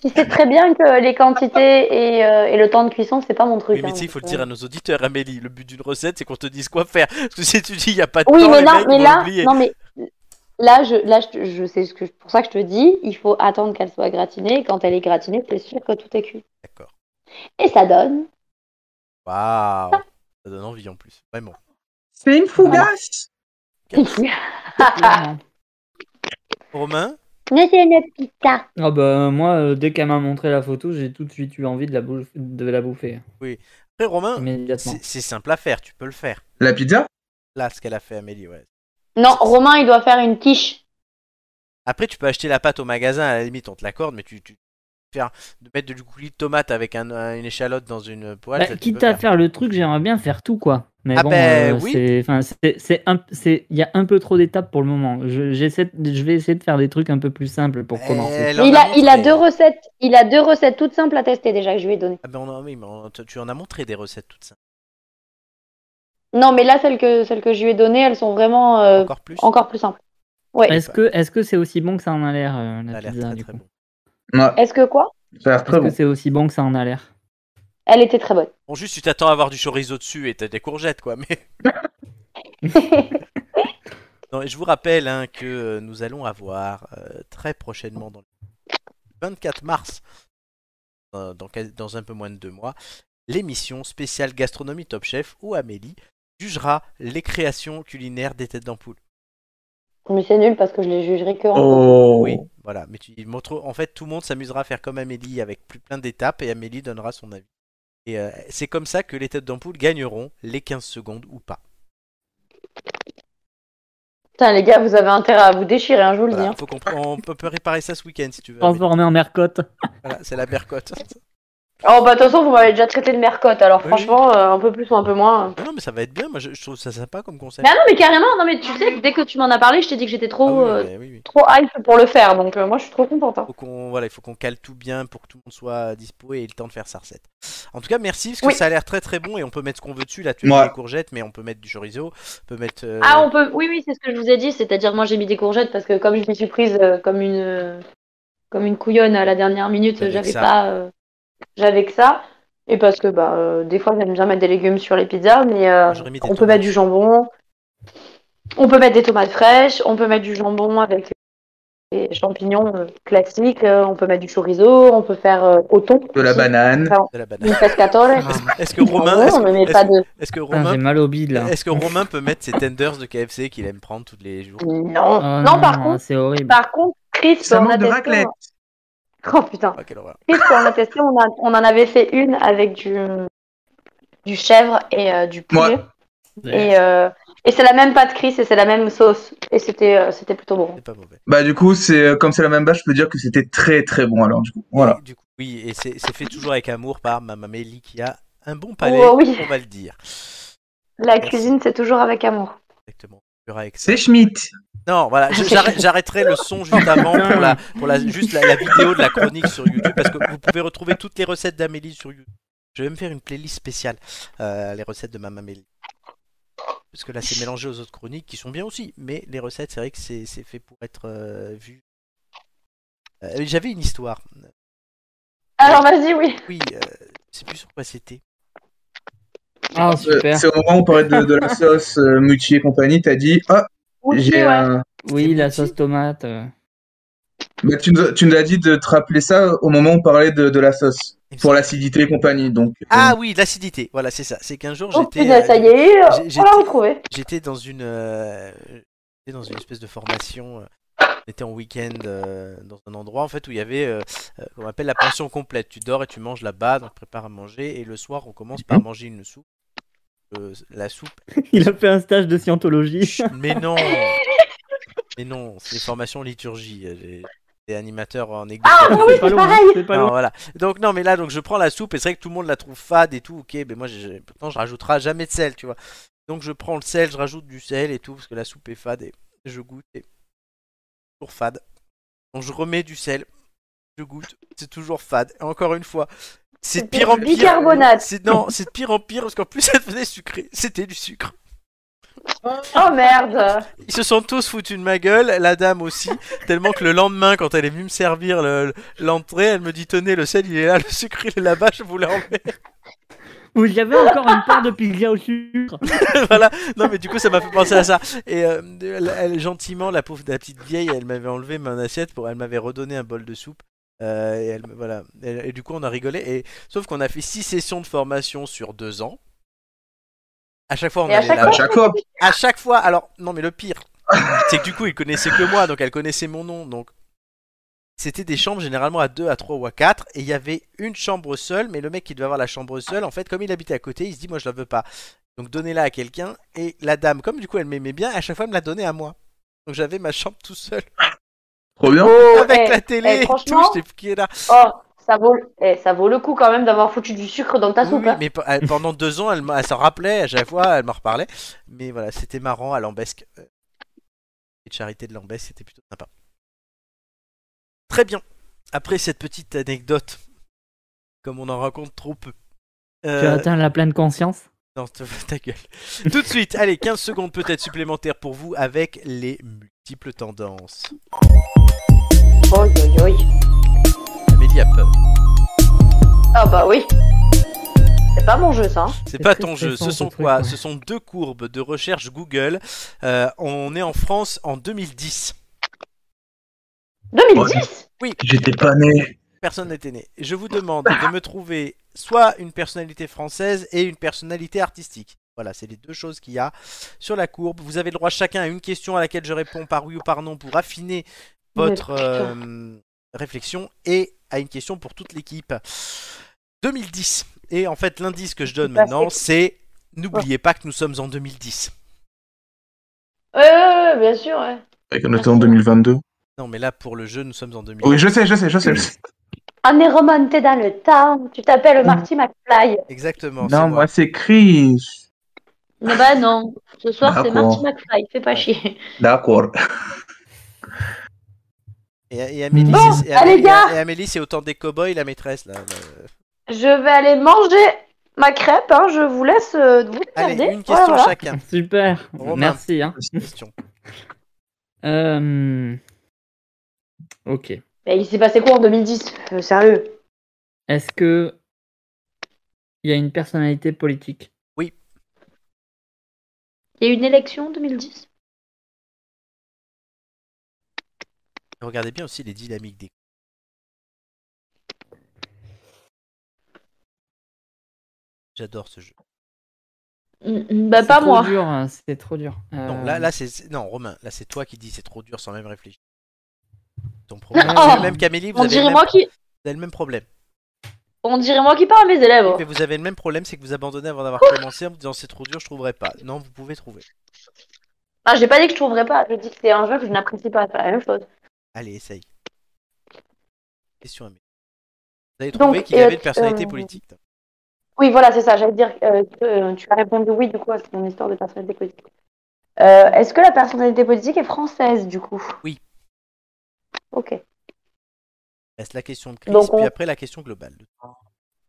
S2: tu sais très bien que les quantités et, euh, et le temps de cuisson, c'est pas mon truc.
S1: Oui, mais
S2: hein,
S1: tu sais, il faut le
S2: donc,
S1: dire
S2: euh.
S1: à nos auditeurs, Amélie. Le but d'une recette, c'est qu'on te dise quoi faire. Parce que si tu dis, il n'y a pas de
S2: Oui,
S1: temps,
S2: mais
S1: les
S2: non,
S1: mecs
S2: mais
S1: vont
S2: là,
S1: oublier.
S2: non, mais là, je, là, je, je sais ce que, pour ça que je te dis, il faut attendre qu'elle soit gratinée. Et Quand elle est gratinée, c'est sûr que tout est cuit.
S1: D'accord.
S2: Et ça donne.
S1: Waouh. Ça donne envie en plus. Vraiment.
S4: C'est une fougasse
S3: Clairement.
S1: Romain
S2: Mais c'est une pizza.
S3: Ah bah, moi, euh, dès qu'elle m'a montré la photo, j'ai tout de suite eu envie de la, bouff- de la bouffer. hein,
S1: Après, Romain,
S3: Immédiatement.
S1: Oh, c'est c'est simple à faire. Tu peux le faire.
S4: La pizza
S1: Là, ce qu'elle a fait, Amélie, ouais.
S2: Non, Romain, il doit faire une quiche.
S1: Après, tu peux acheter la pâte au magasin, à la limite, on te l'accorde, mais tu. tu- faire, de mettre du coulis de tomate avec un- un- une échalote dans une poêle.
S3: Bah,
S1: ça, tu
S3: quitte
S1: peux
S3: à
S1: faire.
S3: faire le truc, j'aimerais bien faire tout, quoi. Mais
S1: Ah
S3: bon,
S1: ben,
S3: euh,
S1: oui.
S3: c'est- enfin, c'est- c'est un- c'est- il y a un peu trop d'étapes pour le moment. Je, j'essaie de- je vais essayer de faire des trucs un peu plus simples
S1: Eh
S3: pour commencer.
S1: Elle en
S2: Il a, il a
S1: montré.
S2: deux recettes. Il a deux recettes toutes simples à tester déjà que je lui ai données.
S1: Ah, mais on en- oui, mais on- tu tu en as montré des recettes toutes simples.
S2: Non, mais là, celles que, celles que je lui ai données, elles sont vraiment euh,
S1: Encore plus
S2: encore plus simples. Ouais.
S3: Est-ce que est-ce que c'est aussi bon que ça en a l'air euh,
S1: Ça
S3: la
S1: a l'air
S3: pizza
S1: très
S3: du
S1: très
S3: coup
S1: bon.
S4: Ouais,
S2: Est-ce que quoi
S4: ça a l'air très
S3: Est-ce que
S4: bon.
S3: c'est aussi bon que ça en a l'air
S1: Bah
S2: Elle était très bonne.
S1: Bon, juste, tu t'attends à avoir du chorizo dessus et t'as des courgettes, quoi. Mais... non, et je vous rappelle hein, que euh, nous allons avoir euh, très prochainement, dans le 24 mars, euh, dans, quel- dans un peu moins de deux mois, l'émission spéciale gastronomie Top Chef où Amélie jugera les créations culinaires des têtes d'ampoule.
S2: Mais c'est nul parce que je les jugerai que en.
S4: Oh
S1: Oui, voilà. Mais tu montres, en fait, tout le monde s'amusera à faire comme Amélie avec plus plein d'étapes et Amélie donnera son avis. Et euh, c'est comme ça que les têtes d'ampoule gagneront les 15 secondes ou pas.
S2: Putain, les gars, vous avez intérêt à vous déchirer, hein, je vous le
S1: Voilà,
S2: dis.
S1: faut qu'on on peut peut réparer ça ce week-end si tu veux. Amélie.
S3: Transformé en mercotte.
S1: Voilà, c'est la bercotte.
S2: hein. Oh, bah, de toute façon, vous m'avez déjà traité de mercotte, alors
S1: Oui.
S2: franchement, euh, un peu plus ou un peu moins.
S1: Non, non, mais ça va être bien. Moi, je, je trouve ça sympa comme conseil.
S2: Bah non, mais carrément, non, mais tu sais que dès que tu m'en as parlé, je t'ai dit que j'étais
S1: Ah
S2: trop,
S1: oui,
S2: euh,
S1: mais oui, oui.
S2: trop hype pour le faire, donc euh, moi je suis trop contente. hein.
S1: Faut qu'on, voilà, il faut qu'on cale tout bien pour que tout le monde soit dispo et ait le temps de faire sa recette. En tout cas, merci parce que
S2: Oui.
S1: ça a l'air très très bon et on peut mettre ce qu'on veut dessus. Là, tu as
S4: Ouais.
S1: mis des courgettes, mais on peut mettre du chorizo, on peut mettre. euh,
S2: Ah, on peut, oui, oui, c'est ce que je vous ai dit, c'est-à-dire moi j'ai mis des courgettes parce que comme je me suis prise euh, comme une, euh, comme une couillonne à la dernière minute,
S1: T'avais que
S2: j'avais
S1: ça.
S2: pas, euh, j'avais que ça. Et parce que bah euh, des fois j'aime bien mettre des légumes sur les pizzas, mais euh,
S1: Moi, j'aurais mis
S2: on
S1: des
S2: peut
S1: tomates.
S2: mettre du jambon, on peut mettre des tomates fraîches, on peut mettre du jambon avec des champignons euh, classiques, euh, on peut mettre du chorizo, on peut faire euh, au thon.
S4: De la
S2: aussi,
S4: banane.
S1: de la banane.
S2: Une pescatore. Ah
S1: Est-ce que Romain, est-ce
S2: on ne met
S1: est-ce-
S2: pas de.
S1: est-ce que
S3: Putain,
S1: Romain
S3: J'ai mal au bide là.
S1: Est-ce que Romain peut mettre ses tenders de KFC qu'il aime prendre tous les jours
S2: Non.
S3: Oh
S2: non, par
S3: non,
S2: contre,
S3: c'est horrible.
S2: par contre, crisp,
S4: Bah, Ça
S2: on a
S4: manque de
S2: testé-
S4: raclette.
S2: Oh putain.
S1: Ah, quelle horreur.
S2: Crisp, on a testé, on, a- on en avait fait une avec du, du chèvre et euh, du poulet.
S4: Ouais.
S2: Et, euh, et c'est la même pâte crisp et c'est la même sauce. Et c'était euh, c'était plutôt bon.
S1: C'est pas mauvais.
S4: Bah du coup, c'est euh, comme c'est la même base, je peux dire que c'était très très bon alors du coup. Voilà.
S1: Et du coup, oui, et c'est c'est fait toujours avec amour par Mamamélie qui a un bon palais,
S2: Oh, oui.
S1: on va le dire.
S2: La
S1: Merci.
S2: cuisine, c'est toujours avec amour.
S1: Exactement. Il y aura
S4: C'est Schmitt.
S1: Non, voilà, je- j'arrête- j'arrêterai le son juste avant pour la, pour la, juste la, la vidéo de la chronique sur YouTube parce que vous pouvez retrouver toutes les recettes d'Amélie sur YouTube. Je vais me faire une playlist spéciale, euh, les recettes de Maman Amélie. Parce que là, c'est mélangé aux autres chroniques qui sont bien aussi, mais les recettes, c'est vrai que c'est c'est fait pour être euh, vu. Euh, J'avais une histoire.
S2: Alors vas-y, oui.
S1: Oui, euh, je sais plus sur quoi c'était.
S3: Ah,
S4: Euh,
S3: super.
S4: C'est au moment où on parlait de, de la sauce euh, Mutti et compagnie, t'as dit Ah,
S2: Oui,
S4: j'ai
S2: ouais.
S4: un.
S3: Oui, la sauce tomate. euh.
S4: Bah, tu, nous, as- tu nous as dit de te rappeler ça au moment où on parlait de, de la sauce pour l'acidité et compagnie. Donc, euh,
S1: Ah oui, l'acidité. Voilà, c'est ça. C'est qu'un jour,
S2: Oh
S1: j'étais.
S2: putain,
S1: euh,
S2: ça y est, Oh,
S1: j'ai-
S2: on l'a
S1: j'étais-
S2: retrouvé.
S1: J'étais dans une euh, j'étais dans une espèce de formation. euh, On était en week-end euh, dans un endroit en fait où il y avait euh, euh, qu'on appelle la pension complète. Tu dors et tu manges là-bas, donc prépare à manger et le soir on commence par manger une soupe. Euh, la soupe.
S3: Il a fait un stage de scientologie.
S1: Mais non, mais non, c'est formation liturgie. euh, j'ai- J'étais animateur en église. catholique.
S3: C'est pas long, hein,
S2: pareil.
S3: c'est pas
S1: Non,
S3: long.
S1: voilà. Donc non, mais là, donc je prends la soupe et c'est vrai que tout le monde la trouve fade et tout. Ok, mais moi, j'ai- pourtant, je rajouterai jamais de sel, tu vois. Donc je prends le sel, je rajoute du sel et tout parce que la soupe est fade et je goûte et toujours fade. Donc je remets du sel, je goûte, c'est toujours fade. Et encore une fois, c'est de
S2: C'était
S1: pire en
S2: du
S1: pire.
S2: bicarbonate.
S1: C'est non, c'est de pire en pire parce qu'en plus ça devenait sucré. C'était du sucre.
S2: Oh merde.
S1: Ils se sont tous foutus de ma gueule, la dame aussi, tellement que le lendemain, quand elle est venue me servir le- l'entrée, elle me dit Tenez, le sel il est là, le sucre il est là-bas, je vous l'enlève.
S3: Vous avez Ah. encore une part de pizza au sucre.
S1: voilà. Non, mais du coup, ça m'a fait penser à ça. Et euh, elle, elle- gentiment, la pauvre la petite vieille, elle m'avait enlevé mon assiette, pour, elle m'avait redonné un bol de soupe. Euh, et, elle, me- voilà. Et- et du coup, on a rigolé. Et, sauf qu'on a fait six sessions de formation sur deux ans. À chaque fois, on
S2: Et à
S1: allait
S2: chaque
S1: là-bas.
S4: bah, Jacob,
S1: À chaque fois, alors, non, mais le pire, c'est que du coup, ils connaissaient que moi, donc elle connaissait mon nom, donc. C'était des chambres généralement à 2, à 3 ou à 4, et il y avait une chambre seule, mais le mec qui devait avoir la chambre seule, en fait, comme il habitait à côté, il se dit, moi je la veux pas. Donc donnez-la à quelqu'un, et la dame, comme du coup elle m'aimait bien, à chaque fois elle me la donnait à moi. Donc j'avais ma chambre tout seul,
S4: trop bien.
S1: avec
S2: eh,
S1: la télé
S2: eh,
S1: et tout,
S2: franchement,
S1: j'étais piqué là.
S2: Oh, ça vaut, eh, ça vaut le coup quand même d'avoir foutu du sucre dans ta
S1: Oui,
S2: soupe.
S1: oui,
S2: hein.
S1: mais pe- elle- pendant deux ans, elle, m'a- elle s'en rappelait, à chaque fois elle m'en reparlait. Mais voilà, c'était marrant à Lambesque. Euh, Et de charité de Lambesque, c'était plutôt sympa. Très bien. Après cette petite anecdote, comme on en raconte trop peu. euh,
S3: Tu as atteint la pleine conscience.
S1: non, te- ta gueule. Tout de suite, allez, 15 secondes peut-être supplémentaires pour vous avec les multiples tendances.
S2: Oh, yo, yo, yo.
S1: Amélie a peur.
S2: Ah bah oui. C'est pas mon jeu ça. hein.
S1: C'est
S3: C'est
S1: pas
S3: très
S1: ton jeu,
S3: stressant,
S1: ce
S3: ce
S1: sont
S3: truc,
S1: quoi
S3: ouais.
S1: Ce sont deux courbes de recherche Google. Euh, on est en France en 2010.
S2: 2010
S4: J'étais pas né.
S1: Personne n'était né. Je vous demande de me trouver soit une personnalité française et une personnalité artistique. Voilà, c'est les deux choses qu'il y a sur la courbe. Vous avez le droit chacun à une question à laquelle je réponds par oui ou par non pour affiner
S2: Mais
S1: votre euh, réflexion et à une question pour toute l'équipe. 2010. Et en fait, l'indice que je donne
S2: Bah,
S1: maintenant, c'est n'oubliez pas que nous sommes en 2010.
S2: Ouais, ouais, ouais, bien sûr, ouais.
S4: Avec un en 2022.
S1: Non, mais là, pour le jeu, nous sommes en 2010.
S4: Oui, je sais, je sais, je sais. je sais.
S2: On est remonté dans le temps, tu
S1: Mm.
S2: t'appelles Marty McFly.
S1: Exactement. c'est
S4: Non,
S1: moi.
S4: moi c'est Chris.
S2: Mais bah non, ce soir c'est
S4: D'accord.
S2: Marty McFly, fais pas chier.
S4: D'accord.
S1: Et, et Amélie,
S3: Bon,
S1: c'est- et
S2: allez,
S1: Amélie-
S2: gars.
S1: et Amélie, c'est autant des cow-boys, la maîtresse. Là. Le-
S2: Je vais aller manger ma crêpe, hein, je vous laisse euh, vous
S1: Allez,
S2: regarder.
S1: une question
S2: Voilà, voilà.
S3: Ah.
S1: chacun.
S3: Super.
S1: Romain.
S3: Merci. Hein.
S1: Une question.
S3: Euh, Ok.
S2: Mais il s'est passé quoi en 2010 Euh, Sérieux
S3: Est-ce que il y a une personnalité politique
S2: Il y a eu une élection en 2010
S1: Regardez bien aussi les dynamiques des. J'adore ce jeu.
S2: Mm, mm, Bah
S3: C'est
S2: pas
S3: trop
S2: moi.
S3: dur, hein, C'est trop dur. Euh,
S1: Non, là, là, c'est non, Romain, là, c'est toi qui dis c'est trop dur sans même réfléchir. Ton
S3: Oh
S1: problème, c'est le même qu'Amélie, vous
S2: On
S1: avez, le
S2: dirait,
S1: même...
S2: moi qui...
S1: vous avez le même problème.
S2: On dirait moi qui parle à mes élèves.
S1: Oui, mais vous avez le même problème, c'est que vous abandonnez avant d'avoir commencé en vous disant c'est trop dur, je trouverai pas. Non, vous pouvez trouver.
S2: Ah, j'ai pas dit que je trouverais pas, je dis que c'est un jeu que je n'apprécie pas, c'est la même chose.
S1: Allez, essaye. Question Amélie. Vous avez
S2: Donc,
S1: trouvé qu'il y
S2: euh,
S1: avait une personnalité
S2: euh,
S1: politique.
S2: Oui, voilà, c'est ça. J'allais dire euh, que euh, tu as répondu oui, du coup, à mon histoire de personnalité politique. Euh, Est-ce que la personnalité politique est française, du coup
S1: Oui.
S2: Ok.
S1: Reste la question de Chris,
S2: Donc,
S1: puis
S2: on-
S1: après la question globale.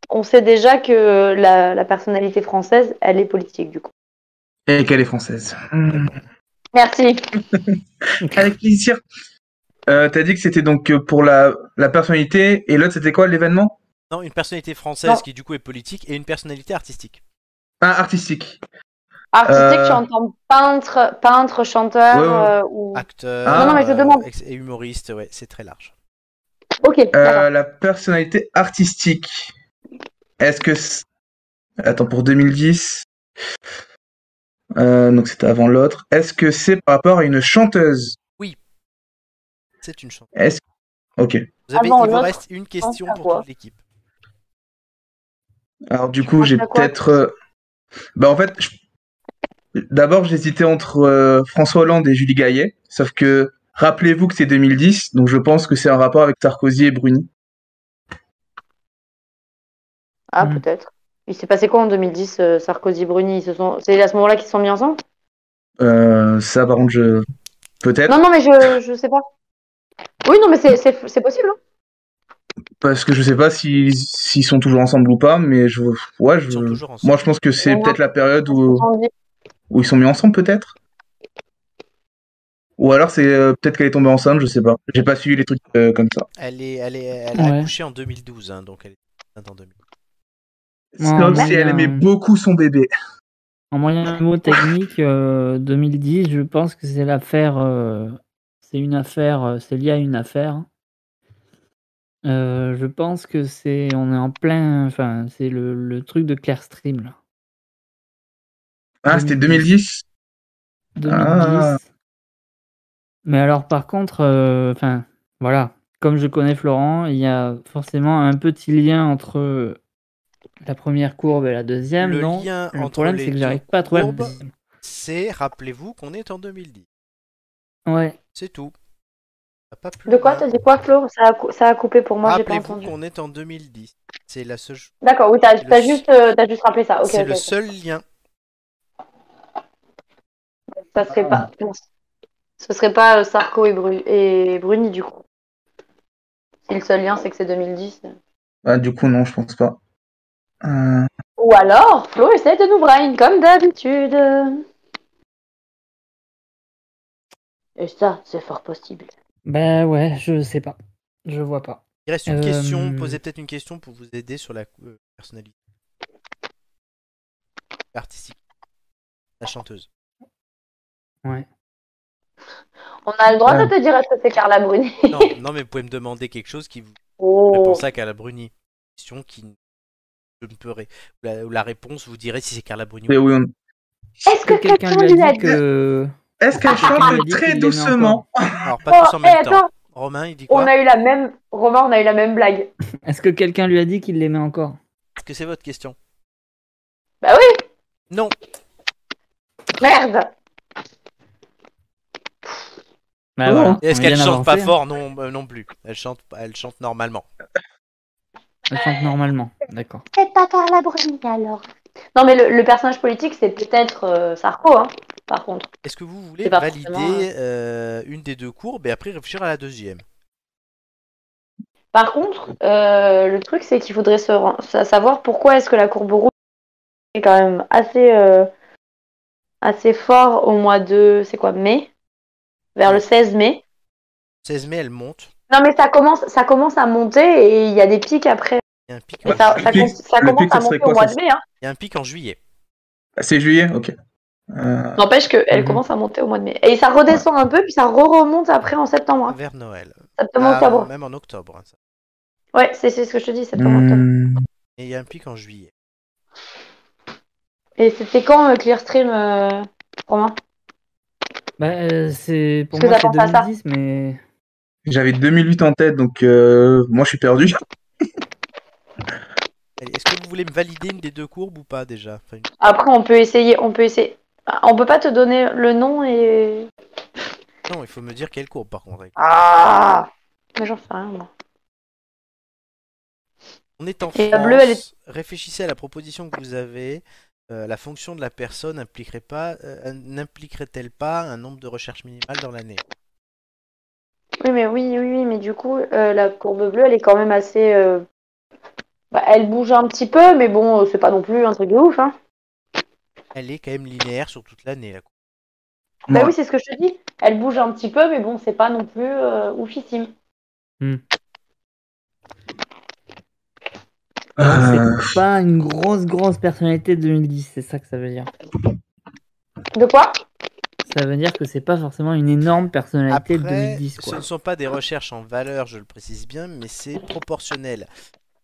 S2: On sait déjà que la, la personnalité française, elle est politique, du coup.
S4: Et qu'elle est française. Hmm.
S2: Merci.
S4: Avec plaisir. Euh, T'as dit que c'était donc euh, pour la, la personnalité et l'autre c'était quoi l'événement
S1: Non, une personnalité française
S2: Non.
S1: qui du coup est politique et une personnalité artistique.
S4: Ah, artistique.
S2: Artistique,
S4: Euh.
S2: tu entends peintre, peintre, chanteur
S4: Ouais,
S2: euh,
S4: ouais.
S2: ou...
S1: Acteur.
S4: Ah. Non,
S2: non, mais je
S1: euh,
S2: demande.
S1: ex- Et humoriste, ouais, c'est très large.
S2: Ok, d'accord.
S4: Euh, la personnalité artistique. Est-ce que. c- Attends, pour 2010. Euh, donc c'était avant l'autre. Est-ce que c'est par rapport à une chanteuse
S1: C'est une chance.
S4: Est-ce. Ok.
S1: Vous avez,
S2: Avant
S1: il vous
S2: Ah l'autre,
S1: reste une question
S2: à
S1: pour
S2: quoi
S1: toute l'équipe.
S4: Alors du
S2: Tu
S4: coup,
S2: penses
S4: j'ai
S2: à quoi
S4: peut-être. euh, Bah en fait, je- d'abord j'hésitais entre euh, François Hollande et Julie Gaillet, sauf que rappelez-vous que c'est 2010, donc je pense que c'est un rapport avec Sarkozy et Bruni.
S2: Ah,
S3: Hmm.
S2: peut-être. Il s'est passé quoi en 2010, euh, Sarkozy-Bruni ils se sont... C'est à ce moment-là qu'ils se sont mis ensemble
S4: Euh, ça par contre, je... peut-être
S2: Non, non, mais je, je sais pas. Oui, non, mais c'est- c'est c'est possible. hein.
S4: parce que je sais pas si- s'ils sont toujours ensemble ou pas, mais je ouais,
S1: Ils
S4: je...
S1: sont toujours ensemble.
S4: Hmm. moi je pense que c'est
S2: Ouais.
S4: peut-être la période où...
S2: On dit-
S4: où ils sont mis ensemble peut-être. Ou alors c'est euh, peut-être qu'elle est tombée enceinte, je sais pas. J'ai pas suivi les trucs euh, comme ça.
S1: Elle est, elle est, elle a
S3: Ouais.
S1: accouché en 2012, hein, donc elle est enceinte en 2000.
S3: Ouais,
S4: Sauf
S3: ouais,
S4: si elle
S3: euh,
S4: aimait beaucoup son bébé.
S3: En moyen mot technique, euh, 2010, je pense que c'est l'affaire. euh, c'est une affaire. euh, c'est lié à une affaire. Euh, je pense que c'est. On est en plein. Enfin, c'est le, le truc de Claire Stream, là.
S4: Ah, c'était 2010
S3: 2010. 2010.
S4: Ah.
S3: Mais alors, par contre, euh, enfin, voilà. Comme je connais Florent, il y a forcément un petit lien entre la première courbe et la deuxième.
S1: Le
S3: non
S1: lien
S3: le
S1: entre
S3: problème,
S1: les
S3: c'est que
S1: deux
S3: j'arrive pas à trouver la
S1: courbes.
S3: deuxième.
S1: C'est, rappelez-vous qu'on est en 2010.
S3: Ouais.
S1: C'est tout. Ça va pas plus
S2: De quoi
S1: loin.
S2: T'as dit quoi, Flo ça a, cou- ça a coupé pour moi, j'ai pas
S1: Rappelez-vous
S2: entendu.
S1: qu'on est en 2010. C'est la seule. ch-
S2: D'accord, oui, t'as
S1: C'est le
S2: t'as
S1: s-
S2: juste, euh, t'as juste rappelé ça. Ok,
S1: c'est
S2: ok,
S1: le
S2: ok.
S1: seul lien.
S2: Ça serait pas. Ce serait pas euh, Sarko et, Bru- et Bruni, du coup. Si le seul lien, c'est que c'est 2010.
S4: Ah, du coup, non, je pense pas. Euh,
S2: Ou alors, Flo essaie de nous brain, comme d'habitude. Et ça, c'est fort possible.
S3: Ben ouais, je sais pas. Je vois pas.
S1: Il reste une
S3: Euh,
S1: question. Posez peut-être une question pour vous aider sur la euh, personnalité artistique. La chanteuse.
S2: On a le droit
S4: Ouais.
S2: de te dire est-ce que c'est Carla Bruni
S1: Non, non, mais vous pouvez me demander quelque chose qui vous fait
S2: Oh.
S1: penser à Carla Bruni. Une Question qui je ne peux ré- ou la, ou la réponse vous direz si c'est Carla Bruni. ou
S4: mais oui, on-
S2: Est-ce que quelqu'un lui a dit
S3: que.
S4: Est-ce qu'elle
S3: Quelqu'un lui a
S4: chante
S3: dit
S4: très
S3: qu'il l'aimait
S4: doucement
S1: pas. Alors pas tous en
S2: Oh,
S1: même
S2: eh,
S1: temps.
S2: attends,
S1: Romain, il dit
S2: on
S1: quoi
S2: a eu la même. Romain, on a eu la même blague.
S3: Est-ce que quelqu'un lui a dit qu'il l'aimait encore
S1: Est-ce que c'est votre question
S2: Bah oui,
S1: Non.
S2: merde
S3: Bah
S4: Oh.
S3: voilà,
S1: Est-ce
S3: on
S1: qu'elle
S3: vient
S1: chante pas
S3: d'avancer, hein.
S1: fort Non, euh, non plus. Elle chante, elle chante normalement.
S3: Elle chante normalement, d'accord.
S2: C'est pas Carla Bruni alors. Non, mais le, le personnage politique, c'est peut-être euh, Sarko, hein, par contre.
S1: Est-ce que vous voulez
S2: C'est pas
S1: valider
S2: forcément, euh,
S1: euh, une des deux courbes et après réfléchir à la deuxième
S2: Par contre, euh, le truc, c'est qu'il faudrait se ren- sa- savoir pourquoi est-ce que la courbe rouge est quand même assez, euh, assez fort au mois de, c'est quoi, mai Vers le 16 mai.
S1: 16 mai, elle monte.
S2: Non, mais ça commence, ça commence à monter et il y a des pics après.
S1: Il y a un pic,
S2: Et
S1: en,
S2: ça,
S1: ju-
S2: ça
S4: pic-
S2: con- ça
S4: le pic,
S2: commence
S4: ça
S2: à
S4: serait
S2: monter
S4: quoi,
S2: au mois
S4: ça
S2: de mai. Hein.
S1: il y a un pic en juillet.
S4: Ah, C'est juillet Ok. Euh,
S2: N'empêche qu'elle
S3: Mhm.
S2: commence à monter au mois de mai. Et ça redescend un peu, puis ça re-remonte après en septembre. hein.
S1: Vers Noël. Ah,
S2: Septembre-octobre.
S1: même en octobre. hein, ça.
S2: Ouais, c'est c'est ce que je te dis, septembre-octobre.
S4: hmm,
S1: Et il y a un pic en juillet.
S2: Et c'était quand euh, Clearstream, euh, Romain
S3: Bah, euh, c'est pour
S2: Parce que
S3: moi
S2: ça
S3: c'est
S2: pense à ça.
S3: 2010, mais
S4: J'avais 2008 en tête, donc euh, moi je suis perdu.
S1: Allez, Est-ce que vous voulez me valider une des deux courbes ou pas déjà Enfin, une-
S2: Après, on peut essayer, on peut essayer. Ah, On peut pas te donner le nom et.
S1: Non, il faut me dire quelle courbe par contre.
S2: Ah Mais j'en sais rien, moi.
S1: On est en
S2: Et la
S1: France.
S2: bleue, elle
S1: Réfléchissez à la proposition que vous avez. Euh, la fonction de la personne impliquerait pas, euh, n'impliquerait-elle pas un nombre de recherches minimales dans l'année
S2: Oui, mais oui, oui, oui, mais du coup, euh, la courbe bleue, elle est quand même assez. euh, bah, elle bouge un petit peu, mais bon, euh, c'est pas non plus un truc de ouf. Hein.
S1: Elle est quand même linéaire sur toute l'année. la courbe.
S2: Bah
S4: Ouais.
S2: oui, c'est ce que je te dis. Elle bouge un petit peu, mais bon, c'est pas non plus euh, oufissime.
S4: Euh,
S3: C'est pas une grosse, grosse personnalité de 2010, c'est ça que ça veut dire.
S2: De quoi
S3: Ça veut dire que c'est pas forcément une énorme personnalité de
S1: Après,
S3: 2010,
S1: ce
S3: quoi.
S1: ne sont pas des recherches en valeur, je le précise bien, mais c'est proportionnel.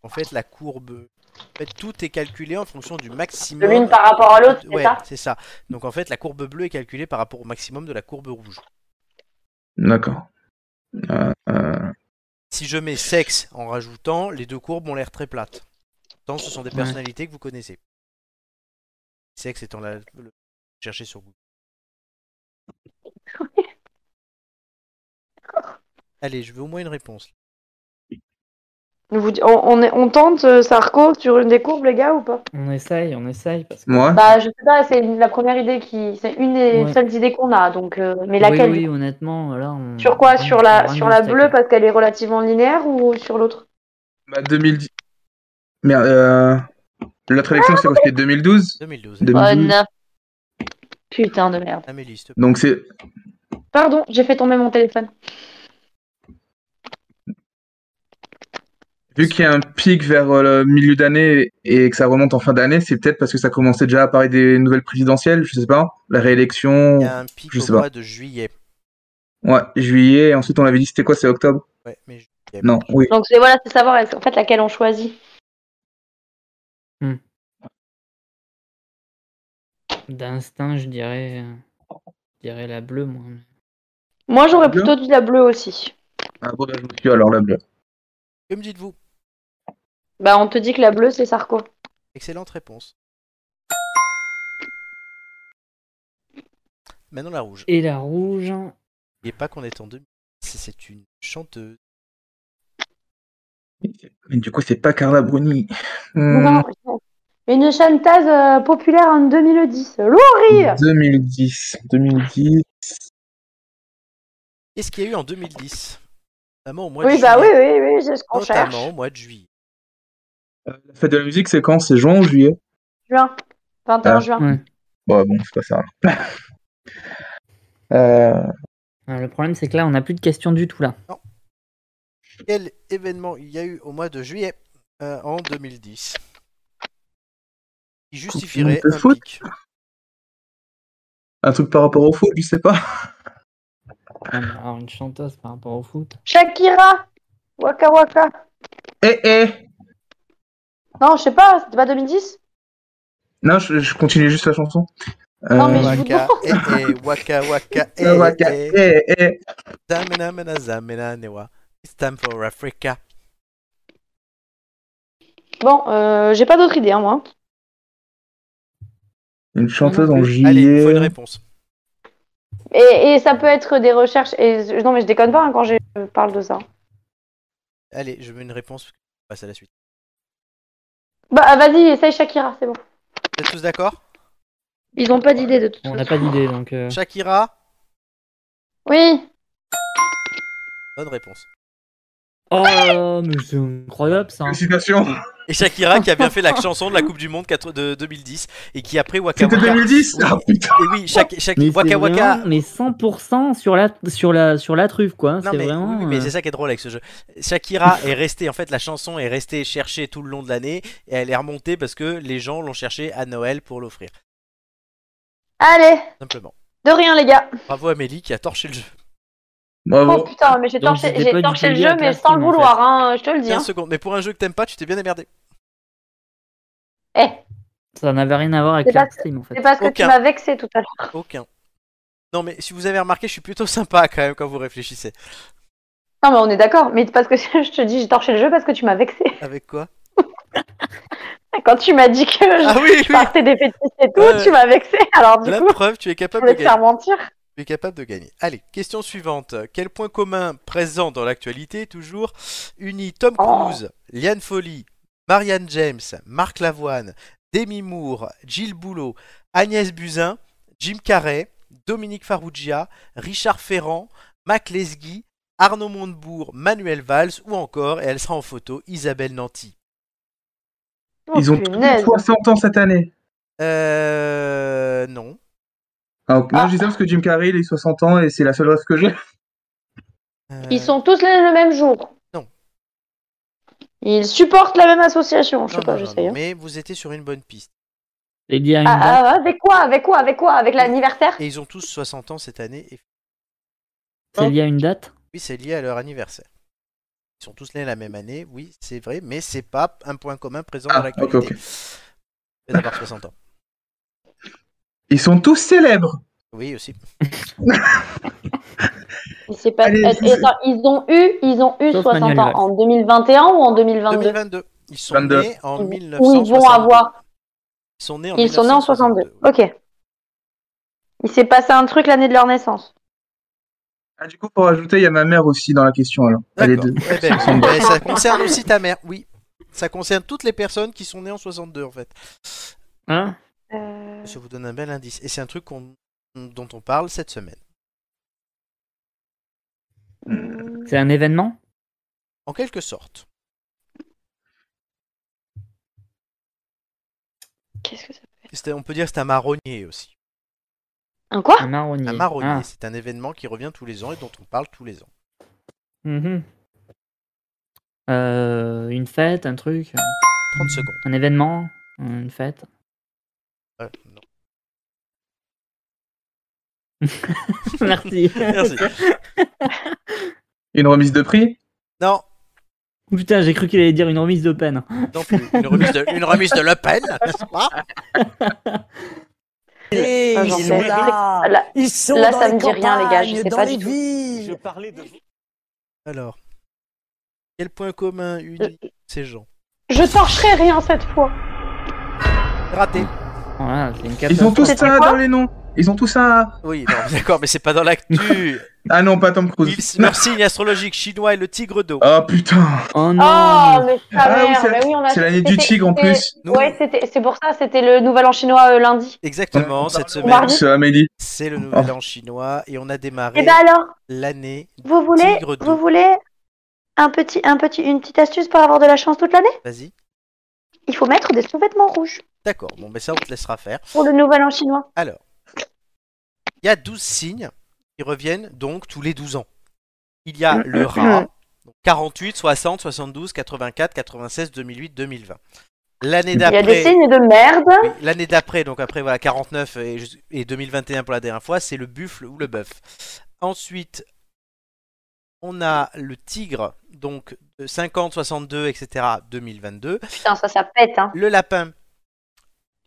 S1: En fait, la courbe, en fait, tout est calculé en fonction du
S2: De
S1: maximum.
S2: l'une par rapport à l'autre, c'est
S1: Ouais,
S2: ça
S1: c'est ça. Donc en fait, la courbe bleue est calculée par rapport au maximum de la courbe rouge.
S4: D'accord. Euh, euh,
S1: Si je mets sexe en rajoutant, les deux courbes ont l'air très plates. Tant ce sont des
S3: Ouais.
S1: personnalités que vous connaissez. Sexe étant la le- chercher sur Google. Allez, je veux au moins une réponse.
S2: Vous- on, on est- on tente euh, Sarko sur une des courbes, les gars, ou pas
S3: On essaye, on essaye. Parce que...
S4: moi
S2: Bah, je sais pas, c'est une- la première idée qui. C'est une des
S3: Ouais.
S2: seules idées qu'on a, donc. euh, mais
S3: Oui,
S2: laquelle
S3: oui, honnêtement, là, on-
S2: Sur quoi Sur la,
S3: on
S2: sur la
S3: vraiment
S2: bleue, parce qu'elle est relativement linéaire, ou sur l'autre
S4: Bah, 2010. Merde, euh... L'autre élection, c'est quoi C'était 2012
S1: 2012.
S4: 2012.
S2: Putain de merde.
S1: Amélie, s'il te plaît.
S4: Donc c'est.
S2: Pardon, j'ai fait tomber mon téléphone.
S4: Vu qu'il y a un pic vers euh, le milieu d'année et que ça remonte en fin d'année, c'est peut-être parce que ça commençait déjà à parler des nouvelles présidentielles, je sais pas, la réélection.
S1: Il y a un pic
S4: je
S1: au
S4: sais pas.
S1: mois de juillet.
S4: Ouais, juillet, et ensuite on avait dit c'était quoi, c'est octobre
S1: Ouais, mais ju-
S4: Non, oui.
S2: Donc c'est voilà, c'est savoir est-ce- en fait laquelle on choisit.
S3: D'instinct, je dirais... euh, Je dirais la bleue, moi.
S2: Moi
S4: La
S2: j'aurais
S4: bleue
S2: plutôt dit la bleue aussi.
S4: Ah bon, bah, je me suis alors la bleue.
S1: Que me dites-vous
S2: Bah on te dit que la bleue c'est Sarko.
S3: Euh.
S1: Excellente réponse. Maintenant la rouge.
S3: Et la rouge... hein.
S1: N'oubliez pas qu'on est en 2000. C'est une chanteuse.
S4: Mais du coup, c'est pas Carla Bruni. Hmm,
S2: Non, Une chanteuse euh, populaire en 2010. Laurie
S3: Mmh.
S4: 2010. 2010.
S1: Qu'est-ce qu'il y a eu en 2010 Notamment au mois de
S2: Oui bah oui
S1: juillet.
S2: oui oui, c'est ce qu'on cherche.
S1: Notamment au mois de juillet.
S4: La fête de la musique, c'est quand C'est juin ou juillet
S2: Juin. 21
S4: Ah.
S2: juin.
S3: Ouais.
S4: Bah bon, c'est pas ça. euh...
S3: Ah, Le problème, c'est que là, on n'a plus de questions du tout, là.
S1: Quel événement il y a eu au mois de juillet euh, en 2010 Qui justifierait
S4: Coupe du monde de
S1: un
S4: foot
S1: pic
S4: Un truc par rapport au foot, je sais pas.
S3: Ah, mais Alors, une chanteuse par rapport au foot.
S2: Shakira Waka Waka.
S4: Eh eh
S2: Non, je sais pas, c'était pas 2010
S4: Non, je, je continue juste la chanson.
S2: Non, mais je vous
S1: Waka, eh, eh, waka, waka, eh,
S4: Euh, waka,
S1: eh,
S4: eh, eh.
S1: zamena, mena, zamena, newa. It's time for Africa.
S2: Bon, euh, j'ai pas d'autre idée, hein, moi.
S4: Une chanteuse
S3: Non
S4: en
S3: plus.
S4: juillet.
S1: Allez, il faut une réponse. hein.
S2: Et, et ça peut être des recherches. Et, je- non, mais je déconne pas hein, quand je parle de ça.
S1: Allez, je veux une réponse. parce que je passe à la suite.
S2: Bah, vas-y, essaye Shakira, c'est bon.
S1: Vous êtes tous d'accord
S2: Ils ont pas d'idée de toute
S3: On
S2: façon.
S3: n'a pas d'idée, donc... euh,
S1: Shakira
S2: Oui,
S1: Bonne réponse.
S3: Oh, mais c'est incroyable, ça. hein.
S4: Félicitations.
S1: Et Shakira qui a bien fait la chanson de la Coupe du Monde quatre- de 2010 et qui après Waka
S4: C'était
S1: Waka.
S4: 2010
S1: Oui.
S4: Ah putain
S1: Et oui, chaque, chaque
S3: Mais c'est
S1: Waka Waka.
S3: vraiment- mais 100% sur la, sur, la, sur la truffe, quoi.
S1: Non
S3: C'est
S1: mais,
S3: vraiment...
S1: oui, mais
S3: euh,
S1: c'est ça qui est drôle avec ce jeu. Shakira est restée, en fait, la chanson est restée cherchée tout le long de l'année et elle est remontée parce que les gens l'ont cherchée à Noël pour l'offrir.
S2: allez,
S1: Simplement.
S2: de rien, les gars.
S1: Bravo Amélie qui a torché le jeu.
S2: Oh
S4: Bravo
S2: putain, mais j'ai
S3: Donc,
S2: torché,
S3: j'étais
S2: j'ai
S3: pas du
S2: torché
S3: tout
S2: le
S3: lié à
S2: jeu, mais
S3: Classroom,
S2: sans le
S3: en fait.
S2: vouloir, hein, je te le dis.
S1: 15
S2: Hein.
S1: secondes. Mais pour un jeu que t'aimes pas, tu t'es bien émerdé.
S2: Eh,
S3: Ça n'avait rien à voir avec
S2: C'est pas-
S3: la stream, en fait.
S2: c'est parce que
S1: Aucun.
S2: tu m'as vexé tout à l'heure.
S1: Aucun. Non mais si vous avez remarqué, je suis plutôt sympa quand même quand vous réfléchissez.
S2: Non, mais on est d'accord, mais parce que je te dis, j'ai torché le jeu parce que tu m'as vexé.
S1: Avec quoi
S2: Quand tu m'as dit que je
S1: Ah oui, oui.
S2: partais des fétiches et tout,
S1: Ouais.
S2: tu m'as vexé. Alors, du
S1: La
S2: coup,
S1: preuve, tu es
S2: je
S1: capable de
S2: voulais te
S1: gagner.
S2: faire mentir.
S1: Tu es capable de gagner. Allez, question suivante. Quel point commun présent dans l'actualité, toujours, unit Tom
S2: Oh.
S1: Cruise, Liane Folly, Marianne James, Marc Lavoine, Demi Moore, Gilles Boulot, Agnès Buzyn, Jim Carrey, Dominique Farrugia, Richard Ferrand, Mac Lesguy, Arnaud Montebourg, Manuel Valls ou encore, et elle sera en photo, Isabelle Nanty.
S2: Oh,
S4: Ils ont
S2: punaise.
S4: tous 60 ans cette année.
S1: Euh. Non.
S4: Alors, Ah,
S2: Ah.
S4: moi, je dis ça parce que Jim Carrey, il a 60 ans et c'est la seule rêve que j'ai.
S1: Euh,
S2: Ils sont tous là le même jour.
S1: Non.
S2: Ils supportent la même association. Je
S1: Euh, non,
S2: sais pas,
S1: non, non,
S2: j'essaye.
S1: non,
S2: hein.
S1: Mais vous étiez sur une bonne piste.
S3: J'ai dit à une
S2: Ah,
S3: date,
S2: ah, avec quoi Avec quoi Avec quoi Avec l'anniversaire
S1: Et ils ont tous 60 ans cette année. Et
S3: c'est
S2: oh.
S3: lié à une date.
S1: oui, c'est lié à leur anniversaire. Ils sont tous nés la même année. Oui, c'est vrai, mais c'est pas un point commun présent
S4: Ah,
S1: dans l'actualité.
S4: ok, ok.
S1: Et D'avoir 60 ans.
S4: Ils sont tous célèbres.
S1: Oui, aussi.
S2: Il s'est pas-
S4: Allez,
S2: euh,
S4: c'est-
S2: attends, ils ont eu, ils ont eu
S3: Sauf
S2: 60
S3: Manuel
S2: ans
S3: Valls.
S2: en 2021 ou en 2022
S1: 2022. Ils sont
S4: 22.
S1: nés en
S2: Ou-
S1: 1962.
S2: Ou ils vont avoir.
S1: Ils sont nés en,
S2: Ils sont nés en 62.
S1: 1962.
S2: Ok. Il s'est passé un truc l'année de leur naissance.
S4: Ah, du coup, pour ajouter, il y a ma mère aussi dans la question alors. Elle est
S1: D'accord.
S4: deux.
S1: Eh ben, ben, ça concerne aussi ta mère, oui. Ça concerne toutes les personnes qui sont nées en 62, en fait.
S3: Hein
S2: Euh,
S1: Je vous donne un bel indice. Et c'est un truc qu'on- dont on parle cette semaine.
S3: c'est un événement
S1: En quelque sorte.
S2: Qu'est-ce que c'est
S1: C'était- On peut dire que c'est un marronnier aussi.
S2: Un quoi
S3: Un marronnier.
S1: Un marronnier,
S3: Ah.
S1: c'est un événement qui revient tous les ans et dont on parle tous les ans.
S3: Mhm. Euh, une fête, un truc,
S1: 30 secondes.
S3: un événement, une fête.
S1: Euh, non.
S3: Merci.
S1: Merci.
S4: Une remise de prix
S1: Non,
S3: Putain, j'ai cru qu'il allait dire une remise de peine.
S1: non plus. Une remise de, une remise de Le Pen, n'est-ce pas
S13: Et
S2: Ah, j'en
S13: ils
S2: sais
S13: sont
S2: rien.
S13: là.
S2: Là-
S13: Ils sont
S2: là,
S13: dans
S2: ça
S13: les
S2: me dit rien, les gars, je
S13: campagnes,
S2: sais
S13: dans
S2: pas
S13: les
S2: du tout.
S13: villes.
S1: Alors. Quel point commun unit ces gens
S2: Je torcherai rien cette fois.
S1: Raté.
S3: Voilà, c'est une
S4: Ils ont tous
S3: catastrophe.
S2: C'était
S4: ça
S2: quoi
S4: dans les noms. Ils ont tous ça.
S1: Oui, non, mais d'accord, mais c'est pas dans l'actu.
S4: Ah non, pas Tom
S1: Il-
S4: Cruise.
S1: Leur signe astrologique chinois est le tigre
S2: Ah.
S1: d'eau.
S4: Oh putain.
S2: Oh,
S3: Oh non.
S2: mais sa
S4: Ah oui,
S2: mère,
S4: c'est-
S2: mais oui, on a-
S4: C'est l'année du
S2: c'était-
S4: tigre en
S2: c'était-
S4: plus.
S1: Nous,
S2: Ouais, c'était- c'est pour ça, c'était le nouvel an chinois euh, lundi.
S1: Exactement,
S4: On
S1: cette semaine,
S2: Mardi.
S4: C'est Amélie.
S1: c'est le nouvel an chinois et on a démarré
S2: Et ben alors,
S1: l'année.
S2: vous voulez,
S1: Tigre d'eau.
S2: vous voulez un petit, un petit, une petite astuce pour avoir de la chance toute l'année
S1: Vas-y.
S2: Il faut mettre des sous-vêtements rouges
S1: D'accord, bon, mais ça, on te laissera faire.
S2: pour le nouvel an chinois.
S1: Alors, il y a 12 signes qui reviennent donc tous les 12 ans. Il y a le rat, donc 48, 60, 72, 84, 96, 2008, 2020. L'année
S2: Il y a des
S1: d'après.
S2: signes de merde.
S1: Oui, L'année d'après, donc après voilà 49 et, jus- et 2021 pour la dernière fois, c'est le buffle ou le bœuf. Ensuite, on a le tigre, donc de 50, 62, etc. 2022.
S2: Putain, ça, ça pète, hein.
S1: Le lapin,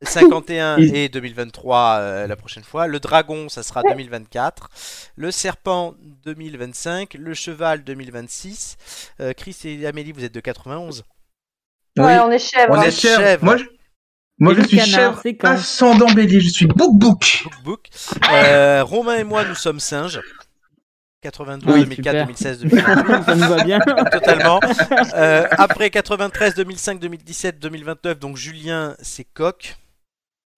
S1: 51
S4: Il-
S1: et 2023 euh, la prochaine fois. Le dragon, ça sera 2024. Le serpent, 2025. Le cheval, 2026. Euh, Chris et Amélie, vous êtes de 91.
S4: Oui.
S2: Ouais, on est hein. chèvre.
S4: On
S1: est
S4: est
S1: chèvre.
S4: chèvre. Moi, je, moi,
S3: Et
S4: je
S3: le
S4: suis
S3: canard,
S4: chèvre
S3: c'est quand
S4: ascendant bélier. Je suis bouc bouc.
S1: Book Book. Euh, Romain et moi, nous sommes singes. 92,
S3: Oui,
S1: 2004,
S3: super.
S1: 2016, 2020.
S3: ça nous va bien.
S1: totalement. Euh, après 93, 2005, 2017, 2029, donc Julien, c'est coq.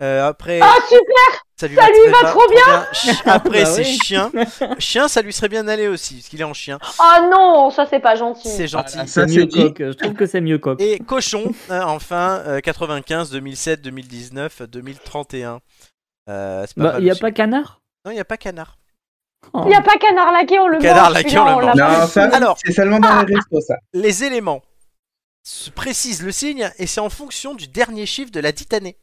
S1: Euh, après,
S2: Ah, super,
S1: ça lui
S2: ça lui
S1: très
S2: va trop bien.
S1: Ch- Après,
S3: Bah
S1: c'est
S3: oui.
S1: chien. Chien, ça lui serait bien allé aussi, parce qu'il est en chien.
S2: Ah non, ça, c'est pas gentil.
S1: C'est gentil.
S4: Voilà, Ah, ça
S3: C'est mieux
S4: c'est dit.
S3: coq. Je trouve que c'est mieux coq.
S1: Et cochon, hein, enfin, euh, 95, 2007, 2019, 2031. Euh, c'est pas
S3: Bah,
S1: mal
S3: y a
S1: aussi.
S3: pas canard
S1: Non, il n'y a pas canard.
S3: Oh.
S2: Il n'y a pas canard laqué, on le
S1: Canard
S2: mange.
S1: laqué,
S2: celui-là,
S1: on le
S2: l'a
S1: mange.
S2: pas.
S4: Non, ça,
S1: Alors. ah.
S4: c'est seulement dans les restos, ça.
S1: Les éléments se précisent le signe et c'est en fonction du dernier chiffre de la dite année.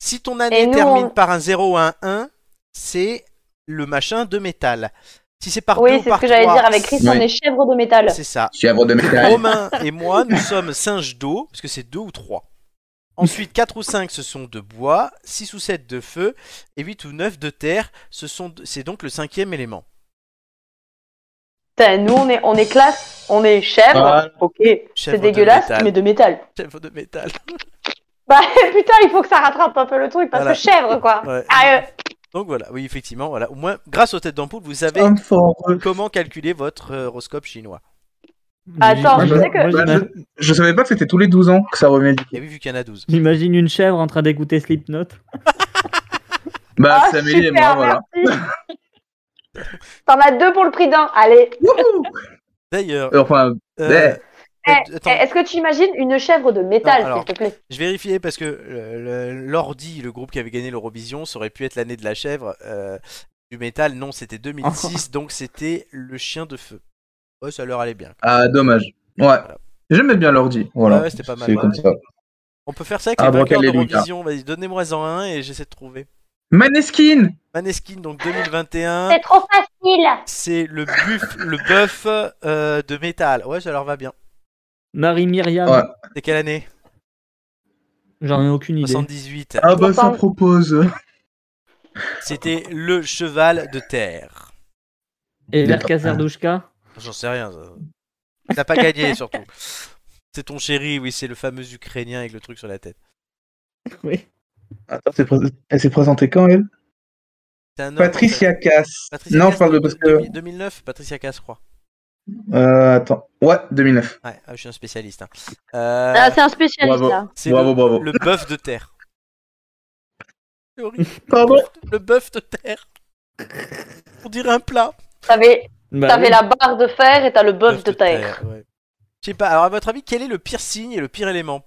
S1: Si ton année
S2: nous,
S1: termine
S2: on-
S1: par un 0 ou un 1, c'est le machin de métal. Si c'est par 2
S2: Oui,
S1: ou
S2: c'est
S1: par
S2: ce que j'allais
S1: 3,
S2: dire avec Chris, on
S4: Oui.
S2: est chèvre de métal.
S1: C'est ça.
S4: Chèvre de métal.
S1: Romain et moi, nous sommes singes d'eau, parce que c'est 2 ou 3. Ensuite, 4 ou 5, ce sont de bois, 6 ou 7 de feu, et 8 ou 9 de terre, ce sont de- c'est donc le cinquième élément.
S2: Putain, nous, on est, on est classe, on est chèvre.
S4: Voilà.
S2: Ok,
S1: Chèvre
S2: c'est
S1: de
S2: dégueulasse,
S1: métal.
S2: mais de métal.
S1: Chèvre de métal.
S2: Bah putain, il faut que ça rattrape un peu le truc, parce
S1: Voilà.
S2: que chèvre, quoi.
S1: Ouais.
S2: Ah, euh,
S1: Donc voilà, oui, effectivement, voilà.
S2: Oh,
S1: Au moins, grâce aux têtes d'ampoule, vous savez
S4: Homme fort.
S1: comment calculer votre euh, horoscope chinois.
S2: Attends,
S4: je sais
S2: que-
S3: moi, j'ima-
S4: Bah, Je savais pas que c'était tous les 12 ans que ça revenait.
S1: Il y a vu qu'il y en a 12.
S3: J'imagine une chèvre en train d'écouter Slipknot.
S4: Bah,
S2: Ah,
S4: Samélie et
S2: super,
S4: moi, voilà.
S2: merci. T'en as deux pour le prix d'un. Allez,
S4: Wouhou
S1: D'ailleurs,
S4: Enfin,
S1: euh,
S2: Eh,
S1: euh, attends,
S2: Eh, est-ce que tu imagines une chèvre de métal,
S1: Non, alors.
S2: s'il te plaît
S1: je vérifiais parce que euh, le- l'ordi, le groupe qui avait gagné l'Eurovision, ça aurait pu être l'année de la chèvre. euh, du métal, non, c'était 2006, donc c'était le chien de feu. Ouais, ça leur allait bien.
S4: ah, dommage. Ouais. J'aimais bien l'ordi. Voilà.
S1: Ouais, ouais, c'était pas mal.
S4: C'est comme ça.
S1: On peut faire ça avec
S4: Ah,
S1: les vainqueurs
S4: Brocalé, Lucas.
S1: d'Eurovision. Vas-y, donnez-moi en un et j'essaie de trouver.
S4: Maneskin
S1: Maneskin, donc 2021.
S2: C'est trop facile
S1: C'est le buff, le buff euh, de métal. Ouais, ça leur va bien.
S3: Marie Myriam,
S4: Ouais.
S1: C'est quelle année
S3: j'en ai aucune idée.
S1: 78.
S4: Ah bah, ça
S2: J'entends.
S4: propose.
S1: C'était le cheval de terre.
S3: Et
S4: D'accord.
S3: Verka Sardouchka
S1: J'en sais rien. ça. T'as pas gagné surtout. C'est ton chéri, oui, c'est le fameux Ukrainien avec le truc sur la tête.
S3: Oui.
S4: Attends, c'est pré- elle s'est présentée quand, elle
S1: C'est un homme, en
S4: Patricia Cass.
S1: fait. euh, Patricia
S4: non,
S1: Cass,
S4: je parle de...
S1: deux-
S4: Parce que...
S1: 2009, Patricia Cass, je crois.
S4: Euh, attends. Ouais, 2009.
S1: Ouais, ah, je suis un spécialiste. hein. Euh,
S2: Ah, C'est un spécialiste,
S4: Bravo.
S2: là.
S1: c'est
S4: bravo,
S1: le-
S4: bravo.
S1: le bœuf de terre. C'est horrible.
S4: Pardon
S1: Le bœuf de terre. On dirait un plat.
S2: T'avais
S3: Bah
S2: t'avais
S3: oui.
S2: la barre de fer et t'as le bœuf de terre.
S1: ouais. Je sais pas, alors à votre avis, quel est le pire signe et le pire élément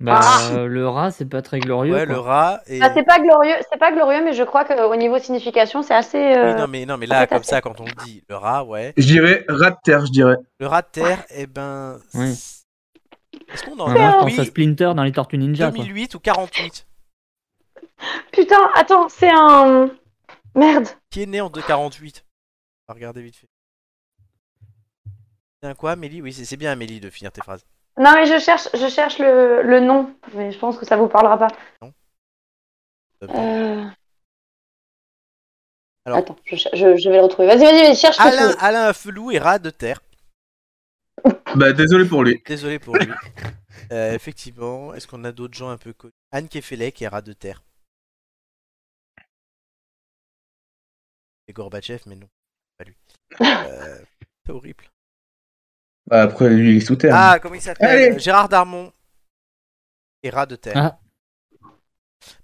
S3: Bah,
S2: Ah.
S3: euh, le rat, c'est pas très glorieux.
S1: Ouais,
S3: quoi.
S1: le rat et.
S2: Ah, c'est pas glorieux, c'est pas glorieux, mais je crois qu'au niveau signification, c'est assez. euh,
S1: Oui, non, mais, non, mais là,
S2: en fait,
S1: comme ça, quand on le dit, le rat, ouais.
S4: Je dirais rat de terre, je dirais.
S1: Le rat de terre, eh ben.
S3: Oui.
S1: c'est- Est-ce qu'on en
S3: Ouais, moi, je
S1: a
S3: pense à
S1: euh, oui,
S3: Splinter dans les Tortues Ninja. quoi.
S1: 2008 ou 48
S2: Putain, attends, c'est un. Merde.
S1: Qui est né en 248 On va regarder vite fait. C'est un quoi, Amélie Oui, c'est c'est bien, Amélie, de finir tes phrases.
S2: Non, mais je cherche, je cherche le, le nom, mais je pense que ça vous parlera pas. Euh,
S1: Alors.
S2: Attends, je, cher- je- je vais le retrouver. Vas-y, vas-y, vas-y, cherche
S1: Alain,
S2: ce
S1: Alain Felou et rat de terre.
S4: Bah, désolé pour lui.
S1: Désolé pour lui. Euh, effectivement, est-ce qu'on a d'autres gens un peu connus Anne Kefelec et Rat de Terre. C'est Gorbatchev, mais non, pas lui. Euh, c'est horrible.
S4: Bah, après, lui, il est sous terre.
S1: Ah, comment il s'appelle
S4: Allez.
S1: Gérard Darmon et Rat de Terre.
S3: Ah.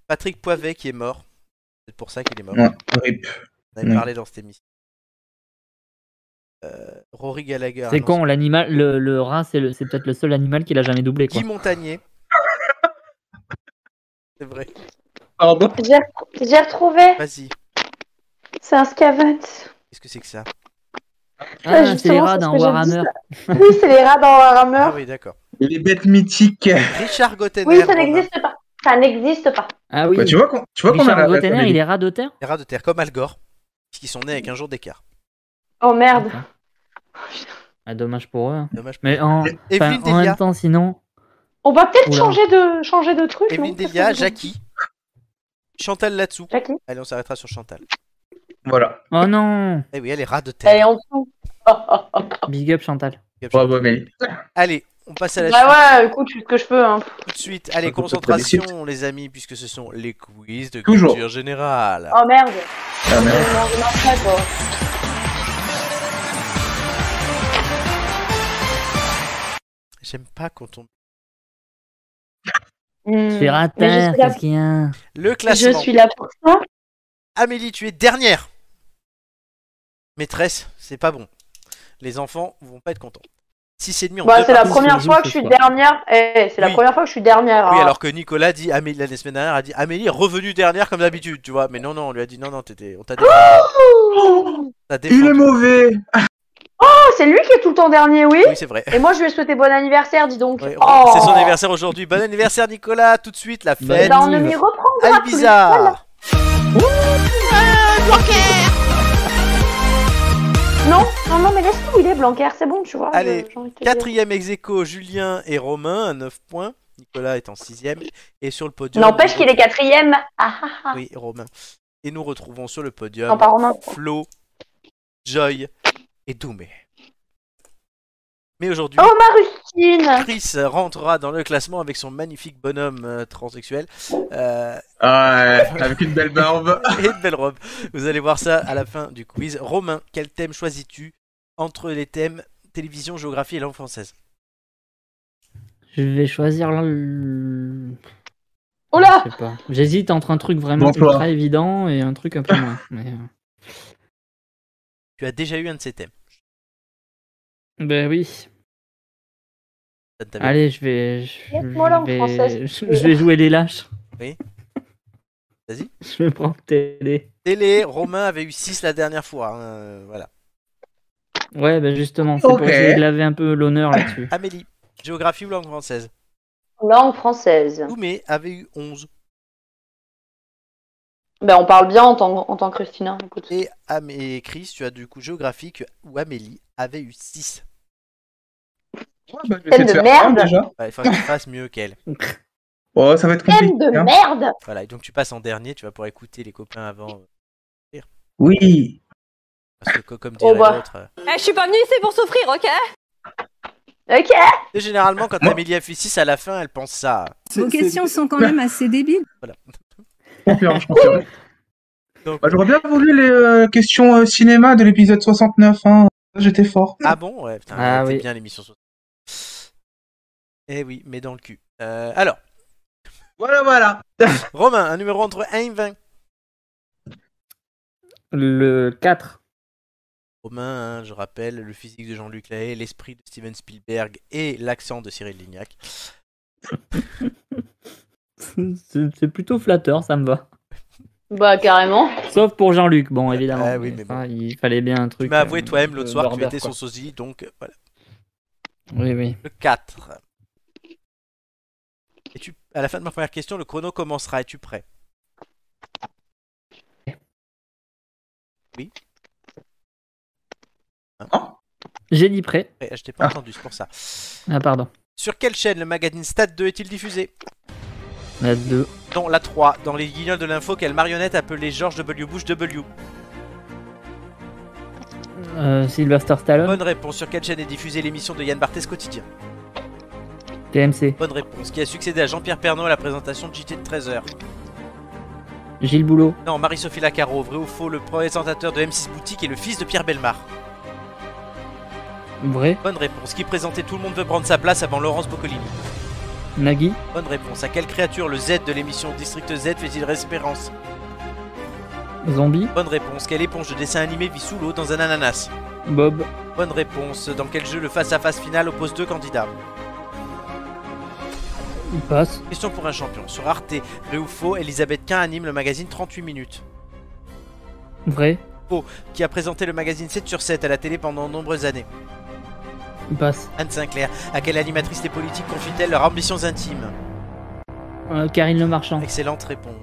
S1: Patrick Poivet qui est mort. C'est pour ça qu'il est mort.
S4: Ouais, rip.
S1: On avait
S4: Ah, Ouais.
S1: parlé dans cette émission. Euh, Rory Gallagher.
S4: Ah,
S3: C'est
S1: non,
S3: con, l'animal, le, le rat, c'est le- c'est peut-être le seul animal qu'il a jamais doublé. Quoi.
S1: Guy Montagnier. c'est vrai.
S4: Pardon
S2: truc. J'ai re- J'ai retrouvé.
S1: Vas-y.
S2: C'est un scavet.
S1: Qu'est-ce que c'est que ça
S2: Ouais,
S3: Ah, c'est les
S2: justement, c'est
S3: rats
S2: ce
S3: dans
S2: que j'ai
S3: Warhammer.
S2: Oui, c'est les rats dans
S1: Ah
S2: Warhammer.
S1: oui, d'accord.
S4: Les bêtes mythiques.
S1: Richard Gottener.
S2: Oui, ça
S1: Romain.
S2: n'existe pas. Ça n'existe pas.
S3: Ah oui.
S4: Bah, tu vois qu'on tu vois qu'on a
S3: Richard
S4: la
S3: Gottener, il
S4: Amélie.
S3: est rat de terre
S1: Les rats de terre, comme Al Gore, puisqu'ils sont nés avec un jour d'écart.
S2: Oh merde.
S3: Enfin. Ah, dommage pour eux. hein.
S1: Dommage.
S3: Mais en, enfin,
S1: Evelyne
S3: en
S1: Delia.
S3: même temps, sinon.
S2: On va peut-être
S3: Oula.
S2: changer de, changer de truc. non
S1: Evelyne Delia, Jackie. Chantal là-dessous.
S2: Jackie.
S1: Allez, on s'arrêtera sur Chantal.
S4: Voilà.
S3: Oh non
S1: Eh oui, elle est rat de terre.
S2: Elle est en dessous.
S3: Big up Chantal.
S4: Bravo, Amélie.
S1: Allez, on passe à la suite
S2: Bah ouais, écoute, je fais ce que je peux. Hein.
S1: tout de suite. Allez,
S4: On peut pas les suites.
S1: concentration, les amis, puisque ce sont les quiz de
S4: Toujours.
S1: culture générale.
S2: Oh merde.
S4: Ah,
S2: Je
S4: merde.
S2: vais manger ma crêpe, oh.
S1: J'aime pas quand on.
S3: Je suis rat de
S2: Hmm. Mais je
S3: terre,
S2: suis là-
S3: qu'est-ce qu'il y a
S1: Le
S2: Je
S1: classement.
S2: suis là pour ça.
S1: Amélie, tu es dernière. Maîtresse, c'est pas bon. Les enfants vont pas être contents. 6,5 en
S2: Bah,
S1: deux
S2: c'est la
S1: parties.
S2: première
S3: sur
S2: fois
S3: Zoom
S2: que je
S3: ce
S2: suis
S3: soir.
S2: dernière. Eh, c'est la
S1: Oui.
S2: première fois que je suis dernière.
S1: Oui,
S2: hein.
S1: alors que Nicolas dit Amélie la semaine dernière a dit Amélie est revenue dernière comme d'habitude, tu vois. Mais non, non, on lui a dit non, non, t'étais, on t'a défendu.
S4: Oh,
S1: T'as
S4: il est
S1: défendu.
S4: mauvais.
S2: Oh, c'est lui qui est tout le temps dernier, oui.
S1: Oui, c'est vrai.
S2: Et moi, je lui ai souhaité bon anniversaire, dis donc.
S1: Ouais,
S2: Oh.
S1: C'est son anniversaire aujourd'hui. Bon anniversaire, Nicolas. Tout de suite, la
S3: Bon
S1: fête.
S2: Bah, on ne m'y reprendra
S1: à
S2: plus.
S1: Ibiza.
S2: Non, non, non, mais laisse-nous, il est Blanquer, c'est bon, tu vois. je-
S1: Allez,
S2: j'ai envie de te dire.
S1: Quatrième ex aequo, Julien et Romain à 9 points. Nicolas est en sixième. Et sur le podium.
S2: N'empêche
S1: nous-
S2: qu'il est quatrième. Ah, ah, ah.
S1: Oui, Romain. Et nous retrouvons sur le podium
S2: Non, pas Romain.
S1: Flo, Joy et Doumé. Mais aujourd'hui,
S2: Oh, hein. ma rustine
S1: Chris rentrera dans le classement avec son magnifique bonhomme euh, transsexuel euh,
S4: Ah, ouais, avec une belle barbe.
S1: et une belle robe. Vous allez voir ça à la fin du quiz. Romain, quel thème choisis-tu entre les thèmes télévision, géographie et langue française.
S3: Je vais choisir le.
S2: Oh là
S3: Je sais pas. J'hésite entre un truc vraiment
S4: Bon choix.
S3: ultra évident et un truc un peu moins. mais, euh,
S1: Tu as déjà eu un de ces thèmes.
S3: Ben oui.
S1: Ça ne t'avait-
S3: Allez, je vais. Je,
S2: Laisse-moi langue
S3: vais-
S2: française,
S3: je- je vais jouer les lâches.
S1: Oui. Vas-y.
S3: Je vais prendre télé.
S1: Télé, Romain avait eu 6 la dernière fois. hein, euh, voilà.
S3: Ouais, ben justement, c'est
S4: Ok.
S3: pour essayer de laver un peu l'honneur là-dessus.
S1: Amélie, géographie ou langue française
S2: Langue française.
S1: Doumé avait eu 11.
S2: Ben, on parle bien en tant, en tant que Christina. Écoute.
S1: Et, Am- et Chris, tu as du coup géographie que- où Amélie avait eu 6.
S4: bah, je vais
S2: Thème
S4: essayer
S2: de
S4: faire un,
S2: merde.
S4: déjà.
S1: il faudrait que tu fasses mieux qu'elle.
S4: Oh, ça va être compliqué.
S2: Thème de
S4: hein.
S2: merde
S1: Voilà, et donc tu passes en dernier, tu vas pouvoir écouter les copains avant. euh,
S4: Oui.
S1: Parce que, co- comme
S2: Oh
S1: dirait
S2: bah.
S1: l'autre. euh,
S8: Eh, je suis pas venue ici pour souffrir, ok
S2: Ok
S1: Et généralement, quand
S4: Moi-
S1: Amélie a fait 6 à la fin, elle pense ça.
S11: Vos questions sont quand même assez débiles.
S4: Confirme, je confirme.
S1: Donc-
S4: Bah, J'aurais bien voulu les euh, questions euh, cinéma de l'épisode 69. Hein. J'étais fort.
S1: Ah bon Ouais, putain,
S3: Ah
S1: elle était
S3: oui.
S1: bien l'émission. Eh oui, mais dans le cul. Euh, alors,
S4: Voilà, voilà.
S1: Romain, un numéro entre 1 et 20.
S3: Le 4.
S1: Romain, hein, je rappelle, le physique de Jean-Luc Lahaye, l'esprit de Steven Spielberg et l'accent de Cyril Lignac.
S3: C'est c'est plutôt flatteur, ça me va.
S2: Bah, carrément.
S3: Sauf pour Jean-Luc, bon, évidemment.
S1: Ah oui,
S3: mais
S1: mais bon.
S3: ça, Il fallait bien un truc.
S1: Tu m'as avoué
S3: euh,
S1: toi-même l'autre
S3: de
S1: soir que tu
S3: border,
S1: étais
S3: quoi.
S1: son sosie, donc euh, voilà.
S3: Oui, oui.
S1: Le 4. Et tu, à la fin de ma première question, le chrono commencera. Es-tu prêt Oui.
S3: J'ai dit prêt.
S1: Prêt, Je t'ai pas
S4: Ah.
S1: entendu, c'est pour ça.
S3: Ah, pardon.
S1: Sur quelle chaîne le magazine Stade 2 est-il diffusé
S3: La 2.
S1: Dans la 3, dans les guignols de l'info, quelle marionnette appelée George W. Bush W
S3: Euh, Sylvester Stallone,
S1: Bonne réponse. Sur quelle chaîne est diffusée l'émission de Yann Barthès quotidien
S3: TMC.
S1: Bonne réponse. Qui a succédé à Jean-Pierre Pernaud à la présentation de JT de 13h
S3: Gilles Boulot.
S1: Non, Marie-Sophie Lacaro, vrai ou faux, le présentateur de M6 Boutique est le fils de Pierre Belmar.
S3: Vrai.
S1: Bonne réponse. Qui présentait Tout le monde veut prendre sa place avant Laurence Boccolini
S3: Nagui.
S1: Bonne réponse. À quelle créature le Z de l'émission District Z fait-il espérance
S3: Zombie.
S1: Bonne réponse. Quelle éponge de dessin animé vit sous l'eau dans un ananas
S3: Bob.
S1: Bonne réponse. Dans quel jeu le face-à-face final oppose deux candidats
S3: Il passe.
S1: Question pour un champion. Sur Arte, vrai ou faux, Elisabeth Quint anime le magazine 38 minutes,
S3: Vrai.
S1: qui a présenté le magazine 7 sur 7 à la télé pendant de nombreuses années.
S3: Il passe.
S1: Anne Sinclair, à quelle animatrice les politiques confient-elles leurs ambitions intimes
S3: Euh, Karine Le Marchand.
S1: Excellente réponse.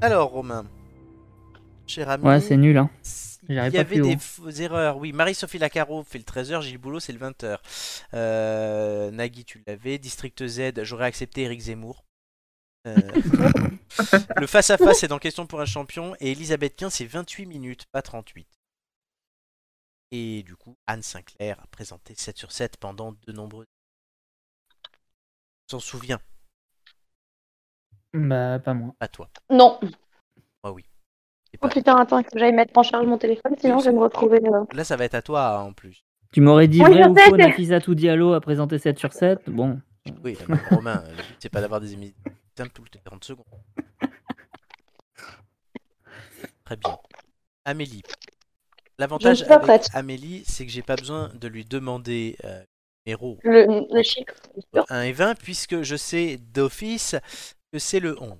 S1: Alors, Romain, cher ami,
S3: Ouais, c'est nul, hein.
S1: il y
S3: j'aurais pas
S1: avait
S3: plus
S1: des
S3: haut.
S1: fausses erreurs. Oui, Marie-Sophie Lacaro fait le 13h, Gilles Boulot, c'est le 20h. Euh, Nagui, tu l'avais. District Z, j'aurais accepté Eric Zemmour. Euh, le face-à-face est dans Question pour un champion et Elisabeth Quint, c'est 28 minutes, pas 38. Et du coup, Anne Sinclair a présenté 7 sur 7 pendant de nombreuses. On s'en souvient,
S3: Bah, pas moi.
S1: à toi.
S2: Non.
S1: Moi, Ah oui. C'est
S2: Oh
S1: pas-
S2: putain, attends, il faut que j'aille mettre en charge mon téléphone, sinon je vais me retrouver. euh,
S1: Là, ça va être à toi en plus.
S3: Tu m'aurais dit
S2: Oui,
S3: vrai
S2: je
S3: ou
S2: sais,
S3: faux,
S2: c'est-
S3: Nafisatou Diallo a présenté 7 sur 7. Bon.
S1: Oui, non, mais Romain, euh, le but, c'est pas d'avoir des émissions simples toutes les 30 secondes. Très bien. Amélie. L'avantage
S2: Je suis pas
S1: avec
S2: prête.
S1: Amélie, c'est que j'ai pas besoin de lui demander euh, numéro
S2: Le, le chiffre. bien sûr.
S1: 1 et 20, puisque je sais d'office que c'est le 11.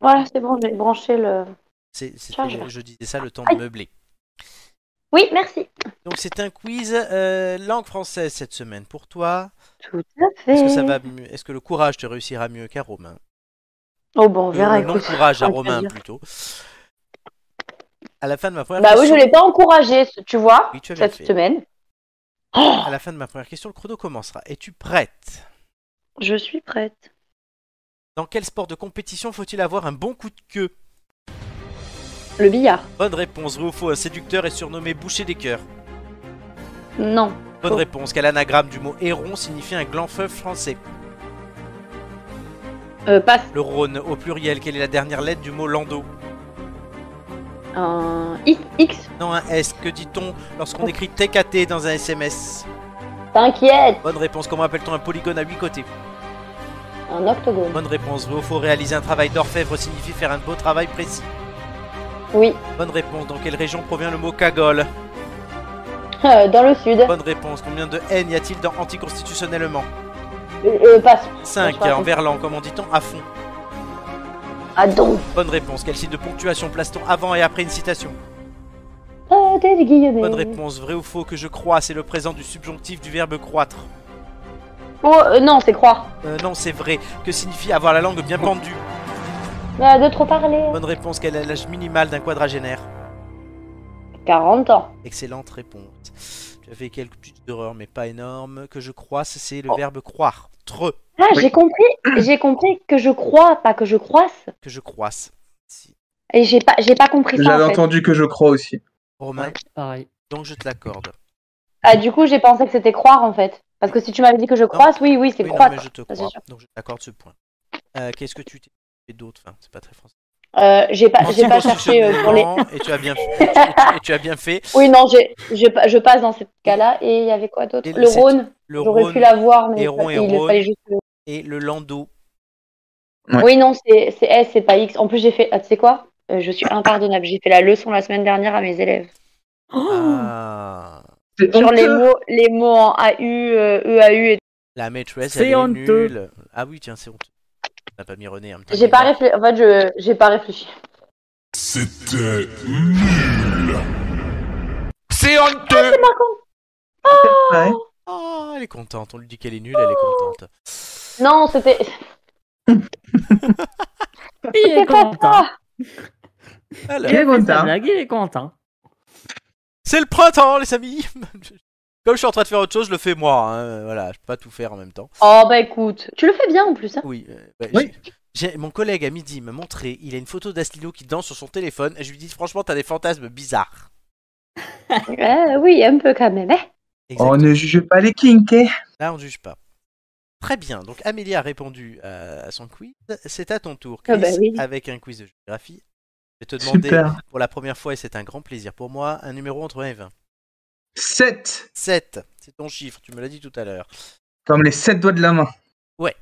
S2: Voilà, c'est bon, j'ai branché le.
S1: C'est, c'était-
S2: Chargeur.
S1: je disais ça le temps de meubler.
S2: Oui, merci.
S1: Donc c'est un quiz euh, langue française cette semaine pour toi.
S2: Tout à fait.
S1: Est-ce que, ça va mieux- Est-ce que le courage te réussira mieux qu'à Romain
S2: Oh, bon, on verra,
S1: Euh, non
S2: écoute.
S1: courage à
S2: avec
S1: Romain
S2: plaisir.
S1: plutôt. À la fin de ma première
S2: Bah oui, je
S1: question,
S2: l'ai pas encouragé, ce- tu vois,
S1: Oui, tu as bien
S2: cette
S1: fait.
S2: semaine.
S1: à la fin de ma première question, le chrono commencera. Es-tu prête
S2: Je suis prête.
S1: Dans quel sport de compétition faut-il avoir un bon coup de queue
S2: Le billard.
S1: Bonne réponse, vrai ou faux, un séducteur est surnommé boucher des cœurs.
S2: Non.
S1: Bonne
S2: Faux.
S1: réponse, quel anagramme du mot héron signifie un gland-feu français
S2: Euh, passe. Euh,
S1: Le Rhône, au pluriel, quelle est la dernière lettre du mot landau
S2: Un I- X.
S1: Non, un S. Que dit-on lorsqu'on
S2: Oh.
S1: écrit TKT dans un SMS
S2: T'inquiète.
S1: Bonne réponse. Comment appelle-t-on un polygone à 8 côtés
S2: Un octogone.
S1: Bonne réponse. Vous faut réaliser un travail d'orfèvre signifie faire un beau travail précis.
S2: Oui.
S1: Bonne réponse. Dans quelle région provient le mot cagole
S2: Euh, dans le sud.
S1: Bonne réponse. Combien de N y a-t-il dans anticonstitutionnellement
S2: Euh, euh, passe.
S1: 5.
S2: Bonsoir.
S1: En verlan, comment dit-on à fond
S2: Ah donc.
S1: Bonne réponse. Quel signe de ponctuation place-t-on avant et après une citation
S2: Ah, t'es guillemets.
S1: Bonne réponse. Vrai ou faux que je crois, c'est le présent du subjonctif du verbe croître
S2: Oh, euh, non, c'est croire.
S1: Euh, non, c'est vrai. Que signifie avoir la langue bien pendue
S2: Euh, de trop parler.
S1: Bonne réponse. Quel est l'âge minimal d'un quadragénaire
S2: 40 ans.
S1: Excellente réponse. Tu as fait quelques petites erreurs, mais pas énormes. Que je croisse, c'est le
S2: Oh.
S1: verbe croire. Tre.
S2: Ah,
S4: Oui.
S2: j'ai compris. J'ai compris que je crois, pas que je croisse.
S1: Que je croisse. Si.
S2: Et j'ai pas, j'ai pas compris ça
S4: J'avais
S2: en fait.
S4: entendu que je crois aussi.
S1: Romain,
S3: Pareil.
S1: donc je te l'accorde.
S2: Ah, du coup, j'ai pensé que c'était croire en fait. Parce que si tu m'avais dit que je croisse, oui, oui, c'est
S1: Oui, non,
S2: croître.
S1: mais je te
S2: Ça, c'est
S1: crois.
S2: sûr.
S1: Donc je t'accorde ce point. Euh, Qu'est-ce que tu t'es fait d'autre Enfin, c'est pas très français.
S2: Euh, j'ai pas, j'ai pas cherché euh, pour les.
S1: Anticonstitutionnellement, Et tu as bien fait. et tu- et tu as bien fait.
S2: Oui, non, j'ai, j'ai pas- je passe dans ce cas-là. Et il y avait quoi d'autre
S1: Et
S2: Le
S1: c'est-
S2: Rhône.
S1: Le
S2: J'aurais
S1: Rhône
S2: pu l'avoir, mais
S1: Et
S2: il
S1: Rhône,
S2: fa-
S1: et
S2: il
S1: Rhône.
S2: fallait juste. le-
S1: et le Landau.
S4: Ouais.
S2: Oui, non, c'est c'est S, c'est pas X. En plus, j'ai fait. Ah, tu sais quoi Euh, Je suis impardonnable. J'ai fait la leçon la semaine dernière à mes élèves. Oh
S1: Ah,
S4: C'est
S2: Sur les
S4: honteux.
S2: mots, les mots en AU, euh, EAU. Et...
S1: la maîtresse,
S3: C'est
S1: elle est
S3: honteux.
S1: nulle. Ah oui, tiens, c'est honteux. T'as pas mis René en même temps.
S2: J'ai pas réfléchi. En fait, je j'ai pas réfléchi.
S14: C'était nul. C'est honteux.
S4: Ouais.
S1: Ah, elle est contente. On lui dit qu'elle est nulle, elle est contente.
S2: Non, c'était.
S3: Il est content.
S1: Alors,
S2: Oh
S4: Il est
S3: C'est sa
S4: content.
S3: blague, il est content.
S1: c'est le printemps, les amis. Comme je suis en train de faire autre chose, je le fais moi. hein, Voilà, je peux pas tout faire en même temps.
S2: Oh bah écoute, tu le fais bien en plus. Hein.
S1: Oui. euh, bah,
S4: Oui.
S1: j'ai- j'ai- Mon collègue à midi m'a montré, il a une photo d'Aslino qui danse sur son téléphone. Et je lui dis, franchement, t'as des fantasmes bizarres.
S2: Ouais, Eh oui, un peu quand même. hein.
S4: On
S3: Oh,
S1: Exactement.
S4: Oh, ne juge pas les kinks. eh.
S1: Là, on juge pas. Très bien. Donc, Amélie a répondu euh, à à son quiz. C'est à ton tour,
S2: Ah
S1: Chris,
S2: bah oui.
S1: avec un quiz de géographie. Je vais te demander
S4: Super.
S1: pour la première fois, et c'est un grand plaisir pour moi, un numéro entre 1 et 20.
S4: 7.
S1: 7, c'est ton chiffre, tu me l'as dit tout à l'heure.
S4: Comme les 7 doigts de la main.
S1: Ouais.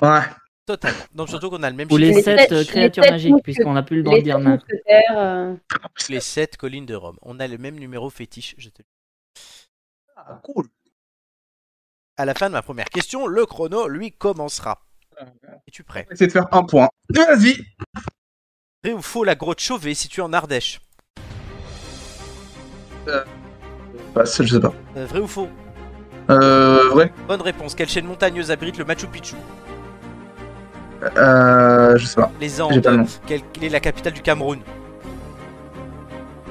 S4: Ouais.
S1: Totalement. Donc, surtout qu'on a le même
S3: Ou
S1: chiffre
S3: les
S2: Les
S3: sept
S2: sept-
S3: euh,
S2: les
S3: créatures
S2: sept
S3: magiques,
S2: mousquetaires.
S3: puisqu'on n'a plus le droit de
S2: Les
S3: dire
S2: sept
S3: nain.
S2: mousquetaires, euh,
S1: que les 7 collines de Rome. On a le même numéro fétiche, je te le dis.
S4: Ah, cool.
S1: À la fin de ma première question, le chrono, lui, commencera.
S4: Euh.
S1: Es-tu prêt
S4: On va essayer de faire un point. Vas-y.
S1: Vrai ou faux, la grotte Chauvet, située en Ardèche
S4: Bah, ça, je sais pas.
S1: Euh, Vrai ou faux
S4: Euh, ouais.
S1: Bonne réponse. Quelle chaîne montagneuse abrite le Machu Picchu
S4: Euh, je sais pas.
S1: Les
S4: J'ai
S1: Andes.
S4: pas le nom.
S1: Quelle quelle est la capitale du Cameroun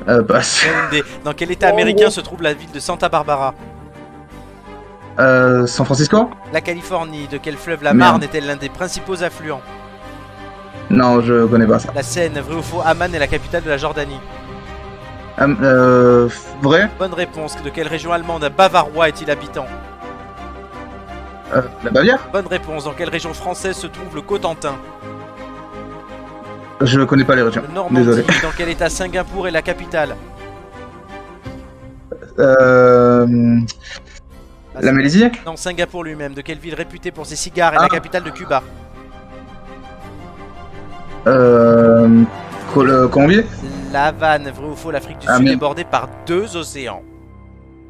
S4: Euh, bah, c'est-
S1: Yaoundé. Dans quel état américain se trouve la ville de Santa Barbara
S4: euh, San Francisco
S1: La Californie. De quel fleuve la
S4: Merde.
S1: Marne est-elle l'un des principaux affluents
S4: Non, je connais pas ça.
S1: La Seine. Vrai ou faux, Amman est la capitale de la Jordanie
S4: Hum, euh, vrai
S1: Bonne réponse. De quelle région allemande un bavarois est-il habitant
S4: Euh, La Bavière
S1: Bonne réponse. Dans quelle région française se trouve le Cotentin
S4: Je connais pas les régions.
S1: Le Normandie.
S4: Désolé.
S1: Dans quel état Singapour est la capitale
S4: Euh, la Malaisie
S1: Non, Singapour lui-même. De quelle ville réputée pour ses cigares est
S4: Ah.
S1: la capitale de Cuba
S4: Euh, Col- euh, Colombie
S1: La Havane. Vrai ou faux, l'Afrique du
S4: Ah,
S1: Sud est
S4: merde.
S1: bordée par deux océans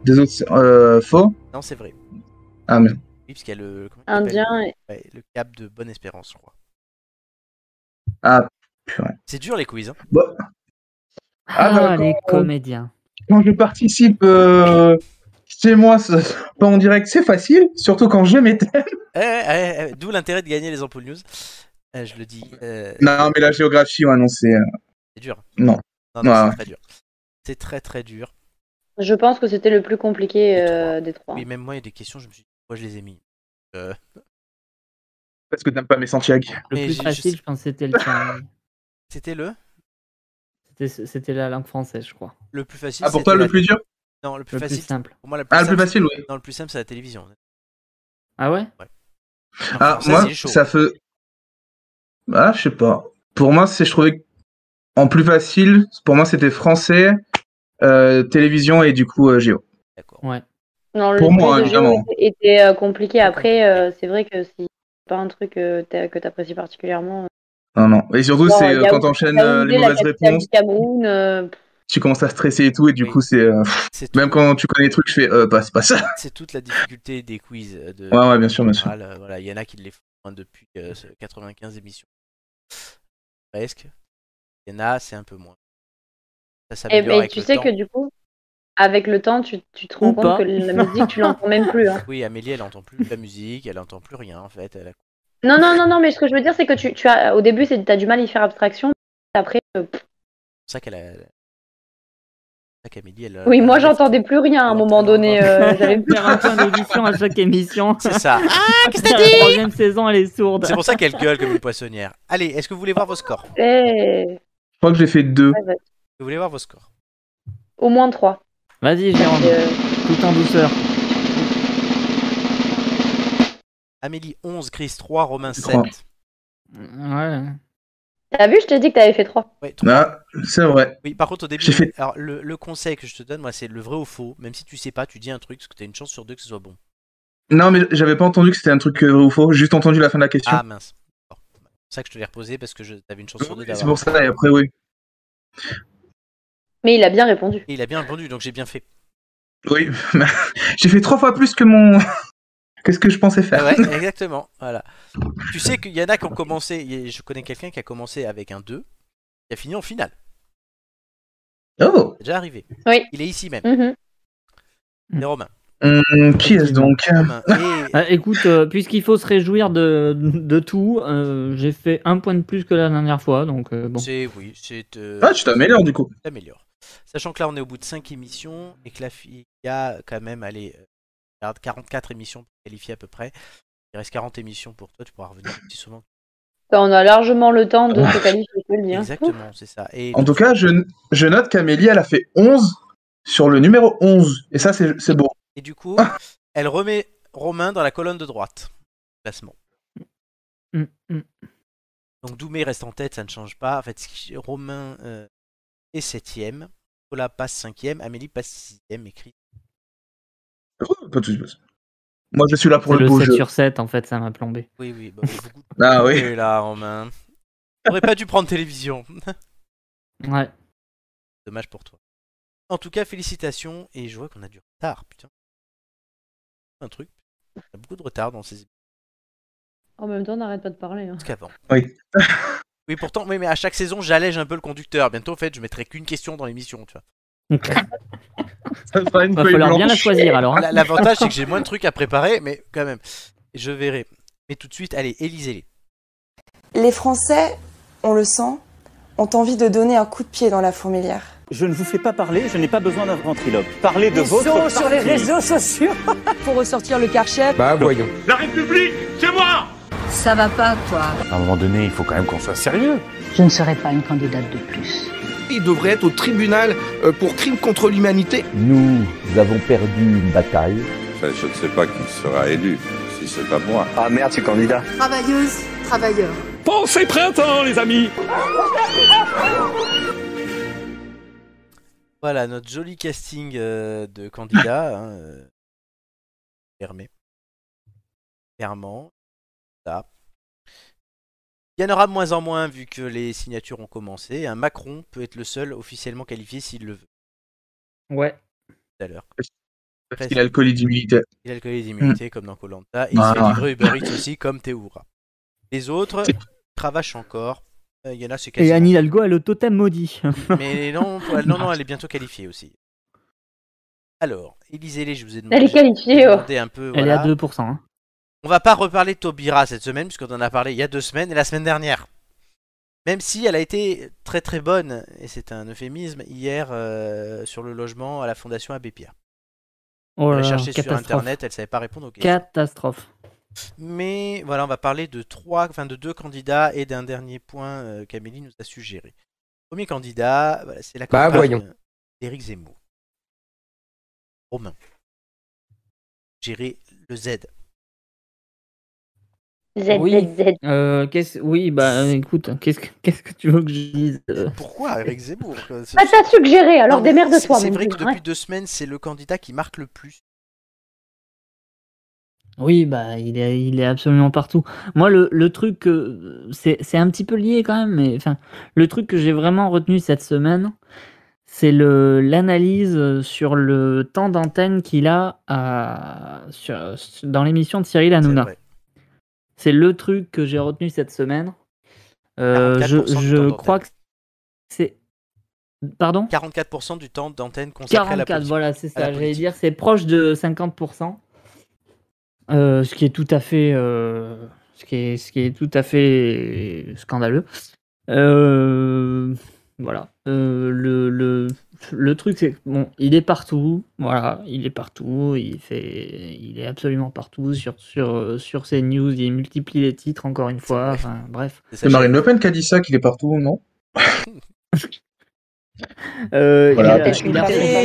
S4: Des autres, euh, faux
S1: Non, c'est vrai.
S4: Ah merde.
S1: Oui, parce qu'il y a le... comment il s'appelle
S2: Indien. et-
S1: Ouais, le cap de Bonne Espérance, je crois.
S4: Ah, purée.
S1: C'est dur les quiz. Hein.
S4: Ah, bah,
S3: Ah, les comédiens.
S4: Quand je participe euh, chez moi, ce- pas en direct, c'est facile, surtout quand je m'étais.
S1: Eh, eh, eh, D'où l'intérêt de gagner les ampoules news. Euh, je le dis, euh,
S4: Non, mais la géographie, ouais, non, c'est. euh,
S1: c'est dur.
S4: Non.
S1: Non, non,
S4: Ouais,
S1: c'est
S4: ouais.
S1: très dur. C'est très très dur.
S2: Je pense que c'était le plus compliqué euh, des trois.
S1: Oui, même moi, il y a des questions, je me suis dit, pourquoi je les ai mis
S4: Parce que t'aimes pas mes Santiago.
S3: Le
S1: Mais
S3: plus
S1: je- je
S3: facile,
S1: sais-
S3: je, pense, c'était le tien.
S1: C'était le
S3: C'était- C'était la langue française, je crois.
S1: Le plus facile.
S4: Ah, pour
S1: c'était
S4: toi, le
S1: la-
S4: plus dur
S1: Non, le plus
S3: Le
S1: facile.
S3: plus simple.
S1: Pour moi, la plus
S4: Ah, le plus
S1: simple,
S4: facile, oui.
S1: c'est- Non, le plus simple, c'est la télévision.
S3: Ah ouais
S1: En
S4: Ah,
S1: français,
S4: moi,
S1: c'est chaud.
S4: ça fait. Ah, je sais pas. Pour moi, c'est, je trouvais. que- En plus facile, pour moi, c'était français, euh, télévision et du coup, euh, géo.
S1: D'accord.
S3: Ouais.
S5: Non, le
S4: Pour moi,
S5: jeu de jeu
S4: évidemment.
S5: était était, euh, compliqué. Après, euh, c'est vrai que si c'est pas un truc euh, t'a- que t'apprécies particulièrement. euh,
S4: Non, non. Et surtout,
S5: Bon,
S4: c'est
S5: il
S4: euh,
S5: y a
S4: quand
S5: aussi
S4: t'enchaînes euh,
S5: Yaoundé,
S4: les
S5: la
S4: mauvaises
S5: capitale
S4: réponses,
S5: du Cameroun, euh, pff,
S4: tu commences à stresser et tout, et du
S1: Oui.
S4: coup, c'est. euh,
S1: C'est tout-
S4: Même quand tu connais les trucs, je fais, euh, bah, c'est pas ça.
S1: c'est toute la difficulté des quiz. euh, De...
S4: Ouais, ouais, bien sûr, bien sûr.
S1: général, euh, voilà, il y en a qui les font hein, depuis euh, ce- 95 émissions. Presque. Il y en a, c'est un peu moins. Ça
S5: eh
S1: s'améliore
S5: ben,
S1: avec
S5: tu
S1: le
S5: sais
S1: temps.
S5: que du coup, avec le temps, tu, tu te rends
S3: Ou
S5: compte
S3: pas.
S5: que la musique, tu l'entends même plus. hein.
S1: Oui, Amélie, elle entend plus la musique, elle entend plus rien en fait. Elle a-
S5: Non, non, non, non, mais ce que je veux dire, c'est que tu, tu as, au début, c'est- t'as du mal à y faire abstraction. Après, euh, pff,
S1: C'est ça qu'elle a. C'est ça qu'Amélie, elle.
S5: oui,
S1: elle
S5: moi,
S1: enlève
S5: j'entendais
S1: tout.
S5: plus rien à un
S1: Elle
S5: moment
S1: entend-
S5: donné. euh, J'avais plus.
S3: Faire un point d'audition à chaque émission.
S1: C'est ça.
S3: Après, la troisième saison, elle est sourde.
S1: C'est pour ça qu'elle gueule comme une poissonnière. Allez, est-ce que vous voulez voir vos scores Est-ce
S5: Eh,
S4: Je crois que j'ai fait deux.
S5: ouais, ouais.
S1: que Vous voulez voir vos scores
S5: Au moins trois.
S3: Vas-y, Jérôme,
S5: Et, euh,
S3: tout en douceur.
S1: Amélie 11, Chris 3, Romain 7.
S4: Trois.
S3: Ouais.
S5: T'as vu, je t'ai dit que t'avais fait trois.
S1: Ouais, trois.
S4: Ah, c'est vrai.
S1: Oui, par contre, au début,
S4: J'ai fait-
S1: alors, le, le conseil que je te donne, moi, c'est le vrai ou faux. Même si tu sais pas, tu dis un truc, parce que tu as une chance sur deux que ce soit bon.
S4: Non, mais j'avais pas entendu que c'était un truc euh, vrai ou faux. J'ai juste entendu la fin de la question.
S1: Ah mince. Bon. C'est pour ça que je te l'ai reposé, parce que je... t'avais une chance sur deux
S4: Oui, c'est
S1: d'avoir.
S4: pour ça, et après, oui.
S5: Mais il a bien répondu.
S1: Et il a bien répondu, donc j'ai bien fait.
S4: Oui, j'ai fait trois fois plus que mon. Qu'est-ce que je pensais faire
S1: Ah ouais, exactement. Voilà. Tu sais qu'il y en a qui ont commencé. et Je connais quelqu'un qui a commencé avec un 2, qui a fini en finale.
S4: Oh
S1: C'est déjà arrivé.
S5: Oui.
S1: Il est ici même.
S5: Mhm.
S4: Mm.
S1: C'est Romain.
S4: Hum, Qui est-ce donc
S1: Romain. Et...
S4: Ah,
S3: Euh, écoute, euh, puisqu'il faut se réjouir de, de tout, euh, j'ai fait un point de plus que la dernière fois, donc euh, bon.
S1: C'est oui, c'est. euh,
S4: Ah, tu t'améliores du coup.
S1: t'améliores. Sachant que là, on est au bout de 5 émissions et que la fille il y a quand même, allez, euh, regarde, 44 émissions pour qualifier à peu près. Il reste 40 émissions pour toi, tu pourras revenir plus souvent.
S5: Bah, on a largement le temps de se qualifier, je te le dis, hein.
S1: Exactement, c'est ça. Et
S4: En tout cas, je, je note qu'Amélie, elle a fait 11 sur le numéro 11. Et ça, c'est c'est bon.
S1: Et du coup, elle remet Romain dans la colonne de droite. Classement.
S3: Mm, mm.
S1: Donc Doumé reste en tête, ça ne change pas. En fait, ce qui- Romain euh, est septième. Nicolas passe cinquième, Amélie passe sixième, et Chris.
S4: Oh, Pas de soucis. Moi, je suis là pour
S3: C'est
S4: le,
S3: le
S4: beau
S3: 7
S4: jeu.
S3: sur 7, en fait, ça m'a plombé.
S1: Oui, oui, bah, beaucoup de
S4: Ah oui.
S1: Et là, Romain. T'aurais pas dû prendre télévision.
S3: Ouais.
S1: Dommage pour toi. En tout cas, félicitations. Et je vois qu'on a du retard, putain. Un truc. On a beaucoup de retard dans ces émissions
S5: En même temps, n'arrête pas de parler. hein.
S1: qu'avant.
S4: Oui.
S1: Oui, pourtant, oui, mais à chaque saison, j'allège un peu le conducteur. Bientôt, en fait, je mettrai qu'une question dans l'émission, tu vois.
S4: Ça sera une
S3: Va
S4: feuille
S3: falloir bien la
S4: blanche.
S3: choisir alors. hein.
S1: La- L'avantage, c'est que j'ai moins de trucs à préparer, mais quand même, je verrai. Mais tout de suite, allez, élisez-les.
S15: Les Français, on le sent, ont envie de donner un coup de pied dans la fourmilière.
S7: Je ne vous fais pas parler, je n'ai pas besoin d'un ventriloque. Parlez de votre parti.
S15: sociaux Pour ressortir le karcher.
S9: Bah voyons.
S10: La République, c'est moi
S11: Ça va pas, quoi.
S7: À un moment donné, il faut quand même qu'on soit sérieux.
S11: Je ne serai pas une candidate de plus.
S16: Il devrait être au tribunal euh, pour crime contre l'humanité.
S7: Nous avons perdu une bataille.
S10: Je ne sais pas qui sera élu, si c'est pas moi.
S16: Ah merde, c'est candidat.
S11: Travailleuse, travailleur.
S10: Pensez printemps, les amis
S1: Voilà, notre joli casting euh, de candidats. hein, euh, fermé. Clairement. Là. Il y en aura de moins en moins vu que les signatures ont commencé. Un Macron peut être le seul officiellement qualifié s'il le veut.
S3: Ouais.
S1: Tout à l'heure.
S4: Parce qu'il a le colis du militaire.
S1: Il a le collier d'immunité comme dans Colanta. Et il
S4: Ah.
S1: se fait livrer Uber Eats aussi comme Théoura. Les autres
S4: C'est-
S1: travachent encore. Euh, Il y en a, c'est
S3: Et
S1: quasi.
S3: Anne Hidalgo, elle le totem maudit.
S1: Mais non, pour- non, non, elle est bientôt qualifiée aussi. Alors, Élisez-les, je vous ai demandé.
S5: Elle est
S1: j'ai
S5: qualifiée. oh.
S1: demandé un peu,
S3: Elle est
S1: voilà.
S3: à 2%. hein.
S1: On va pas reparler de Taubira cette semaine, puisqu'on en a parlé il y a deux semaines et la semaine dernière. Même si elle a été très très bonne, et c'est un euphémisme, hier euh, sur le logement à la Fondation Abbé Pierre.
S3: Oh
S1: On
S3: là
S1: l'a
S3: là,
S1: cherché sur
S3: catastrophe.
S1: internet, elle savait pas répondre aux questions.
S3: Catastrophe.
S1: Mais voilà, on va parler de trois, enfin de deux candidats et d'un dernier point euh, qu'Amélie nous a suggéré. Premier candidat, voilà, c'est la
S16: Bah,
S1: campagne
S16: voyons.
S1: d'Éric Zemmour. Romain. Gérer le Z.
S2: Z,
S3: oui.
S2: Z, Z.
S3: Euh, qu'est-ce- Oui, bah écoute, qu'est-ce que, qu'est-ce que tu veux que je dise euh
S1: Pourquoi Eric Zemmour quoi C'est-
S2: Ah, t'as suggéré, alors
S1: Non, mais
S2: démerde
S1: c'est-
S2: toi.
S1: C'est vrai que depuis deux semaines, c'est le candidat qui marque le plus.
S3: Oui, bah il est, il est absolument partout. Moi, le, le truc, que- c'est c'est un petit peu lié quand même, mais enfin, le truc que j'ai vraiment retenu cette semaine, c'est le l'analyse sur le temps d'antenne qu'il a à- sur- dans l'émission de Cyril Hanouna. C'est le truc que j'ai retenu cette semaine. Euh,
S1: 44% du temps
S3: je je
S1: d'antenne.
S3: crois que c'est Pardon
S1: 44% du temps d'antenne consacré à la
S3: 44,
S1: politique.
S3: voilà, c'est
S1: À la
S3: ça. J'allais
S1: politique.
S3: dire, c'est proche de 50%. euh, ce qui est tout à fait, euh, ce qui est, ce qui est tout à fait scandaleux. Euh, voilà. Euh, le, le, le truc, c'est que, bon, il est partout. Voilà, il est partout. Il fait, il est absolument partout sur sur sur ces news. Il multiplie les titres encore une fois. Enfin, bref.
S4: C'est Marine Le Pen qui a dit ça, qu'il est partout, non
S3: Euh,
S4: Voilà.
S3: il a- il a-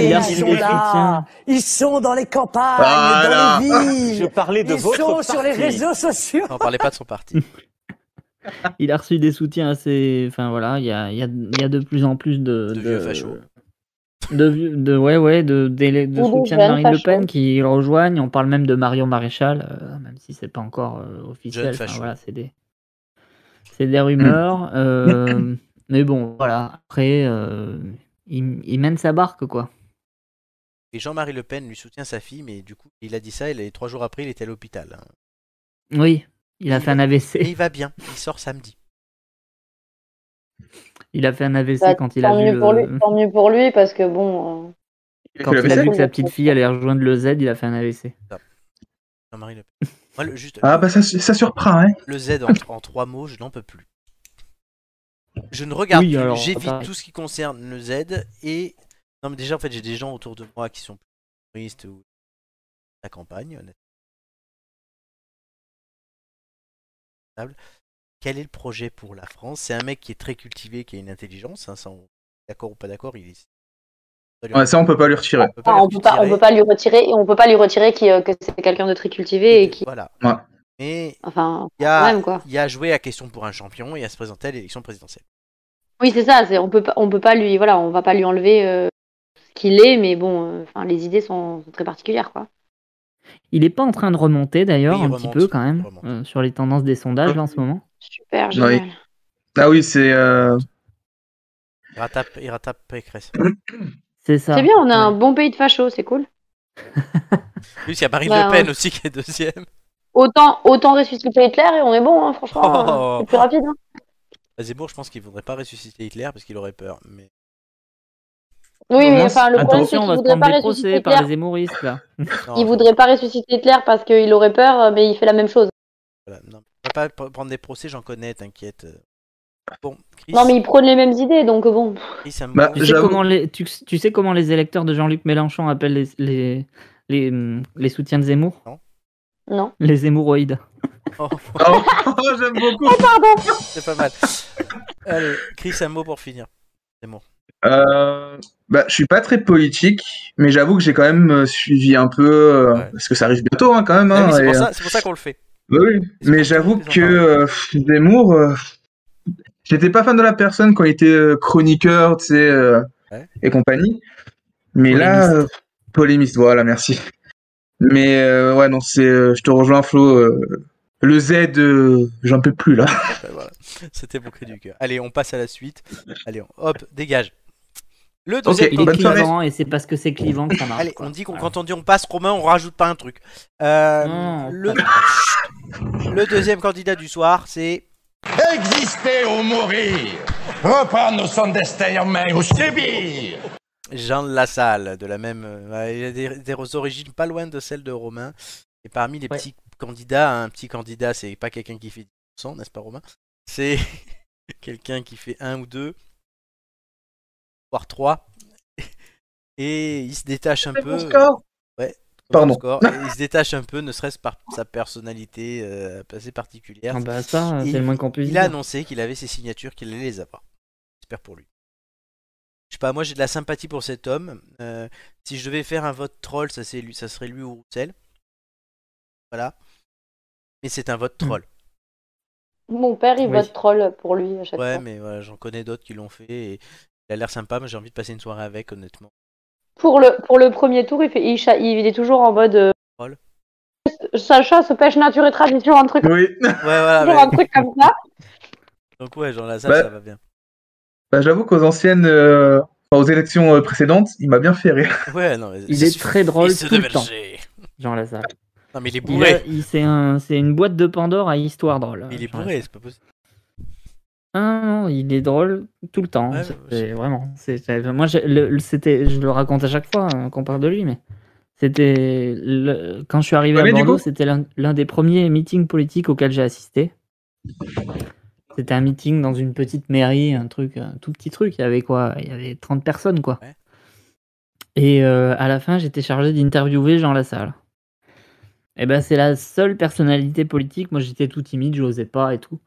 S3: il a-
S13: Ils sont
S3: il a-
S13: là, ils sont dans les campagnes,
S7: Voilà.
S13: dans les villes.
S7: Je parlais de
S13: ils
S7: votre
S13: sont sur les
S7: parti.
S13: réseaux sociaux.
S1: On parlait pas de son parti.
S3: il a reçu des soutiens assez. Enfin voilà, il y a, il y a- il y a de plus en plus de. De
S1: vieux fachos.
S3: De, vieux- de- ouais, ouais, de, d'élé- de
S1: Ou de
S3: soutiens de
S1: jeunes
S3: Marine Le
S1: fachos.
S3: Pen qui le rejoignent. On parle même de Marion Maréchal, euh, même si c'est pas encore euh, officiel.
S1: Jeunes
S3: Enfin,
S1: fachos.
S3: voilà, c'est des, c'est des rumeurs. euh, mais bon, voilà. Après, euh, il, il mène sa barque, quoi.
S1: Et Jean-Marie Le Pen lui soutient sa fille, mais du coup, il a dit ça, et les trois jours après, il était à l'hôpital. hein.
S3: Oui, il a fait un
S1: Mais
S3: AVC.
S1: il va bien, il sort samedi.
S3: Il a fait un AVC
S2: Bah,
S3: quand il a
S2: tant
S3: vu.
S2: mieux pour
S3: le-
S2: lui, tant mieux pour lui, parce que bon. euh,
S3: Quand il a vu que sa petite fille allait rejoindre le Z, il a fait un AVC.
S1: Jean-Marie Le Pen. Moi, le, juste,
S4: Ah bah ça, ça surprend, hein
S1: le Z en, en trois mots, je n'en peux plus. Je ne regarde
S3: Oui,
S1: plus,
S3: alors,
S1: j'évite
S3: pareil.
S1: tout ce qui concerne le Z, et... Non, mais déjà, en fait, j'ai des gens autour de moi qui sont plus touristes ou la campagne, honnêtement. Table. Quel est le projet pour la France C'est un mec qui est très cultivé, qui a une intelligence, hein, ça, on- d'accord ou pas d'accord, il est...
S4: Ouais, ça on peut pas lui retirer.
S1: peut
S2: ah,
S1: lui
S2: on peut pas, on
S1: retirer.
S2: peut pas lui retirer, et on peut pas lui retirer qui, euh, que c'est quelqu'un de très cultivé et qui.
S1: Voilà.
S4: Ouais.
S1: Mais
S2: Enfin,
S1: il y a,
S2: quand même, quoi.
S1: il y a joué à question pour un champion et à se présenter à l'élection présidentielle.
S2: Oui, c'est ça. C'est, on peut pas, on peut pas lui, voilà, on va pas lui enlever euh, ce qu'il est, mais bon, euh, enfin, les idées sont, sont très particulières, quoi.
S3: Il est pas en train de remonter d'ailleurs,
S4: Oui, il
S3: un
S4: remonte,
S3: petit peu quand même, euh, sur les tendances des sondages là en ce moment.
S2: Super,
S4: Oui.
S2: génial.
S4: Ah oui, c'est... euh,
S1: Il rattrape, il rattrape Pécresse.
S3: C'est ça.
S2: C'est bien, on a un bon pays de fachos, c'est cool.
S1: Plus, il y a Marine
S2: Bah,
S1: Le Pen
S2: ouais.
S1: aussi qui est deuxième.
S2: Autant, autant ressusciter Hitler et on est bon, hein, franchement,
S1: Oh.
S2: euh, c'est plus rapide. hein.
S1: Bah, Zemmour, je pense qu'il voudrait pas ressusciter Hitler parce qu'il aurait peur. Mais
S2: Oui, mais
S1: mince.
S2: enfin, le problème, c'est
S3: Attention, on
S2: qu'il
S3: va se
S2: voudrait
S3: prendre
S2: pas
S3: des
S2: ressusciter
S3: procès par les
S2: Hitler.
S3: hémoristes là.
S1: Non,
S2: Il
S1: je-
S2: voudrait pas ressusciter Hitler parce qu'il aurait peur, euh, mais il fait la même chose.
S1: voilà, non, on va pas pr- prendre des procès, j'en connais, t'inquiète. Bon, Chris,
S2: Non, mais il prône les mêmes idées, donc euh, bon. pff,
S1: Chris, ça me-
S4: Bah,
S3: Tu sais, comment les, tu, tu sais comment les électeurs de Jean-Luc Mélenchon appellent les, les, les, hum, les soutiens de Zemmour
S2: Non.
S3: Les Zemouroïdes.
S1: Oh,
S4: j'aime beaucoup.
S1: c'est pas mal. Allez, Chris, un mot pour finir. Zemmour.
S4: Euh, bah, je suis pas très politique, mais j'avoue que j'ai quand même euh, suivi un peu, euh, parce que ça arrive bientôt hein, quand même.
S1: Ah
S4: hein,
S1: oui, c'est
S4: et,
S1: pour
S4: euh,
S1: ça, c'est pour ça qu'on le fait.
S4: bah oui, mais j'avoue que euh, pff, Zemmour, euh, j'étais pas fan de la personne quand il était euh, chroniqueur, tu sais, euh,
S1: Ouais.
S4: et compagnie. Mais là, euh, polémiste, voilà, merci. Mais euh, ouais, non, c'est, euh, je te rejoins Flo, euh, le Z, euh, j'en peux plus là.
S1: Ouais, voilà. C'était mon cri du cœur. Allez, on passe à la suite. Allez, on- hop, dégage. Le deuxième
S3: il est
S1: candidat-
S3: clivant et c'est parce que c'est clivant que ça marche.
S1: Allez,
S3: quoi. Ah.
S1: on dit qu'on quand on dit on passe Romain, on rajoute pas un truc. Euh, le... Chut. le deuxième candidat du soir, c'est
S10: Exister ou mourir, reprendre son destin en main ou subir.
S1: Jean de la Salle, de la même, euh, il a des, des origines pas loin de celles de Romain. Et parmi les petits candidats, un petit candidat, c'est pas quelqu'un qui fait 10%, n'est-ce pas Romain C'est quelqu'un qui fait 1 ou 2, voire 3. Et il se détache un
S4: Très
S1: peu.
S4: bon score.
S1: Ouais. très
S4: Pardon.
S1: bon score. Et il se détache un peu, ne serait-ce par sa personnalité euh, assez particulière.
S3: Ah bah ça,
S1: Et
S3: c'est le moins qu'on puisse
S1: Il a
S3: dire.
S1: annoncé qu'il avait ses signatures, qu'il allait les avoir. J'espère pour lui. Je sais pas, moi j'ai de la sympathie pour cet homme. Euh, si je devais faire un vote troll, ça, c'est lui, ça serait lui ou Roussel. Voilà. Mais c'est un vote troll.
S2: Mon père, il
S1: Oui.
S2: vote troll pour lui à chaque
S1: Ouais,
S2: fois.
S1: mais voilà, j'en connais d'autres qui l'ont fait et il a l'air sympa, mais j'ai envie de passer une soirée avec, honnêtement.
S2: Pour le, pour le premier tour, il, fait, il, cha- il est toujours en mode. euh,
S1: Troll.
S2: sa chasse aux pêches nature et tradition, un truc,
S4: Oui.
S1: Ah Ouais, voilà.
S2: toujours
S1: mais-
S2: un truc comme ça.
S1: Donc, ouais, genre là, ça,
S4: Ouais.
S1: ça va bien.
S4: Bah, J'avoue qu'aux anciennes, euh, enfin, aux élections euh, précédentes, il m'a bien fait rire.
S1: Ouais, non, mais
S3: Il
S1: ça
S3: est
S1: suffit,
S3: très drôle
S1: fils de
S3: tout le temps.
S1: berger.
S3: Jean Lazare.
S1: Non, mais il est
S3: Il a-
S1: bourré.
S3: il- C'est un, c'est une boîte de Pandore à histoire drôle.
S1: Il est
S3: Jean
S1: bourré,
S3: Lazare.
S1: c'est pas possible.
S3: Ah non, il est drôle tout le temps.
S1: Ouais,
S4: bah,
S3: C'est-
S1: je sais.
S3: vraiment. c'est- c'est- moi, je le, le- c'était, je le raconte à chaque fois hein, qu'on parle de lui, mais c'était le- quand je suis arrivé
S4: Ouais, mais
S3: à
S4: du
S3: Bordeaux,
S4: coup-
S3: c'était l'un l'un des premiers meetings politiques auxquels j'ai assisté. C'était un meeting dans une petite mairie, un truc, un tout petit truc. Il y avait quoi Il y avait 30 personnes, quoi. Et euh, à la fin, j'étais chargé d'interviewer Jean Lassalle. Et ben, c'est la seule personnalité politique. Moi, j'étais tout timide, j'osais pas et tout.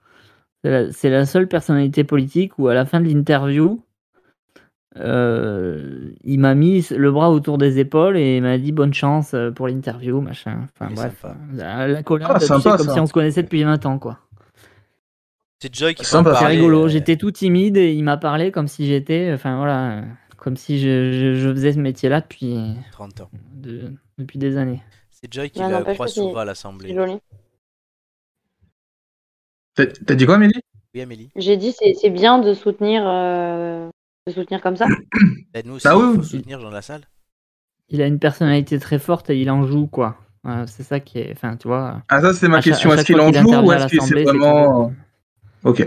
S3: C'est la, c'est la seule personnalité politique où, à la fin de l'interview, euh, il m'a mis le bras autour des épaules et il m'a dit bonne chance euh, pour l'interview, machin. Enfin,
S1: Il est
S3: bref.
S1: sympa.
S3: La, la collab,
S4: Ah,
S3: tu sais,
S4: sympa,
S3: comme
S4: ça.
S3: si on se connaissait depuis 20 ans, quoi.
S1: C'est Joy qui
S4: Sympa.
S1: parle.
S4: C'est
S3: C'est
S4: Parler,
S1: euh,
S3: rigolo, j'étais tout timide et il m'a parlé comme si j'étais, enfin voilà, comme si je, je- je faisais ce métier-là depuis, euh,
S1: 30 ans.
S3: de- depuis des années.
S1: C'est Joy qui
S2: Non,
S1: la
S2: n'empêche
S1: croise
S2: que c'est-
S1: souvent à
S2: C'est
S1: l'Assemblée.
S2: joli.
S4: T'as t'as dit quoi, Amélie
S1: Oui, Amélie.
S2: J'ai dit, c'est c'est bien de soutenir, euh, de soutenir comme ça.
S1: Bah, nous aussi,
S4: Bah oui,
S1: il faut
S4: oui.
S1: soutenir Jean Lassalle.
S3: Il a une personnalité très forte et il en joue, quoi. Voilà, c'est ça qui est, enfin tu vois.
S4: Ah, ça, c'est
S3: à
S4: ma
S3: chaque-
S4: question.
S3: à
S4: Est-ce
S3: chaque
S4: qu'il
S3: fois
S4: en
S3: qu'il
S4: joue
S3: intervient
S4: ou
S3: à
S4: est-ce que c'est
S3: l'Assemblée, c'est
S4: vraiment. Ok.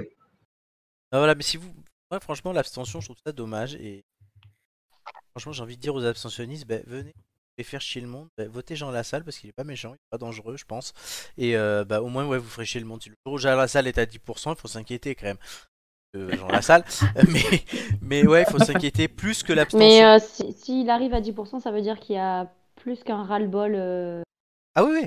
S1: Ah, voilà, mais si vous. Ouais, franchement, l'abstention, je trouve ça dommage. Et franchement, j'ai envie de dire aux abstentionnistes, ben, venez et faire chier le monde, ben, votez Jean Lassalle parce qu'il est pas méchant, il est pas dangereux, je pense. Et euh, bah, au moins, ouais, vous ferez chier le monde. Si le jour où Jean Lassalle est à 10%, il faut s'inquiéter quand même. Euh, Jean Lassalle, mais, mais ouais, il faut s'inquiéter plus que l'abstention.
S2: Mais euh, si- s'il arrive à 10%, ça veut dire qu'il y a plus qu'un ras-le-bol. euh,
S1: Ah oui, oui.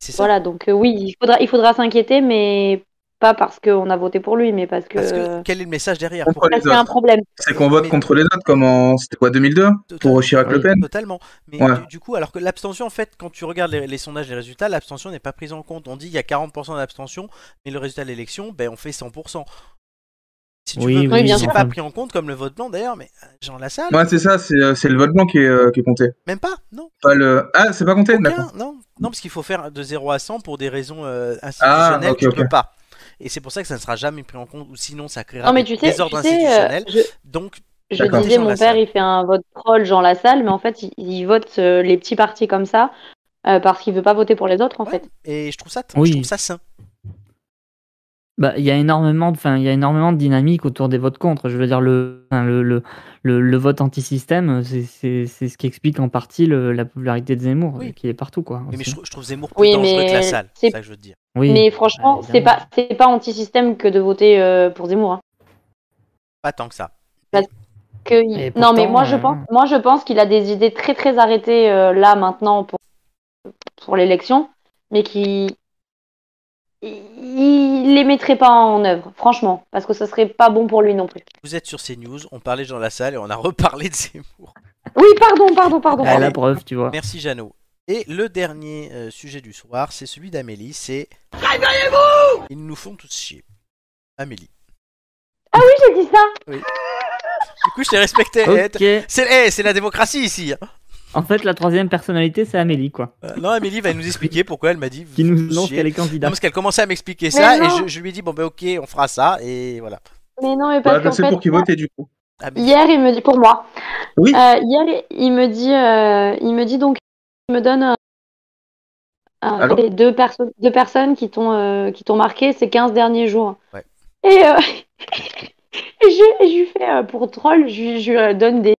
S1: C'est ça.
S2: Voilà, donc euh, oui, il faudra, il faudra s'inquiéter, mais pas parce qu'on a voté pour lui, mais parce que.
S1: Parce que quel est le message derrière
S4: On
S1: Pourquoi
S4: peut
S2: parce qu'il y a un problème.
S4: C'est qu'on vote contre les autres, comme en. C'était quoi, 2002 Pour Chirac Le Pen
S1: Totalement. Mais
S4: Ouais.
S1: du, du coup, alors que l'abstention, en fait, quand tu regardes les, les sondages, les résultats, l'abstention n'est pas prise en compte. On dit il y a 40% d'abstention, mais le résultat de l'élection, ben, on fait 100%. Si tu
S3: Oui,
S1: veux,
S2: oui, bien
S1: c'est
S2: sûr.
S1: pas pris en compte comme le vote blanc d'ailleurs, mais euh, Jean Lassalle,
S4: Ouais, c'est ça, c'est euh, c'est le vote blanc qui est, euh, qui est compté.
S1: même pas, non.
S4: Pas le... Ah, c'est pas compté
S1: Aucun,
S4: D'accord.
S1: non, non, parce qu'il faut faire de 0 à 100 pour des raisons euh,
S4: Ah,
S1: institutionnelles,
S4: ok,
S1: tu
S4: ok.
S1: peux pas. Et c'est pour ça que ça ne sera jamais pris en compte, ou sinon ça créera
S2: Non, mais
S1: des
S2: tu sais, tu
S1: désordres
S2: sais, euh,
S1: institutionnels.
S2: je,
S1: Donc,
S2: je
S4: D'accord.
S2: disais,
S1: Jean
S2: mon
S1: Lassalle.
S2: père, il fait un vote troll, Jean Lassalle, mais en fait, il, il vote euh, les petits partis comme ça euh, parce qu'il veut pas voter pour les autres, en
S1: Ouais,
S2: fait.
S1: et je trouve ça,
S3: Oui.
S1: je trouve ça sain.
S3: Bah, il y a énormément de, enfin, il y a énormément de dynamique autour des votes contre. Je veux dire le, enfin, le, le, le, le vote anti-système, c'est- c'est c'est ce qui explique en partie le- la popularité de Zemmour,
S1: Oui.
S3: qui est partout, quoi.
S1: Oui, mais
S3: aussi.
S1: je, trou- je trouve Zemmour plus
S2: Oui,
S1: dangereux
S2: mais
S1: que Lassalle, c'est
S2: c'est-
S1: ça que je veux te dire.
S3: Oui.
S2: Mais franchement,
S3: Ouais,
S2: c'est pas, c'est pas anti-système que de voter euh, pour Zemmour. hein.
S1: Pas tant que ça.
S2: Que il-
S3: Et
S2: Non, mais
S3: pourtant,
S2: moi, je
S3: euh,
S2: pense, moi, je pense qu'il a des idées très, très arrêtées euh, là, maintenant, pour, pour l'élection, mais qui. Il il les mettrait pas en œuvre, franchement, parce que ce serait pas bon pour lui non plus.
S1: Vous êtes sur CNews, on parlait Jean Lassalle et on a reparlé de Zemmour.
S2: Oui, pardon, pardon, pardon.
S3: Ah, la
S1: Allez.
S3: preuve, tu vois.
S1: Merci Jeannot. Et le dernier euh, sujet du soir, c'est celui d'Amélie, c'est... Réveillez-vous Ils nous font tous chier. Amélie.
S2: Oui, j'ai dit ça.
S1: Du coup, je t'ai respecté. eh, t-
S3: Ok.
S1: C'est eh, c'est la démocratie ici. hein.
S3: En fait, la troisième personnalité, c'est Amélie, quoi,
S1: Euh, non, Amélie va nous expliquer pourquoi elle m'a dit... vous
S3: qui
S1: faites
S3: nous
S1: tous
S3: annonce
S1: chier.
S3: qu'elle est
S1: Non,
S3: candidate.
S1: parce qu'elle commençait à m'expliquer ça
S2: Mais
S1: et
S2: non.
S1: je, je lui ai dit, bon ben ok, on fera ça et voilà.
S2: Mais non, mais
S4: Bah,
S2: parce
S4: je
S2: qu'en
S4: sais
S2: fait,
S4: pour qui voter du coup.
S1: Amélie.
S2: Hier, il me dit, pour moi,
S4: Oui.
S2: Euh, hier, il me dit, euh, il me dit donc, il me donne euh, un-
S4: Allô
S2: les deux, perso- deux personnes qui t'ont euh, qui t'ont marqué ces 15 derniers jours.
S1: Ouais.
S2: Et, euh, et je, et je lui fais, euh, pour troll, je, lui- je lui donne des,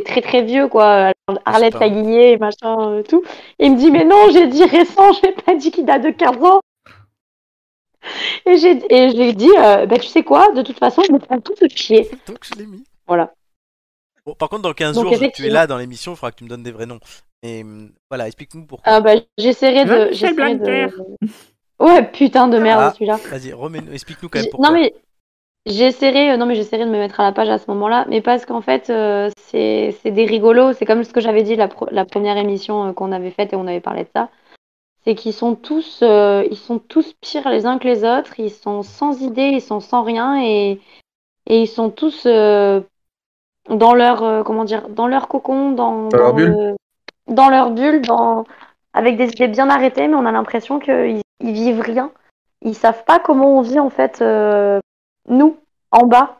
S2: des très très vieux, quoi, euh, Arlette
S1: pas.
S2: Laguillé, machin, euh, tout. Et il me dit, mais non, j'ai dit récent, j'ai pas dit qu'il date de 15 ans. Et, j'ai, et je lui ai dit, euh, bah, tu sais quoi, de toute façon, je me prends tout de chier.
S1: Donc je l'ai mis.
S2: Voilà.
S1: Bon, par contre, dans 15
S2: Donc,
S1: jours, je- tu es
S2: effectivement.
S1: là dans l'émission, il faudra que tu me donnes des vrais noms. Et hum, voilà, explique-nous pourquoi.
S2: Ah bah, j'essaierai de.
S3: Michel
S2: j'essaierai
S3: Blanquer.
S2: de- Ouais, putain de merde
S1: Ah,
S2: celui-là.
S1: Vas-y, remets- explique-nous quand même
S2: J'ai-
S1: pourquoi.
S2: Non mais j'essaierai, euh, non mais j'essaierai de me mettre à la page à ce moment-là, mais parce qu'en fait euh, c'est c'est des rigolos. C'est comme ce que j'avais dit la, pro- la première émission euh, qu'on avait faite et on avait parlé de ça. c'est qu'ils sont tous, euh, ils sont tous pires les uns que les autres. Ils sont sans idée, ils sont sans rien et, et ils sont tous euh, dans leur, euh, comment dire, dans leur cocon, dans,
S4: Dans leur bulle.
S2: le- dans leur bulle, dans, avec des idées bien arrêtées, mais on a l'impression qu'ils ils vivent rien. Ils savent pas comment on vit en fait euh, nous en bas,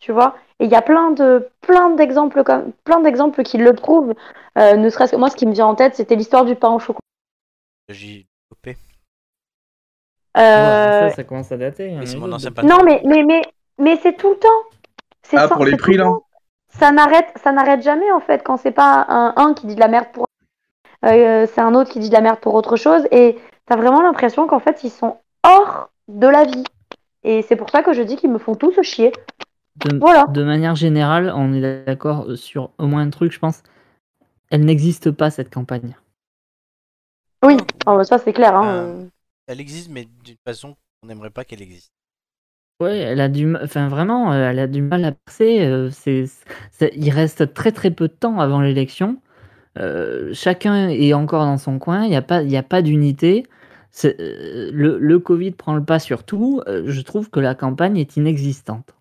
S2: tu vois. Et il y a plein de plein d'exemples comme plein d'exemples qui le prouvent. Euh, ne serait-ce que moi, ce qui me vient en tête, c'était l'histoire du pain au chocolat.
S1: J'ai loupé.
S2: Euh,
S3: Ça, ça commence à dater. il y en a
S1: c'est
S3: eu
S1: mon
S3: d'autres
S1: ancien
S3: depuis.
S2: non, mais, mais, mais, mais c'est tout le temps. C'est
S4: Ah,
S2: sans-
S4: pour les
S2: c'est
S4: prix,
S2: tout le
S4: là
S2: temps. Ça n'arrête, ça n'arrête jamais, en fait, quand c'est pas un, un qui dit de la merde pour. Euh, c'est un autre qui dit de la merde pour autre chose. Et t'as vraiment l'impression qu'en fait, ils sont hors de la vie. Et c'est pour ça que je dis qu'ils me font tous chier.
S3: De,
S2: Voilà.
S3: de manière générale, on est d'accord euh, sur au moins un truc, je pense. Elle n'existe pas, cette campagne.
S2: Oui, Ah, bah, ça, c'est clair. hein.
S1: Euh, Elle existe, mais d'une façon qu'on n'aimerait pas qu'elle existe.
S3: Ouais, elle a du, ma- enfin vraiment, euh, elle a du mal à percer. euh, c'est, c'est- il reste très très peu de temps avant l'élection. Euh, chacun est encore dans son coin. Il n'y a pas, il y a pas d'unité. C'est- euh, le, le Covid prend le pas sur tout. Euh, je trouve que la campagne est inexistante.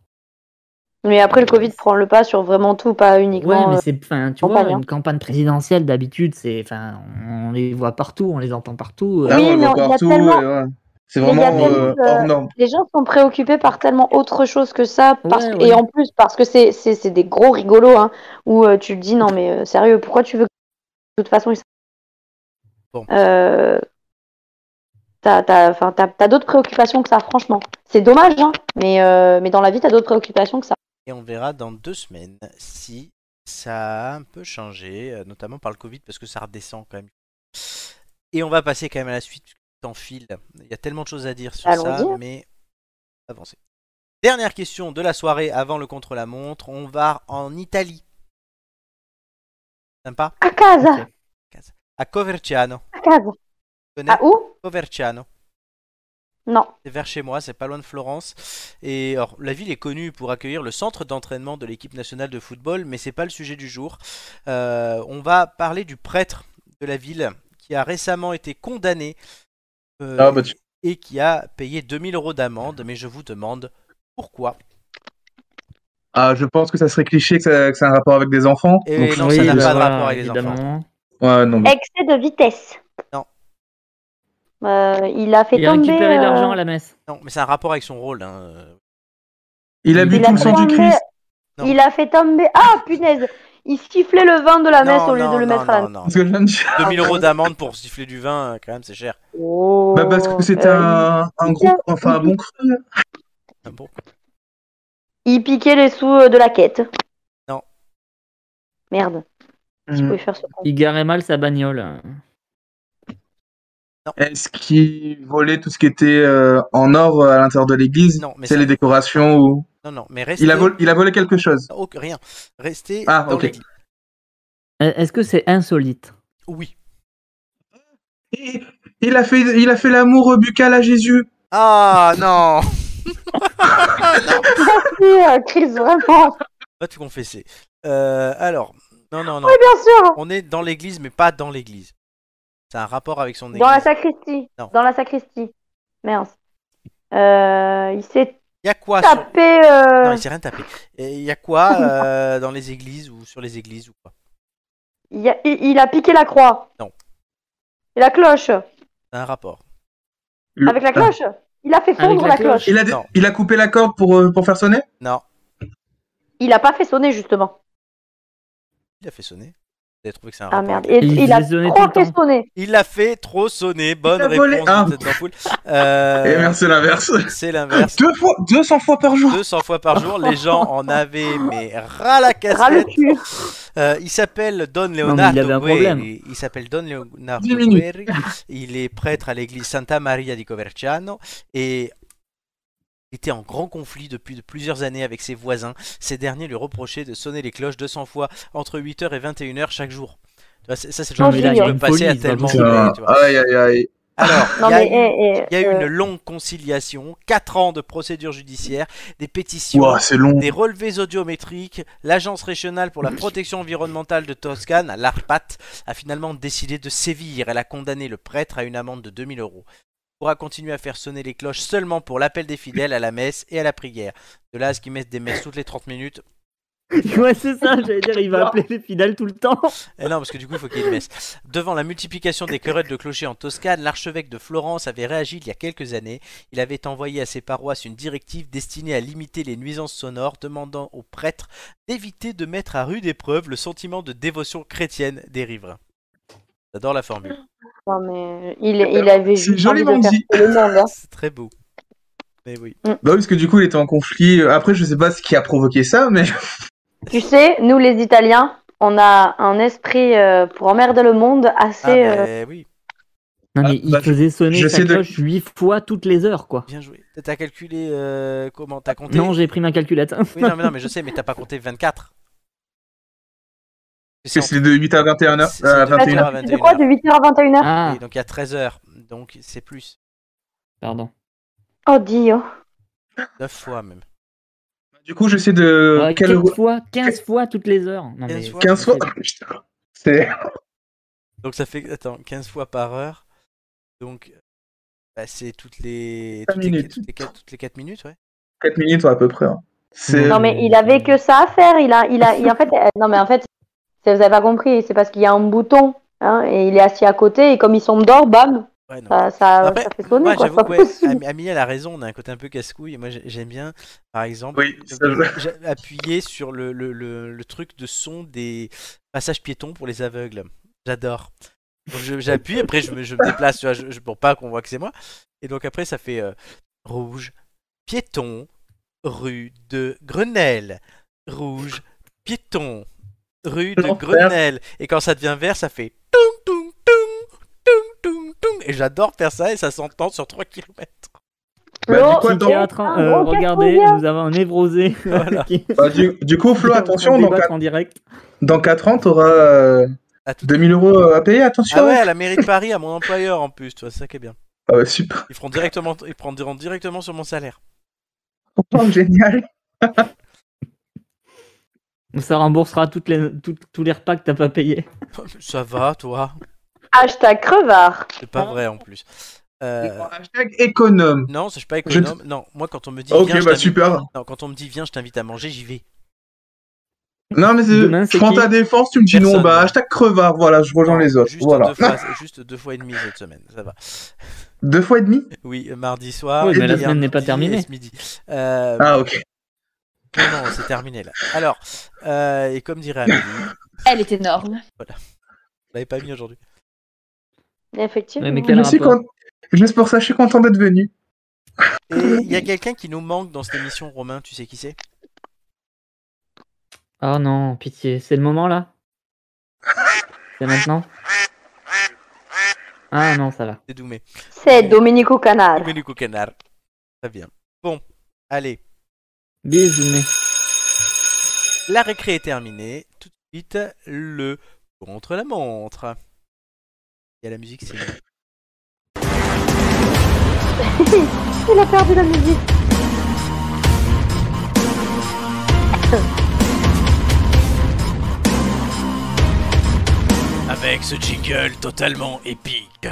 S2: Mais après, le Covid prend le pas sur vraiment tout, pas
S3: Ouais,
S2: uniquement.
S3: mais
S2: euh,
S3: c'est, enfin, tu
S2: campagne,
S3: vois,
S2: hein.
S3: une campagne présidentielle d'habitude, c'est, enfin, on les voit partout, on les entend partout. euh,
S4: Ah,
S2: Oui,
S4: on le
S2: mais
S4: voit
S2: on- il y a
S4: partout.
S2: tellement-
S4: et ouais. C'est
S2: Mais il y a
S4: vraiment
S2: tellement
S4: euh,
S2: de-
S4: hors norme.
S2: Les gens sont préoccupés par tellement autre chose que ça, parce-
S3: Ouais, ouais.
S2: et en plus parce que c'est c'est- c'est des gros rigolos, hein, où euh, tu te dis non mais euh, sérieux, pourquoi tu veux que de toute façon ils s'en-
S1: Bon.
S2: Euh, T'as t'as- enfin, t'as- t'as d'autres préoccupations que ça, franchement. C'est dommage, hein, mais, euh, mais dans la vie, t'as d'autres préoccupations que ça.
S1: Et on verra dans deux semaines si ça a un peu changé, euh, notamment par le Covid, parce que ça redescend quand même. Et on va passer quand même à la suite, parce que le temps file. Il y a tellement de choses à dire sur ça,
S2: Allons-y.
S1: mais avancez. Dernière question de la soirée avant le contre-la-montre. On va en Italie. Sympa
S2: À casa,
S3: Ok.
S1: À Coverciano.
S2: à casa.
S1: Tu connais
S2: À où
S1: Coverciano.
S2: Non.
S1: C'est vers chez moi, c'est pas loin de Florence. Et alors, la ville est connue pour accueillir le centre d'entraînement de l'équipe nationale de football, mais c'est pas le sujet du jour. Euh, on va parler du prêtre de la ville qui a récemment été condamné euh,
S4: Ah, bah, tu-
S1: et qui a payé 2000 euros d'amende. Mais je vous demande pourquoi.
S4: Ah, je pense que ça serait cliché que ça, que ça a un rapport avec des enfants.
S1: Et
S4: Donc,
S1: non,
S4: je-
S1: ça n'a
S4: oui, euh,
S1: pas de
S3: voilà,
S1: rapport avec les enfants.
S3: évidemment.
S4: Ouais, non, mais...
S2: Excès de vitesse.
S1: Mm. Non.
S2: Euh, il a fait
S3: Il a
S2: tomber.
S3: récupéré
S2: euh,
S3: l'argent à la messe.
S1: Non, mais c'est un rapport avec son rôle. hein.
S4: Il a bu
S2: il a
S4: tout le sang du
S2: tombé-
S4: Christ.
S1: Non.
S2: Il a fait tomber. Ah punaise Il sifflait le vin de la messe
S1: Non,
S2: Ah, au lieu
S1: non,
S2: de le
S1: non,
S2: mettre à la
S1: non, non,
S4: C'est ce que je viens de dire.
S1: non. 2000 euros d'amende pour siffler du vin, quand même, c'est cher.
S2: Oh,
S4: Bah, parce que c'était
S2: euh,
S4: un, un gros,
S2: bien.
S4: enfin un bon creux. là.
S1: Ah bon
S2: Il piquait les sous euh, de la quête.
S1: Non.
S2: Merde.
S4: Hmm.
S2: Je
S3: Mm.
S2: pouvais faire ce con.
S3: Il garait mal sa bagnole. Euh,
S4: Est-ce qu'il volait tout ce qui était euh, en or euh, à l'intérieur de l'église
S1: Non, mais
S4: C'est
S1: ça-
S4: les décorations ou
S1: Non, non, mais restez.
S4: il a, vol- il a volé quelque chose.
S1: Oh, rien. Restez
S4: Ah,
S1: dans
S4: ok.
S1: l'église.
S3: Est-ce que c'est insolite
S1: Oui.
S4: Et il a fait, il a fait l'amour buccal à Jésus.
S1: Ah non
S2: Merci, euh, Chris, vraiment.
S1: Va te confesser. Euh, alors, non, non, non.
S2: Bien sûr.
S1: On est dans l'église, mais pas dans l'église. C'est un rapport avec son église.
S2: Dans la sacristie.
S1: Non.
S2: Dans la sacristie. Merde. Euh, il s'est
S1: Il y a quoi sur-
S2: tapé. euh,
S1: Non, il s'est rien tapé. Il y a quoi euh, dans les églises ou sur les églises ou quoi
S2: il, a, il- il a piqué la croix.
S1: Non.
S2: Et la cloche.
S1: C'est un rapport.
S4: Le- Ah.
S2: Avec la cloche. Il a fait
S3: Avec
S2: fondre
S3: la
S2: la cloche.
S4: Il a, dé-
S1: Non.
S4: il a coupé la corde pour, euh, pour faire sonner
S1: Non,
S2: Il a pas fait sonner justement.
S1: il a fait sonner. Vous avez trouvé que c'est un
S2: Ah
S1: rapport.
S2: merde.
S1: avec-
S2: Et,
S3: Il
S2: il a
S3: faisait sonner
S2: trop
S3: tout le
S2: fait
S3: temps.
S2: sonner.
S1: Il l'a fait trop sonner. Bonne
S4: a volé
S1: réponse.
S4: un.
S1: de tête d'ampoule. Euh,
S4: Et Eh, merci l'inverse.
S1: C'est l'inverse.
S4: Deux fois, 200 fois par jour.
S1: 200 fois par jour, les gens en avaient mais ras la
S2: Ras le
S1: cassette.
S2: cul.
S1: Euh, il s'appelle Don
S3: il avait
S1: Leonardo
S3: un problème.
S1: Guerri. Il s'appelle Don Leonardo
S4: Dix minutes.
S1: Guerri. Il est prêtre à l'église Santa Maria di Coverciano et était en grand conflit depuis de plusieurs années avec ses voisins. Ces derniers lui reprochaient de sonner les cloches 200 fois entre 8h et 21h chaque jour. Tu vois, c'est- ça, c'est le genre
S2: Non,
S1: de
S2: mais
S1: truc
S2: là,
S1: qui
S2: il y a
S1: peut
S3: une
S1: passer
S3: folie,
S1: à
S3: c'est pas
S1: tellement de
S3: possible.
S1: gens,
S4: Putain,
S1: tu vois.
S4: Aïe aïe aïe.
S2: Ah.
S1: Alors, il
S5: Non,
S1: y a
S5: mais,
S1: eu-
S5: eh, eh,
S1: il y a eu
S5: euh,
S1: une longue conciliation, 4 ans de procédure judiciaire, des pétitions,
S4: Ouah, c'est long.
S1: des relevés audiométriques. L'Agence régionale pour la protection environnementale de Toscane, l'ARPAT, a finalement décidé de sévir. Elle a condamné le prêtre à une amende de 2000 euros. Il pourra continuer à faire sonner les cloches seulement pour l'appel des fidèles à la messe et à la prière. De là à ce qu'ils mettent des messes toutes les 30 minutes.
S3: Ouais, c'est ça, j'allais dire, il va appeler les fidèles tout le temps.
S1: Eh non, parce que du coup, il faut qu'il y ait une messe. Devant la multiplication des querelles de clochers en Toscane, l'archevêque de Florence avait réagi il y a quelques années. Il avait envoyé à ses paroisses une directive destinée à limiter les nuisances sonores, demandant aux prêtres d'éviter de mettre à rude épreuve le sentiment de dévotion chrétienne des riverains. J'adore la formule.
S5: Non, mais il, il avait
S4: C'est
S5: juste envie de
S4: joliment
S5: faire
S4: dit.
S5: tout le monde. hein.
S1: C'est très beau. Mais oui.
S4: Bah oui, parce que du coup, il était en conflit. Euh, Après, je sais pas ce qui a provoqué ça, mais
S5: hein. Tu sais, nous les Italiens, on a un esprit euh, pour emmerder le monde assez.
S1: Ah,
S5: euh,
S1: mais oui.
S3: Non, mais il
S4: bah,
S3: faisait sonner sa
S4: j'essaie de-
S3: cloche 8 fois toutes les heures, quoi.
S1: Bien joué. T'as calculé euh, comment T'as compté
S3: Non, j'ai pris ma calculette.
S1: Oui, non, mais non, mais je sais, mais t'as pas compté 24.
S4: parce que c'est de 8 à 21 heures, euh,
S1: C'est-
S4: à
S1: c'est de
S4: 21 heures.
S1: à
S5: C'est quoi, de 8h à 21h
S3: Ah,
S1: Oui, donc il y a 13 heures. Donc c'est plus.
S3: pardon.
S1: Ah.
S5: Oh, Dio.
S1: 9 fois même.
S4: Du coup, j'essaie de
S3: Ouais,
S4: quelle
S3: 15 fois, 15 fois toutes les heures. Non,
S1: 15
S3: mais-
S1: fois.
S4: 15 fois. C'est
S1: Donc ça fait attends, 15 fois par heure. Donc bah, c'est toutes les
S4: Cinq
S1: toutes les,
S4: minutes.
S1: toutes, les 4, toutes les quatre minutes, ouais.
S4: 4 minutes ouais, à peu près. hein.
S1: Euh,
S4: C'est
S5: Non, mais il avait que ça à faire. Il a, il a, il- en fait, euh, non, mais en fait, si vous avez pas compris, c'est parce qu'il y a un bouton. hein, et il est assis à côté, et comme il sombre dehors, bam,
S1: Ouais, non.
S5: ça, ça,
S1: Après,
S5: Ah, ça fait sonner.
S1: moi,
S5: quoi, c'est
S1: j'avoue
S5: pas
S1: que ouais,
S5: possible.
S1: Am- Amélie, elle a raison, on a un côté un peu casse-couille. et Moi, j'ai- j'aime bien, par exemple,
S4: Oui, ça je-
S1: j'a- appuyer euh, sur le, le, le, le truc de son des passages piétons pour les aveugles. J'adore. Donc, je- J'appuie, après, je me, je me déplace tu vois, je- je- pour pas qu'on voit que c'est moi. Et donc, après, ça fait euh, rouge, piéton, rue de Grenelle. Rouge, piéton, rue de
S4: L'enfer.
S1: Grenelle. Et quand ça devient vert, ça fait toum, toum, toum, toum, toum, toum. Et j'adore faire ça et ça s'entend sur 3 km. eh,
S4: Bah,
S5: Flo,
S4: du coup, attends.
S3: Psychiatre, hein, euh,
S5: Ah, bon,
S3: regardez,
S5: casse-couille, hein.
S3: nous avons un névrosé
S1: Voilà.
S3: qui
S4: Bah, du, du coup, Flo,
S3: qui est en train de
S4: attention, hein. dans,
S3: débattre
S4: quatre-
S3: en direct.
S4: dans 4 ans, t'auras euh,
S1: À tout-
S4: 2000 euros euh, à payer, attention.
S1: Ah ouais, à la mairie de Paris, à mon employeur en plus, tu vois, c'est ça qui est bien.
S4: Ah ouais, super.
S1: Ils feront directement, ils prendront directement sur mon salaire.
S4: Oh, génial.
S3: Ça remboursera toutes les, toutes- tous les repas que t'as pas payé.
S1: Ça va, toi
S5: euh, Hashtag crevard.
S1: C'est pas vrai en plus. Euh,
S4: Hashtag économe.
S1: non, ça, je suis pas
S4: Je ne-
S1: économe. Non, moi quand on me dit
S4: Ok,
S1: viens, je
S4: bah
S1: t'invite-
S4: super.
S1: Non, quand on me dit viens, je t'invite à manger, j'y vais.
S4: Non, mais c'est-
S3: Demain, c'est
S4: je prends
S3: qui
S4: ta défense, tu me dis non,
S1: Personne.
S4: bah hashtag crevard, voilà, je rejoins
S1: Non,
S4: les autres.
S1: Juste,
S4: Voilà.
S1: deux fois, juste deux fois et demie cette semaine, ça va.
S4: Deux fois et demi
S1: Oui, euh, mardi soir.
S3: Oui, mais la
S1: hier
S3: semaine n'est pas
S1: midi et
S3: terminée.
S1: ce midi. Euh,
S4: Ah, ok.
S1: Non, non, c'est terminé là. Alors, euh, et comme dirait Amélie, vous
S11: Elle est énorme.
S1: l'avez pas mis aujourd'hui.
S5: Effectivement.
S3: Ouais, mais quel
S4: Je suis
S3: rapport
S4: content. Juste pour ça, je suis content d'être venu.
S1: Et il y a quelqu'un qui nous manque dans cette émission, Romain, tu sais qui c'est
S3: Oh non, pitié, c'est le moment là C'est maintenant Ah non, ça va.
S1: C'est Doumé.
S5: C'est Domenico
S2: Ah.
S5: Canal.
S1: Doumé du Canard. Très bien. Bon, allez.
S3: Bisous, mais.
S1: La récré est terminée. Tout de suite, le contre la montre. Il y a la musique, c'est
S5: Il a perdu la musique.
S1: Avec ce jingle totalement épique,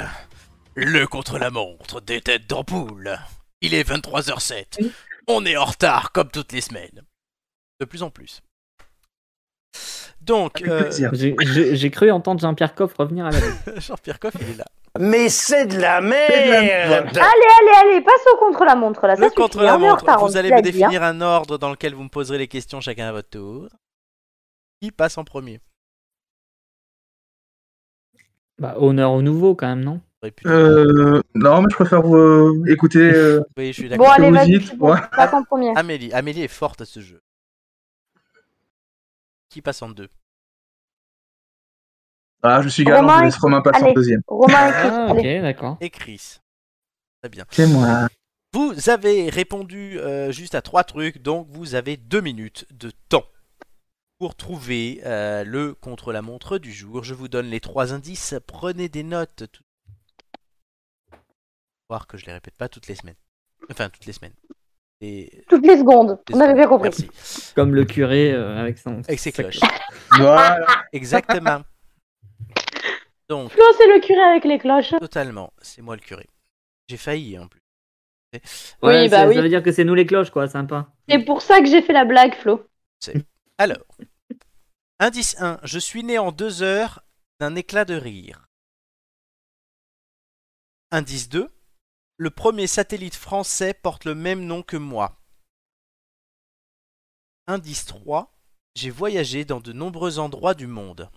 S1: le contre-la-montre des têtes d'ampoule. Il est 23h07. On est en retard comme toutes les semaines. De plus en plus. Donc, euh,
S4: plaisir.
S3: J'ai- J'ai j'ai cru entendre Jean-Pierre Coff revenir à la vie.
S1: Jean-Pierre Coff, il est là.
S13: Mais c'est de la merde
S5: Allez, allez, allez, passe au contre-la-montre là. Ah, ça
S1: Le
S5: suffit,
S2: hein.
S5: on est en
S1: contre-la-montre,
S5: retard, on
S1: vous allez
S5: l'a
S1: me
S5: dit, hein.
S1: définir un ordre dans lequel vous me poserez les questions chacun à votre tour. Qui passe en premier
S3: Bah, honneur au nouveau quand même, non
S1: J'aurais pu-
S4: Euh, non, mais je préfère vous écouter euh,
S1: Oui, je suis
S5: Bon,
S1: d'accord.
S4: que
S5: allez,
S4: vous
S5: vas-y.
S4: dites.
S5: c'est bon,
S4: Ouais.
S5: Passe en premier.
S1: Amélie. Amélie est forte à ce jeu. Qui passe en deux
S4: Ah, je suis galant,
S5: Romain,
S4: je laisse Romain passer en
S5: allez.
S4: deuxième.
S5: Romain et Chris,
S3: Ah, ok,
S5: allez.
S3: d'accord.
S1: Et Chris. Très bien.
S4: C'est moi.
S1: Vous avez répondu euh, juste à trois trucs, donc vous avez deux minutes de temps pour trouver euh, le contre-la-montre du jour. Je vous donne les trois indices. Prenez des notes. voir que je les répète pas toutes les semaines. Enfin, toutes les semaines. Et...
S2: Toutes les secondes, on avait bien compris.
S1: Merci.
S3: Comme le curé euh, avec son.
S1: Avec ses cloches.
S4: Voilà.
S1: Exactement. Donc,
S2: Non, c'est le curé avec les cloches.
S1: totalement, c'est moi le curé. J'ai failli en plus.
S2: Oui,
S3: Ouais,
S2: bah
S3: ça,
S2: oui.
S3: ça veut dire que c'est nous les cloches, quoi, sympa.
S2: C'est pour ça que j'ai fait la blague, Flo.
S1: Alors, indice 1, je suis né en deux heures d'un éclat de rire. Indice 2, le premier satellite français porte le même nom que moi. Indice 3, j'ai voyagé dans de nombreux endroits du monde.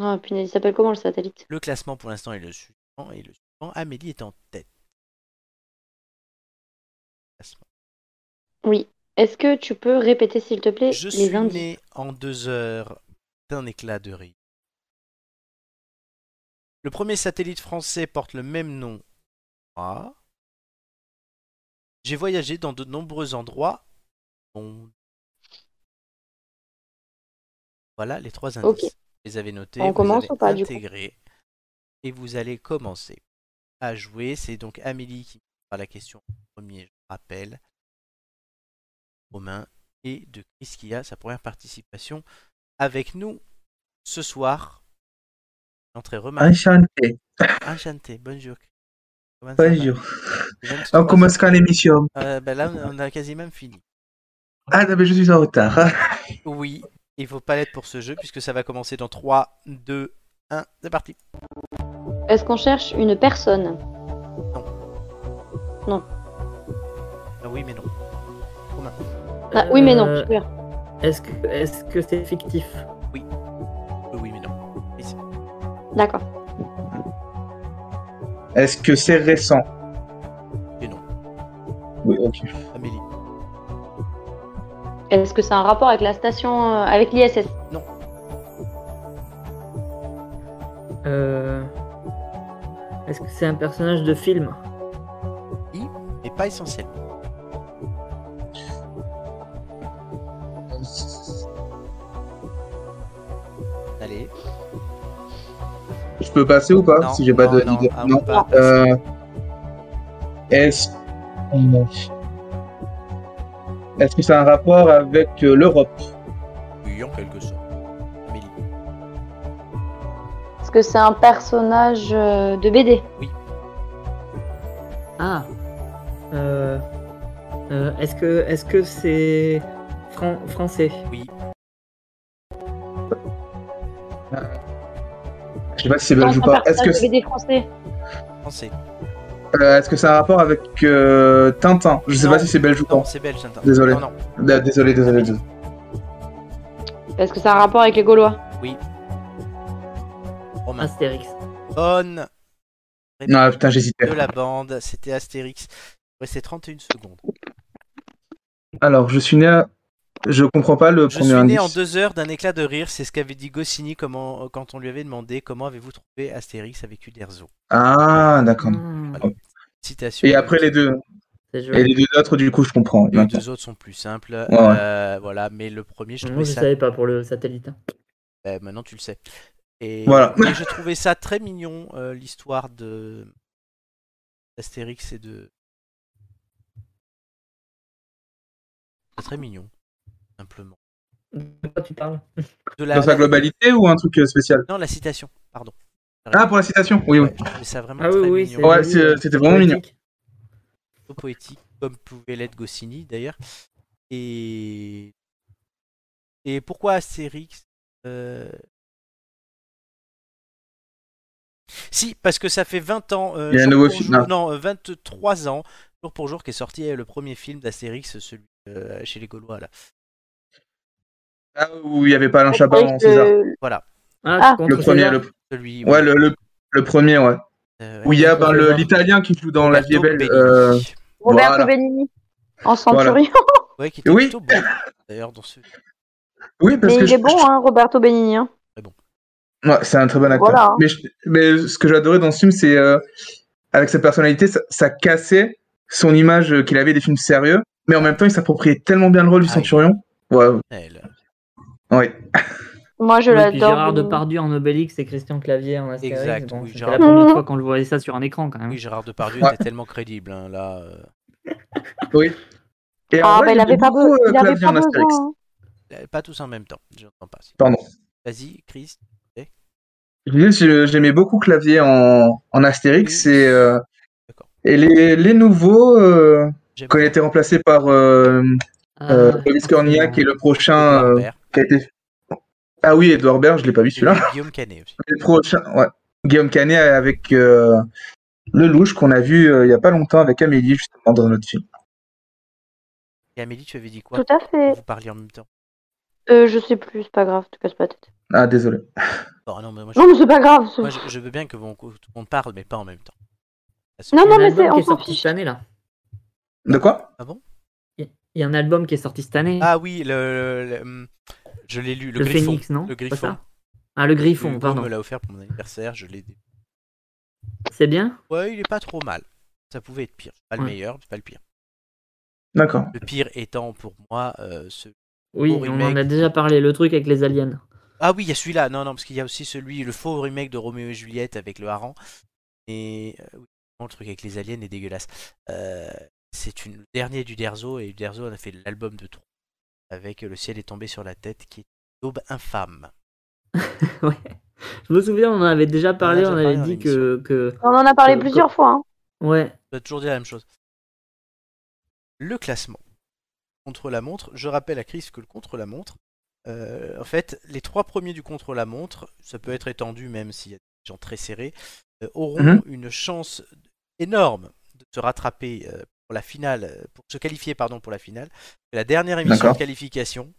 S2: Ah, punaise, il s'appelle comment le satellite
S1: Le classement pour l'instant est le suivant et le suivant, Amélie est en tête. Classement.
S2: Oui. Est-ce que tu peux répéter, s'il te plaît,
S1: Je
S2: les
S1: suis
S2: indices
S1: né en deux heures d'un éclat de rire. Le premier satellite français porte le même nom. que moi. J'ai voyagé dans de nombreux endroits. du monde. Voilà les trois indices.
S2: Ok.
S1: Vous les avez notés,
S2: On
S1: vous
S2: commence
S1: les avez
S2: ou pas, du coup
S1: intégrés. Et vous allez commencer à jouer. C'est donc Amélie qui fera la question en premier, je rappelle. Romain et de Chris qui a sa première participation avec nous ce soir. Entrée remarquable.
S4: Enchanté.
S1: Enchanté. Bonjour. Chris. Comment ça va
S4: Bonjour.
S1: Je viens de
S4: On
S1: savoir-
S4: commence quand l'émission
S1: Euh, ben là, on a quasi même fini.
S4: Ah non, mais je suis en retard.
S1: Oui, il faut pas l'être pour ce jeu puisque ça va commencer dans 3, 2, 1. C'est parti.
S2: Est-ce qu'on cherche une personne
S1: Ah oui, mais non. Romain.
S2: Ah, Oui, mais non,
S3: Euh,
S2: super.
S3: Est-ce que est-ce que c'est fictif
S1: Euh, Oui, mais non. Chris.
S2: D'accord.
S4: Est-ce que c'est récent
S1: Et non.
S4: Oui, ok.
S1: Amélie.
S2: Est-ce que c'est un rapport avec la station, euh, avec l'ISS
S3: Euh, Est-ce que c'est un personnage de film
S1: Oui, mais pas essentiel. Allez.
S4: Je peux passer ou pas
S1: Non,
S4: Si j'ai pas
S1: non,
S4: de
S1: non,
S4: d'idée.
S1: ah, on peut pas
S4: euh, Est-ce Est-ce que c'est un rapport avec euh, l'Europe
S1: Oui, en quelque sorte. Amélie.
S2: Est-ce que c'est un personnage euh, de BD
S3: Ah. Euh, euh, Est-ce que est-ce que c'est fran- français
S1: Oui.
S4: Bah, Je sais pas si c'est belge ou
S2: Un
S4: pas. Est-ce
S2: personnage
S4: que
S2: de BD français
S1: Français.
S4: euh, est-ce que c'est un rapport avec euh, Tintin Je sais
S1: Non.
S4: pas si c'est belge ou pas.
S1: Non, c'est belge, j'entends.
S4: Désolé.
S1: Non, non.
S4: Ah, Désolé, désolé, désolé.
S2: Est-ce que c'est un rapport avec les Gaulois
S1: Oui. Romain.
S3: Ah, Astérix.
S4: Ah.
S1: Bonne.
S4: Non, Ah, putain, j'hésitais.
S1: De la bande, c'était Astérix. Il restait 31 secondes.
S4: Alors, je suis né à... Je comprends pas le
S1: Je suis
S4: premier
S1: né en
S4: indice.
S1: deux heures d'un éclat de rire, c'est ce qu'avait dit Goscinny comment, euh, quand on lui avait demandé comment avez-vous trouvé Astérix avec Uderzo.
S4: Ah, d'accord.
S1: Citation.
S4: Et après les deux.
S3: C'est
S4: Et les deux autres, du coup, je comprends.
S1: Les
S4: D'accord.
S1: deux autres sont plus simples.
S4: Ouais.
S1: euh, voilà, mais le premier, je
S3: Je
S1: trouvais
S3: je
S1: ça.
S3: savais pas pour le satellite. hein.
S1: Euh, maintenant, tu le sais. Et,
S4: Voilà.
S1: et je trouvais ça très mignon, euh, l'histoire de Astérix et de. C'est très mignon, simplement.
S3: De quoi tu parles
S1: De la...
S4: Dans sa globalité ou un truc euh, spécial
S1: Non, la citation, pardon.
S4: Ah, pour la citation Oui, oui.
S1: Ouais, je trouvais ça vraiment
S3: Ah oui,
S1: très
S3: oui,
S1: mignon.
S3: c'est
S4: Ouais,
S3: joli,
S4: c'est-
S3: euh,
S4: c'était vraiment mignon.
S3: poétique.
S1: plutôt poétique, comme pouvait l'être Goscinny d'ailleurs. Et... Et pourquoi Astérix euh, Si, parce que ça fait 20 ans, euh,
S4: Il y a un
S1: jour
S4: nouveau
S1: pour
S4: film,
S1: jour-
S4: là.
S1: non, euh, 23 ans, jour pour jour, qu'est sorti euh, le premier film d'Astérix, celui euh, chez les Gaulois. Là.
S4: Ah, où il n'y avait pas Alain Chabat en
S2: Avec
S4: César.
S5: euh,
S2: le-
S1: Voilà,
S3: Ah,
S2: Ah.
S3: contre
S4: Le premier,
S3: César.
S4: le...
S1: celui
S4: Ouais, le, le, le premier, ouais.
S1: euh,
S4: Où il y a
S3: Contre
S4: ben, le-
S3: César.
S4: l'Italien qui joue dans La vie est
S1: Roberto
S4: belle.
S1: Benigni.
S4: euh,
S2: Roberto
S4: Voilà.
S2: Benigni en centurion.
S1: Ouais, qui était
S4: Oui.
S1: plutôt bon, d'ailleurs, dans ce...
S4: Oui, parce
S2: Mais
S4: que
S2: il
S4: je-
S2: est bon, hein, Roberto Benigni. hein.
S4: Ouais, c'est un très bon acteur.
S2: Voilà.
S4: Mais, je- mais ce que j'adorais dans ce film, c'est euh, avec sa personnalité, ça, ça cassait son image euh, qu'il avait des films sérieux, mais en même temps, il s'appropriait tellement bien le rôle du
S1: Ah,
S4: centurion. Ouais,
S1: Elle.
S4: ouais.
S5: Moi, je
S3: Oui, puis
S5: l'adore.
S3: Gérard
S5: mais-
S3: Depardieu en Obélix et Christian Clavier en Astérix.
S1: Exact,
S3: Bon,
S1: oui,
S3: c'était
S1: Gérard
S3: la première
S1: Depardieu.
S3: fois qu'on le voyait ça sur un écran quand même.
S1: Oui, Gérard Depardieu
S4: Ah.
S1: était tellement crédible, hein, là. euh.
S4: Oui.
S1: Et en
S5: Ah,
S1: vrai,
S5: bah, il
S1: j'aime
S5: avait pas,
S1: beaucoup,
S5: be-
S1: euh,
S5: il avait
S1: Clavier
S5: pas
S1: en Astérix.
S5: besoin. hein.
S1: Euh, Pas tous en même temps, j'entends pas.
S4: Pardon.
S1: Vas-y, Chris.
S4: Je disais que je- J'aimais beaucoup Clavier en, en Astérix et, euh, et les, les nouveaux, euh, quand il a été remplacé par euh,
S3: Ah.
S4: euh, Boris Cornillac et le prochain euh, qui a été- Ah oui, Edouard Baird, je l'ai pas vu celui-là.
S1: Guillaume Canet aussi.
S4: Le prochain, ouais. Guillaume Canet avec euh, Lelouch qu'on a vu euh, il y a pas longtemps avec Amélie justement dans notre film.
S1: Et Amélie, tu avais dit quoi
S5: Tout à fait.
S1: Vous parliez en même temps.
S5: Euh, je sais plus, c'est pas grave, te casse pas la tête.
S4: Ah désolé.
S1: Oh, non, mais moi,
S5: Non, mais c'est pas grave, c'est-
S1: Moi, je, je veux bien que mon- tout le monde parle, mais pas en même temps.
S5: Non, non, mais
S3: Il y a un
S5: c'est.
S3: album
S5: On
S3: qui est
S5: s'en
S3: sorti
S5: fiche.
S3: cette année là.
S4: De quoi
S1: Ah bon
S3: Il y a un album qui est sorti cette année.
S1: Ah oui, le, le- le- je l'ai lu. Le,
S3: Le
S1: Griffon.
S3: Phoenix, non
S1: Le
S3: Pas
S1: Griffon.
S3: ça Ah, le Griffon,
S1: Hugo
S3: pardon.
S1: me l'a offert pour mon anniversaire, je l'ai
S3: C'est bien
S1: Ouais, il est pas trop mal. Ça pouvait être pire. C'est Pas le
S3: Ouais.
S1: meilleur, c'est pas le pire.
S4: D'accord.
S1: Le pire étant pour moi euh, ce.
S3: Oui,
S1: faux
S3: on en
S1: remake-
S3: a déjà parlé, le truc avec les aliens.
S1: Ah oui, il y a celui-là. Non, non, parce qu'il y a aussi celui, le faux remake de Roméo et Juliette avec le hareng. Et euh, oui, le truc avec les aliens est dégueulasse. Euh, c'est une le dernier du Derzo et Uderzo en a fait l'album de trop avec euh, Le ciel est tombé sur la tête qui est une aube infâme.
S3: Je me souviens, on en avait déjà parlé,
S1: déjà
S3: on avait
S1: parlé dans
S3: dit que, que-
S5: On en a parlé
S3: que-
S5: plusieurs
S3: que-
S5: fois. hein.
S3: Ouais,
S1: On doit toujours dire la même chose. Le classement. Contre-la-montre. Je rappelle à Chris que le contre-la-montre, euh, en fait, les trois premiers du contre-la-montre, ça peut être étendu même s'il y a des gens très serrés, euh, auront
S4: Mhm.
S1: une chance énorme de se rattraper euh, pour la finale, euh, pour se qualifier pardon pour la finale. La dernière émission
S4: D'accord.
S1: de qualification,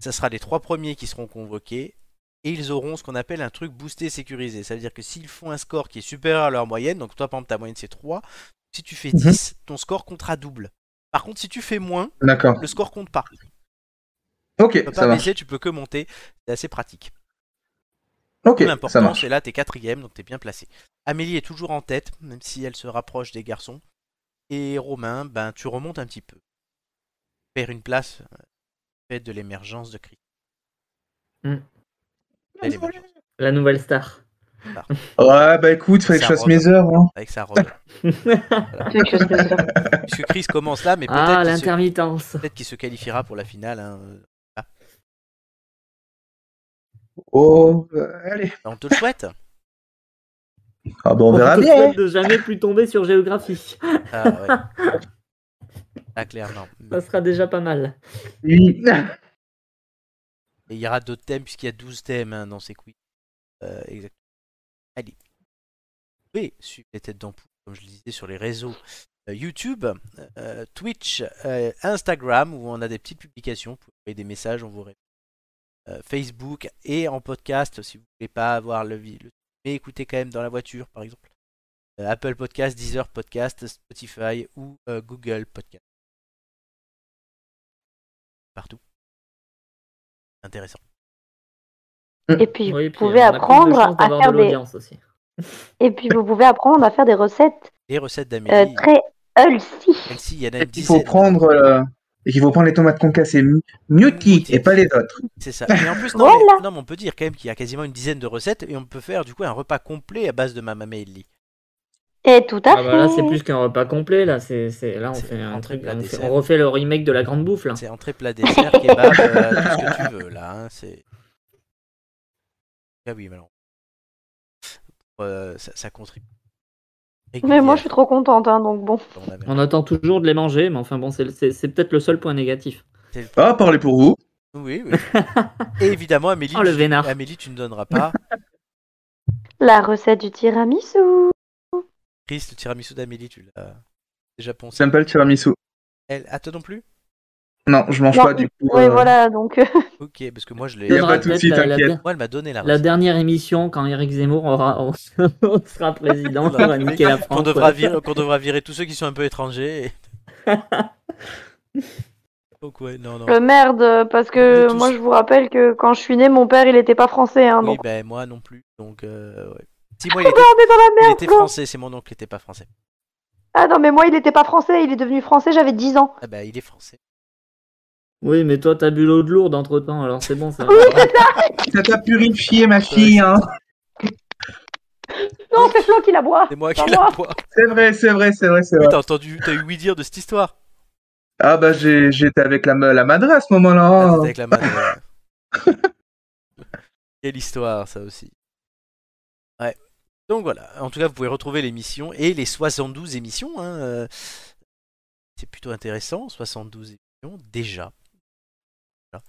S1: ça sera les trois premiers qui seront convoqués et ils auront ce qu'on appelle un truc boosté sécurisé. Ça veut dire que s'ils font un score qui est supérieur à leur moyenne, donc toi par exemple ta moyenne c'est 3, si tu
S4: Mhm.
S1: fais 10, ton score comptera double. Par contre, si tu fais moins,
S4: D'accord.
S1: le score compte pas.
S4: Ok,
S1: Tu peux
S4: ça
S1: pas
S4: va.
S1: baisser, tu peux que monter. C'est assez pratique.
S4: Ok, ça
S1: L'important,
S4: marche.
S1: c'est là, t'es quatrième, donc t'es bien placé. Amélie est toujours en tête, même si elle se rapproche des garçons. Et Romain, ben tu remontes un petit peu. Faire une place euh, fait de l'émergence de Chris.
S3: Hmm.
S1: Elle est bonne.
S3: la nouvelle star.
S4: Ouais, bah écoute, fallait que
S1: Sa
S4: je fasse
S1: robe.
S4: mes heures. hein.
S1: Avec sa robe. Voilà. Puisque Chris commence là, mais peut-être
S3: Ah,
S1: qu'il se-
S3: l'intermittence.
S1: peut-être qu'il se qualifiera pour la finale. hein. Ah,
S4: Oh, euh, allez.
S1: on te le souhaite.
S4: Ah bah on verra
S3: te
S4: bien.
S3: souhaite de jamais plus tomber sur géographie.
S1: Ah, ouais. Ah, clairement.
S3: Ça sera déjà pas mal.
S4: Oui.
S1: Et il y aura d'autres thèmes, puisqu'il y a 12 thèmes hein, dans ces quiz. Euh, exact. Allez. Vous pouvez suivre les têtes d'ampoule, comme je le disais, sur les réseaux euh, YouTube, euh, Twitch, euh, Instagram, où on a des petites publications. Vous pouvez envoyer des messages, on vous répond. Euh, Facebook et en podcast, si vous ne voulez pas avoir le, vi- le- Mais écoutez quand même dans la voiture, par exemple. Euh, Apple Podcast, Deezer Podcast, Spotify ou euh, Google Podcast. Partout. Intéressant.
S5: Et puis,
S3: Oui, puis,
S5: vous pouvez
S3: on a plus de
S5: apprendre
S3: chances
S5: à
S3: d'avoir
S5: faire
S3: de
S5: des.
S3: l'audience aussi.
S5: Et puis, vous pouvez apprendre à faire des recettes
S1: Les recettes
S5: euh,
S1: d'Amélie.
S5: très healthy.
S1: Celle-ci, il y en a une
S4: Il faut
S1: dizaine.
S4: prendre euh, et qu'il faut prendre les tomates concassées mi- gnocchi et pas les autres.
S1: C'est ça. Et en plus, non,
S5: Voilà.
S1: mais, non, mais on peut dire quand même qu'il y a quasiment une dizaine de recettes et on peut faire du coup un repas complet à base de mamamelli.
S5: Et tout à
S3: Ah bah là,
S5: fait.
S3: c'est plus qu'un repas complet. Là, c'est c'est- là on fait un
S1: entrée,
S3: truc.
S1: plat,
S3: On, fait-
S1: dessert.
S3: on refait le remake de la grande bouffe là.
S1: C'est entrée, plat, dessert, kebab, euh, tout ce que tu veux là. hein, c'est... Ah oui, mais alors. Euh, ça, ça contribue.
S5: Mais moi,
S1: Régulière.
S5: je suis trop contente, hein, donc bon.
S1: On a-
S3: On attend toujours de les manger, mais enfin bon, c'est- c'est c'est peut-être le seul point négatif.
S1: c'est le-
S4: Ah, parlez pour vous.
S1: Oui, oui. Et évidemment, Amélie,
S3: Oh, le
S1: tu-
S3: vénard.
S1: Amélie, tu ne donneras pas.
S5: La recette du tiramisu.
S1: Chris, le tiramisu d'Amélie, tu l'as déjà pensé.
S4: J'aime pas le tiramisu.
S1: Elle... Ah, toi non plus
S4: Non, je mange
S5: Non,
S4: pas du coup.
S5: Oui,
S4: euh,
S5: voilà, donc.
S1: Ok, parce que moi je l'ai.
S4: Y a pas de
S3: Peut-être
S4: souci,
S3: la- la-
S4: t'inquiète.
S1: Moi, elle m'a donné la
S3: La
S1: recette.
S3: dernière émission, quand Eric Zemmour aura, on sera président, on va niquer la France.
S1: Qu'on devra,
S3: ouais.
S1: virer, qu'on devra virer tous ceux qui sont un peu étrangers. et- Donc ouais, non, non.
S2: Euh,
S5: Le merde, parce
S1: De
S5: que
S1: tous.
S5: moi, je vous rappelle que quand je suis née, mon père, il était pas français, hein,
S1: Oui,
S5: donc.
S1: ben moi non plus. Donc euh, ouais. Si moi il était,
S5: On est dans la
S2: bah,
S1: il
S5: merde,
S1: était
S5: quoi.
S1: français, c'est mon oncle qui était pas français.
S5: Ah non, mais moi, il était pas français, il est devenu français, j'avais 10 ans.
S1: Ah bah il est français.
S3: Oui, mais toi, t'as bu l'eau de lourde entre temps, alors c'est bon ça. va.
S4: Ça t'a purifié, ma fille, hein.
S5: Non, c'est Flo qui la boit.
S1: C'est moi
S5: Pas
S1: qui la
S5: moi.
S1: bois.
S4: C'est vrai, c'est vrai, c'est vrai, c'est
S1: Oui,
S4: vrai.
S1: t'as entendu, t'as eu oui dire de cette histoire.
S4: Ah bah j'ai- j'étais avec la, me- la madre à ce moment-là.
S1: Ah,
S4: hein.
S1: c'était avec la main. ouais. Quelle histoire, ça aussi. Ouais. Donc voilà. En tout cas, vous pouvez retrouver l'émission et les 72 émissions. hein, euh, C'est plutôt intéressant. 72 émissions déjà. Voilà.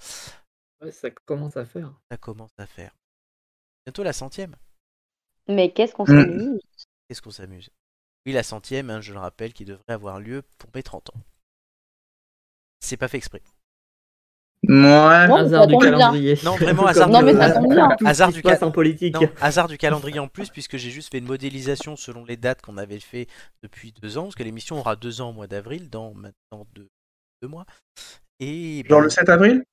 S3: Ouais, ça commence à faire.
S1: Ça commence à faire. Bientôt la centième.
S5: Mais qu'est-ce qu'on
S4: Mm.
S5: s'amuse
S1: Qu'est-ce qu'on s'amuse. Oui, la centième, hein, je le rappelle, qui devrait avoir lieu pour mes 30 ans. C'est pas fait exprès.
S4: Ouais.
S5: Non, mais ça
S3: Hasard du
S5: tombe bien.
S3: calendrier.
S1: Non, vraiment
S3: Comme
S1: hasard
S5: Non,
S1: du
S5: mais ça tombe bien.
S3: Tout ce
S1: Hasard
S3: qui
S1: du
S3: se passe
S1: cal-
S3: en politique.
S1: Non, hasard du calendrier en plus, puisque j'ai juste fait une modélisation selon les dates qu'on avait fait depuis deux ans, parce que l'émission aura deux ans au mois d'avril, dans maintenant deux, deux mois. Et
S4: Genre
S1: ben,
S4: le 7 avril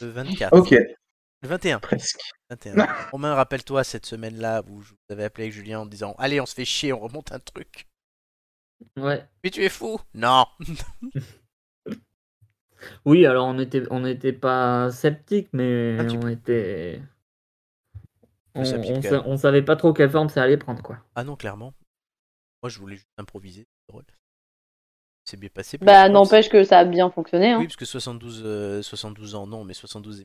S1: le 24.
S4: Ok,
S1: Le 21.
S4: presque.
S1: 21. Romain, rappelle-toi cette semaine-là où je vous avais appelé avec Julien en disant Allez, on se fait chier, on remonte un truc.
S3: Ouais.
S1: Mais tu es fou Non
S3: Oui, alors on était, on n'était pas sceptique, mais
S1: Un petit
S3: on était.
S1: Un
S3: On,
S1: sceptique,
S3: on
S1: quand
S3: sa- on savait pas trop quelle forme ça allait prendre, quoi.
S1: Ah non, clairement. Moi, je voulais juste improviser. c'est drôle. C'est bien passé. pour la
S5: Bah,
S1: France.
S5: n'empêche que ça a bien fonctionné. Hein.
S1: Oui, parce que 72, euh, 72 ans, non, mais 72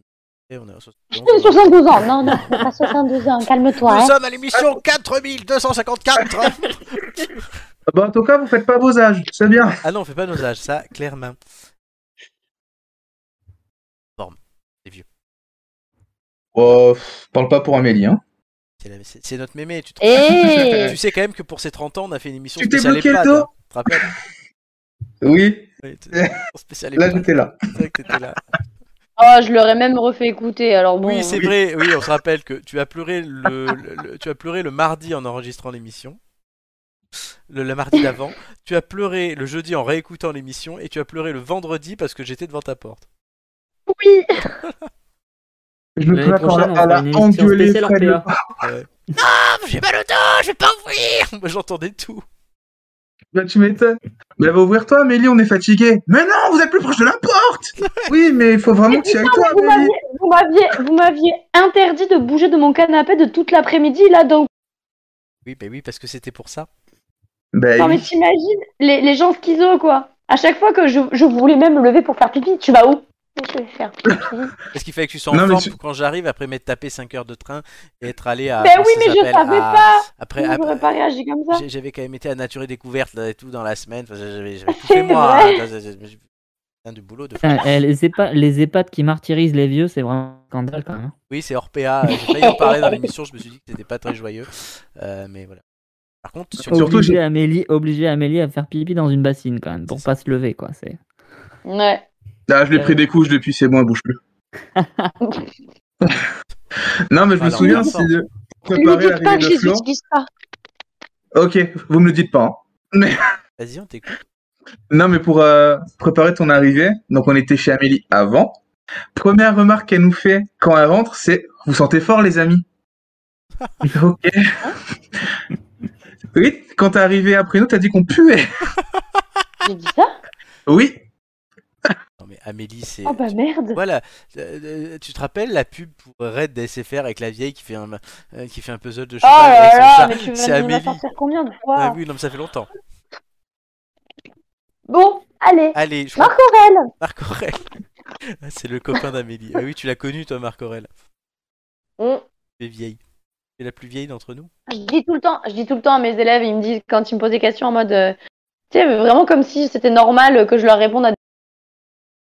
S1: et on est à 71, on est-
S2: 72 ans, non, non, pas 72 ans, calme-toi.
S1: Nous
S2: hein.
S1: sommes à l'émission 4254
S4: Ah Bah, en tout cas, vous faites pas vos âges, c'est bien.
S1: Ah non, on fait pas nos âges, ça, clairement. Forme. C'est vieux.
S4: Oh, pff, parle pas pour Amélie, hein.
S1: C'est, la- c'est- c'est notre mémé, tu te
S2: Eh
S1: Tu sais quand même que pour ses 30 ans, on a fait une émission
S4: Tu t'es
S1: spéciale
S4: bloqué le
S1: EHPAD.
S4: dos
S1: hein. Tu te rappelles
S4: Oui,
S1: Oui, t- en spécial
S4: là
S1: EHPAD.
S4: j'étais là.
S1: C'est vrai que t'étais là.
S5: Ah, je l'aurais même refait écouter, alors bon.
S1: Oui, c'est
S5: hein.
S1: vrai, oui, on se rappelle que tu as pleuré le, le- le- tu as pleuré le mardi en enregistrant l'émission. Le, le mardi d'avant, tu as pleuré le jeudi en réécoutant l'émission et tu as pleuré le vendredi parce que j'étais devant ta porte.
S5: Oui
S4: Je me
S3: L'année
S4: souviens quand
S3: prochaine, on
S4: elle
S3: fera
S4: a
S3: une émission
S4: engueulé
S3: spéciale
S4: Fred
S3: RPA.
S1: Ah, j'ai mal au dos, je vais pas ouvrir. Moi, j'entendais tout.
S4: Bah, tu m'étonnes. Mais va ouvrir toi, Amélie, on est fatigué. Mais non, vous êtes plus proche de la porte Oui, mais il faut vraiment que tu y ailles, toi,
S5: Vous
S4: Amélie.
S5: m'aviez- vous m'aviez, vous m'aviez interdit de bouger de mon canapé de toute l'après-midi là. Donc,
S1: Oui, bah oui, parce que c'était pour ça.
S4: Bah,
S5: non mais
S4: oui.
S5: t'imagines les, les gens schizo quoi. À chaque fois que je, je voulais même me lever pour faire pipi, tu vas où Je vais faire pipi.
S1: Parce qu'il fallait que tu sois en
S4: Non, mais
S1: forme
S4: tu-
S1: pour quand j'arrive après m'être tapé 5 heures de train et être allé à.
S5: Ben
S1: comment
S5: oui,
S1: ça
S5: mais je
S1: s'appelle
S5: savais
S1: À-
S5: pas.
S1: Après,
S5: Je
S1: après-
S5: n'aurais pas réagi comme ça.
S1: j'ai- j'avais quand même été à Nature et Découverte là, et tout dans la semaine. Enfin, j'avais, j'avais tout fait moi.
S5: vrai.
S1: hein. J'ai- j'ai- j'ai- Plein de boulot. De...
S3: Putain, eh, les, EHPA- les EHPAD qui martyrisent les vieux, c'est vraiment un scandale quand même. hein.
S1: Oui, c'est Orpea. Euh, J'ai failli en parler dans l'émission. Je me suis dit que c'était pas très joyeux. Euh, mais voilà. Par contre, sur...
S4: Surtout,
S3: Obliger
S4: j'ai-
S3: Amélie, obliger Amélie à faire pipi dans une bassine quand même, pour pas se lever, quoi. C'est.
S5: hein. Ouais.
S4: Ah, je l'ai pris des couches depuis, c'est bon, elle bouge plus. non, mais je me
S1: Alors,
S4: souviens,
S1: Vincent.
S4: c'est de
S5: Lui
S4: préparer
S5: dites
S4: l'arrivée
S5: pas que je
S4: de
S5: les
S4: Flo.
S5: utilise pas.
S4: Ok, vous me le dites pas. hein.
S1: vas-y, on t'écoute.
S4: Non, mais pour euh, préparer ton arrivée, donc on était chez Amélie avant. Première remarque qu'elle nous fait quand elle rentre, c'est Vous sentez fort, les amis Ok. oui, quand t'es arrivé après nous, t'as dit qu'on puait.
S5: J'ai dit ça
S4: Oui,
S1: Non, mais Amélie, c'est.
S5: Oh bah merde.
S1: Voilà, Euh, euh, tu te rappelles la pub pour Red d'SFR avec la vieille qui fait un, euh, qui fait un puzzle de
S5: Oh
S1: cheval avec
S5: là
S1: son
S5: là,
S1: chat.
S5: mais tu
S1: C'est
S5: vas nous la
S1: Amélie.
S5: sortir combien de
S1: Ah
S5: fois
S1: oui, non, mais ça fait longtemps.
S5: Bon, allez.
S1: Allez, je crois
S5: Marc Aurel.
S1: Marc Aurel. Ah, C'est le copain d'Amélie. Ah oui, tu l'as connu, toi, Marc Aurel.
S5: On-
S1: Tu es vieille. Tu es la plus vieille d'entre nous.
S5: Je dis tout le temps, je dis tout le temps à mes élèves, ils me disent quand ils me posent des questions en mode, euh, tu sais, vraiment comme si c'était normal que je leur réponde à. des-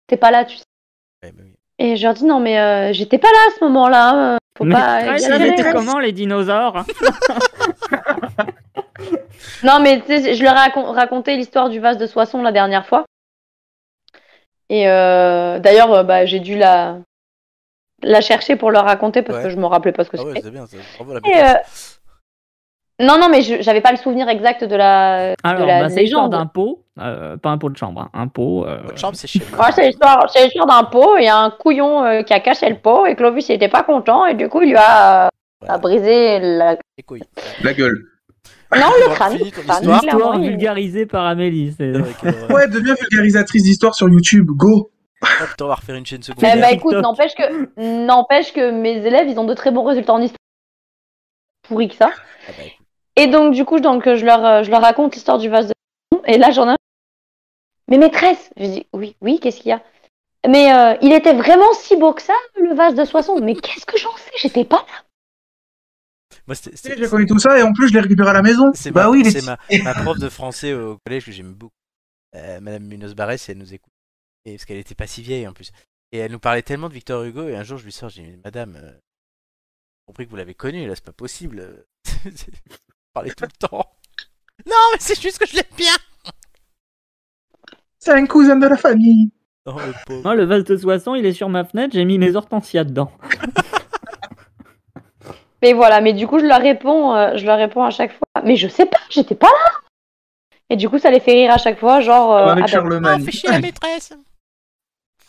S5: T'es pas là, tu sais.
S1: Ouais, bah oui.
S5: Et je leur dis non, mais euh, j'étais pas là à ce moment-là. hein, Faut pas.
S3: Ah, ça,
S5: exagérer.
S3: c'était comment les dinosaures hein
S5: Non, mais tu sais, je leur ai racon- raconté l'histoire du vase de Soissons la dernière fois. Et euh, d'ailleurs, euh, bah, j'ai dû la... la chercher pour leur raconter parce
S1: Ouais.
S5: que je me rappelais pas ce que
S1: Ah ouais,
S5: c'était.
S1: c'est bien. ça. Bravo, la
S5: Et, euh,
S1: maîtresse.
S5: Non, non, mais je- j'avais pas le souvenir exact de la,
S3: Alors,
S5: de la
S3: bah, c'est l'histoire
S5: légende.
S3: d'un pot, euh, pas un pot de chambre, hein, un pot. euh,
S1: Votre chambre, c'est chez moi.
S5: Ouais, oh, c'est l'histoire c'est l'histoire d'un pot et un couillon euh, qui a cassé le pot et Clovis il était pas content et du coup il lui a, euh,
S1: Voilà.
S5: a brisé la...
S1: Les couilles.
S4: la gueule.
S5: Non,
S1: Bon,
S5: le crâne.
S1: fini ton
S5: crâne,
S1: histoire.
S5: clairement,
S3: Histoire
S5: il-
S3: vulgarisée par Amélie. c'est-
S1: Avec, euh,
S4: Ouais, deviens vulgarisatrice d'histoire sur YouTube, go
S1: Hop, on va refaire une chaîne
S5: Eh
S1: secondaire.
S5: bah écoute, n'empêche que, n'empêche que mes élèves, ils ont de très bons résultats en histoire. Pourri que ça. Et donc, du coup, donc, je, leur, euh, je leur raconte l'histoire du vase de Et là, j'en ai un. Mais maîtresse Je dis, oui, oui, qu'est-ce qu'il y a Mais euh, il était vraiment si beau que ça, le vase de Soissons. Mais qu'est-ce que j'en sais J'étais pas là.
S1: Moi, c'était-
S4: Tu sais, J'ai connu tout ça et en plus je l'ai récupéré à la maison.
S1: C'est
S4: bah
S1: ma,
S4: oui, il
S1: c'est
S4: est...
S1: ma, ma prof de français au collège que j'aime beaucoup. Euh, Madame Munoz Barès, elle nous écoute. Et, parce qu'elle était pas si vieille en plus. Et elle nous parlait tellement de Victor Hugo. Et un jour, je lui sors, j'ai dit Madame, euh, j'ai compris que vous l'avez connu, là, c'est pas possible. Vous parlez tout le temps. Non, mais c'est juste que je l'aime bien.
S4: c'est un cousin de la famille.
S1: Non, le pauvre.
S3: Moi, le vase de Soissons, il est sur ma fenêtre, j'ai mis mes hortensias dedans.
S5: Mais voilà, mais du coup, je leur réponds, euh, je leur réponds à chaque fois. Mais je sais pas, j'étais pas là. Et du coup, ça les fait rire à chaque fois, genre. euh,
S4: Avec
S5: ah bah-
S4: Charlemagne.
S1: Ah, fais chier la maîtresse.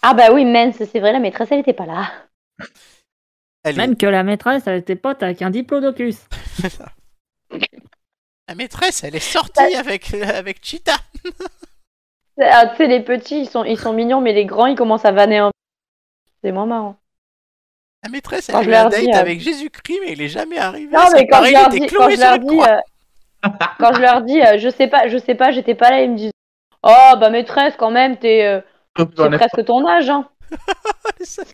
S5: Ah bah oui, mince, c'est vrai, la maîtresse, elle était pas là.
S1: Elle
S3: Même que la maîtresse, elle était pote avec un diplodocus.
S1: La maîtresse, elle est sortie avec, euh, avec Cheetah.
S5: Ah, tu sais, les petits, ils sont, ils sont mignons, mais les grands, ils commencent à vanner un peu. C'est moins marrant.
S1: La maîtresse, elle
S5: Quand
S1: a
S5: je
S1: eu un
S5: leur
S1: date
S5: dis, euh,
S1: avec Jésus-Christ, mais il est jamais arrivé.
S5: Non,
S1: Son
S5: mais quand
S1: pari,
S5: je
S1: il
S5: leur
S1: était
S5: dis, quand
S1: cloué
S5: je
S1: sur
S5: leur
S1: la
S5: dis,
S1: croix.
S5: euh, quand je leur dis, euh, je sais pas, je sais pas, j'étais pas là, ils me disent, oh bah maîtresse, quand même, t'es, euh,
S4: J'en
S5: c'est
S4: ai-
S5: presque ton âge, hein.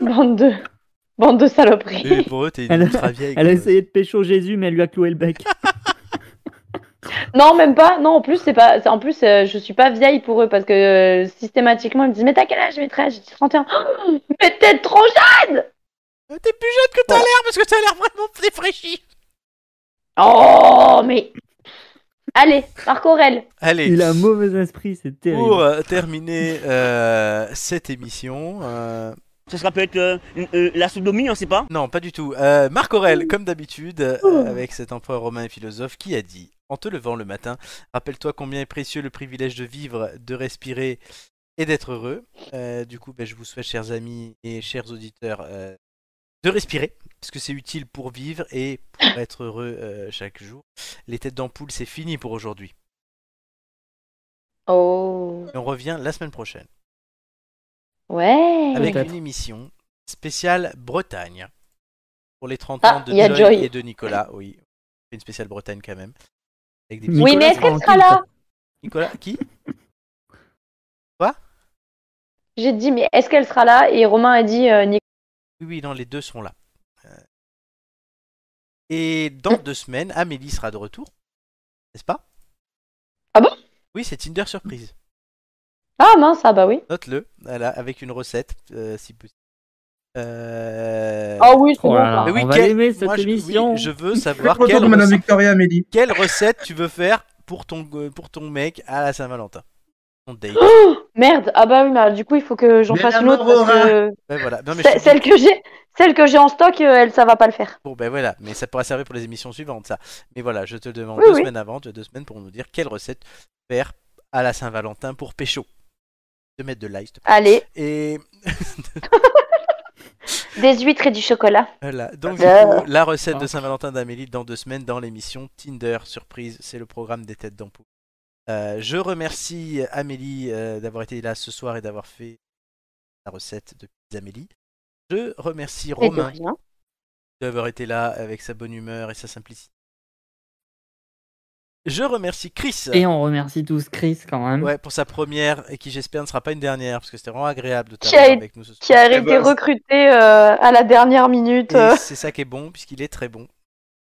S5: Bande de, bande de saloperies.
S1: Et pour eux, Eh, t'es une
S3: Elle
S1: ultra
S3: a,
S1: vieille.
S3: elle a
S1: quoi.
S3: essayé de pécho Jésus, mais elle lui a cloué le bec.
S5: Non, même pas. Non, en plus, c'est pas. c'est- En plus, euh, je suis pas vieille pour eux parce que euh, systématiquement, ils me disent Mais t'as quel âge, maîtresse J'ai dit 31. Oh, mais t'es trop jeune
S1: Euh, T'es plus jeune que t'as l'air parce que t'as l'air vraiment défraîchi.
S5: Oh, mais. Allez, Marc Aurel.
S1: Allez,
S3: Il a un mauvais esprit, c'est terrible.
S1: pour euh, terminer euh, cette émission. euh,
S13: Ce sera peut-être euh, une- euh, la sodomie, on sait pas.
S1: Non, pas du tout. Euh, Marc Aurel, comme d'habitude, euh, avec cet empereur romain et philosophe qui a dit En te levant le matin, rappelle-toi combien est précieux le privilège de vivre, de respirer et d'être heureux. Euh, du coup, ben, je vous souhaite, chers amis et chers auditeurs, euh, de respirer, parce que c'est utile pour vivre et pour être heureux euh, chaque jour. Les têtes d'ampoule, c'est fini pour aujourd'hui.
S5: Oh.
S1: Et on revient la semaine prochaine
S5: Ouais.
S1: avec
S3: Peut-être.
S1: une émission spéciale Bretagne pour les 30
S5: Ah,
S1: ans de
S5: il y a
S1: Joy,
S5: Joy.
S1: et de Nicolas. Oui, c'est une spéciale Bretagne quand même. Avec des petits-
S3: Nicolas
S5: Oui, mais est-ce qu'elle
S3: en
S5: sera
S3: culte.
S5: là
S1: Nicolas, qui
S5: J'ai dit Mais est-ce qu'elle sera là Et Romain a dit euh, Nicolas.
S1: Oui, oui, non, les deux sont là. Euh, Et dans deux semaines, Amélie sera de retour, n'est-ce pas
S5: Ah bon
S1: Oui, c'est Tinder surprise.
S5: Ah mince, ah bah oui.
S1: Note-le, voilà, avec une recette, euh, si possible. Euh,
S5: Ah oui, c'est
S3: Oh
S5: bon.
S3: là là,
S5: ça.
S1: mais oui,
S3: on va
S1: quel-
S3: aimer cette
S1: moi, je- oui,
S3: émission.
S1: je veux
S4: Je suis
S1: savoir
S4: content
S1: quelle
S4: de Madame
S1: recette-
S4: Victoria Amélie.
S1: quelle recette tu veux faire pour ton, euh, pour ton mec à la Saint-Valentin Ton date.
S5: Merde, ah bah oui, mais du coup, il faut que j'en
S4: Mais
S5: fasse
S4: la
S5: une autre
S4: mort
S5: parce que
S1: Ben voilà. Non, mais
S5: ce-
S1: je te
S5: celle
S1: dis-
S5: que j'ai, celle que j'ai en stock, euh, elle, ça va pas le faire.
S1: bon, ben voilà, mais ça pourra servir pour les émissions suivantes, ça. Mais voilà, je te le demande
S5: Oui,
S1: deux
S5: oui.
S1: semaines avant, tu as deux semaines pour nous dire quelle recette faire à la Saint-Valentin pour pécho. De mettre de l'ail, s'il te plaît.
S5: Allez,
S1: Et
S5: des huîtres et du chocolat.
S1: voilà, donc du
S5: Euh.
S1: coup, la recette de Saint-Valentin d'Amélie dans deux semaines dans l'émission Tinder Surprise, c'est le programme des têtes d'ampoule. Euh, je remercie Amélie euh, d'avoir été là ce soir et d'avoir fait la recette de Pizza Amélie. Je remercie
S5: Et de
S1: Romain
S5: rien.
S1: d'avoir été là avec sa bonne humeur et sa simplicité. Je remercie Chris
S3: Et on remercie tous Chris quand même.
S1: ouais, pour sa première et qui j'espère ne sera pas une dernière parce que c'était vraiment agréable de
S5: Qui
S1: t'avoir
S5: a-
S1: avec nous ce soir.
S5: qui a
S4: Eh
S5: été
S4: ben,
S5: recruté euh, à la dernière minute. euh.
S1: Et c'est ça qui est bon puisqu'il est très bon.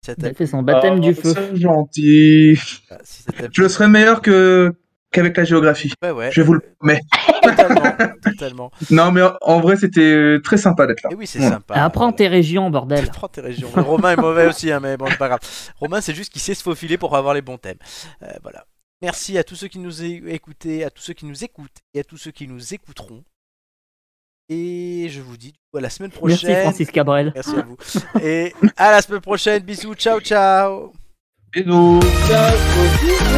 S1: Si ça
S3: Il
S1: t'a
S3: a fait son baptême
S4: Oh,
S3: du feu.
S4: c'est gentil.
S1: plu, si ça t'a plu,
S4: Je serais meilleur que qu'avec la géographie.
S1: ouais, ouais,
S4: Je vous le promets.
S1: totalement, totalement.
S4: Non, mais en- en vrai, c'était euh, très sympa d'être là.
S1: Et oui, c'est
S4: Ouais.
S1: sympa.
S3: Apprends tes régions, bordel.
S1: Prends tes régions. Le Romain est mauvais aussi, hein, mais bon, c'est pas grave. Romain, c'est juste qu'il sait se faufiler pour avoir les bons thèmes. Euh, voilà. Merci à tous ceux qui nous é- écoutaient, à tous ceux qui nous écoutent et à tous ceux qui nous écouteront. Et je vous dis du coup, à la semaine prochaine.
S3: Merci Francis Cabrel.
S1: Merci à vous. Et à la semaine prochaine. Bisous. Ciao, ciao.
S4: Bisous.
S1: Ciao.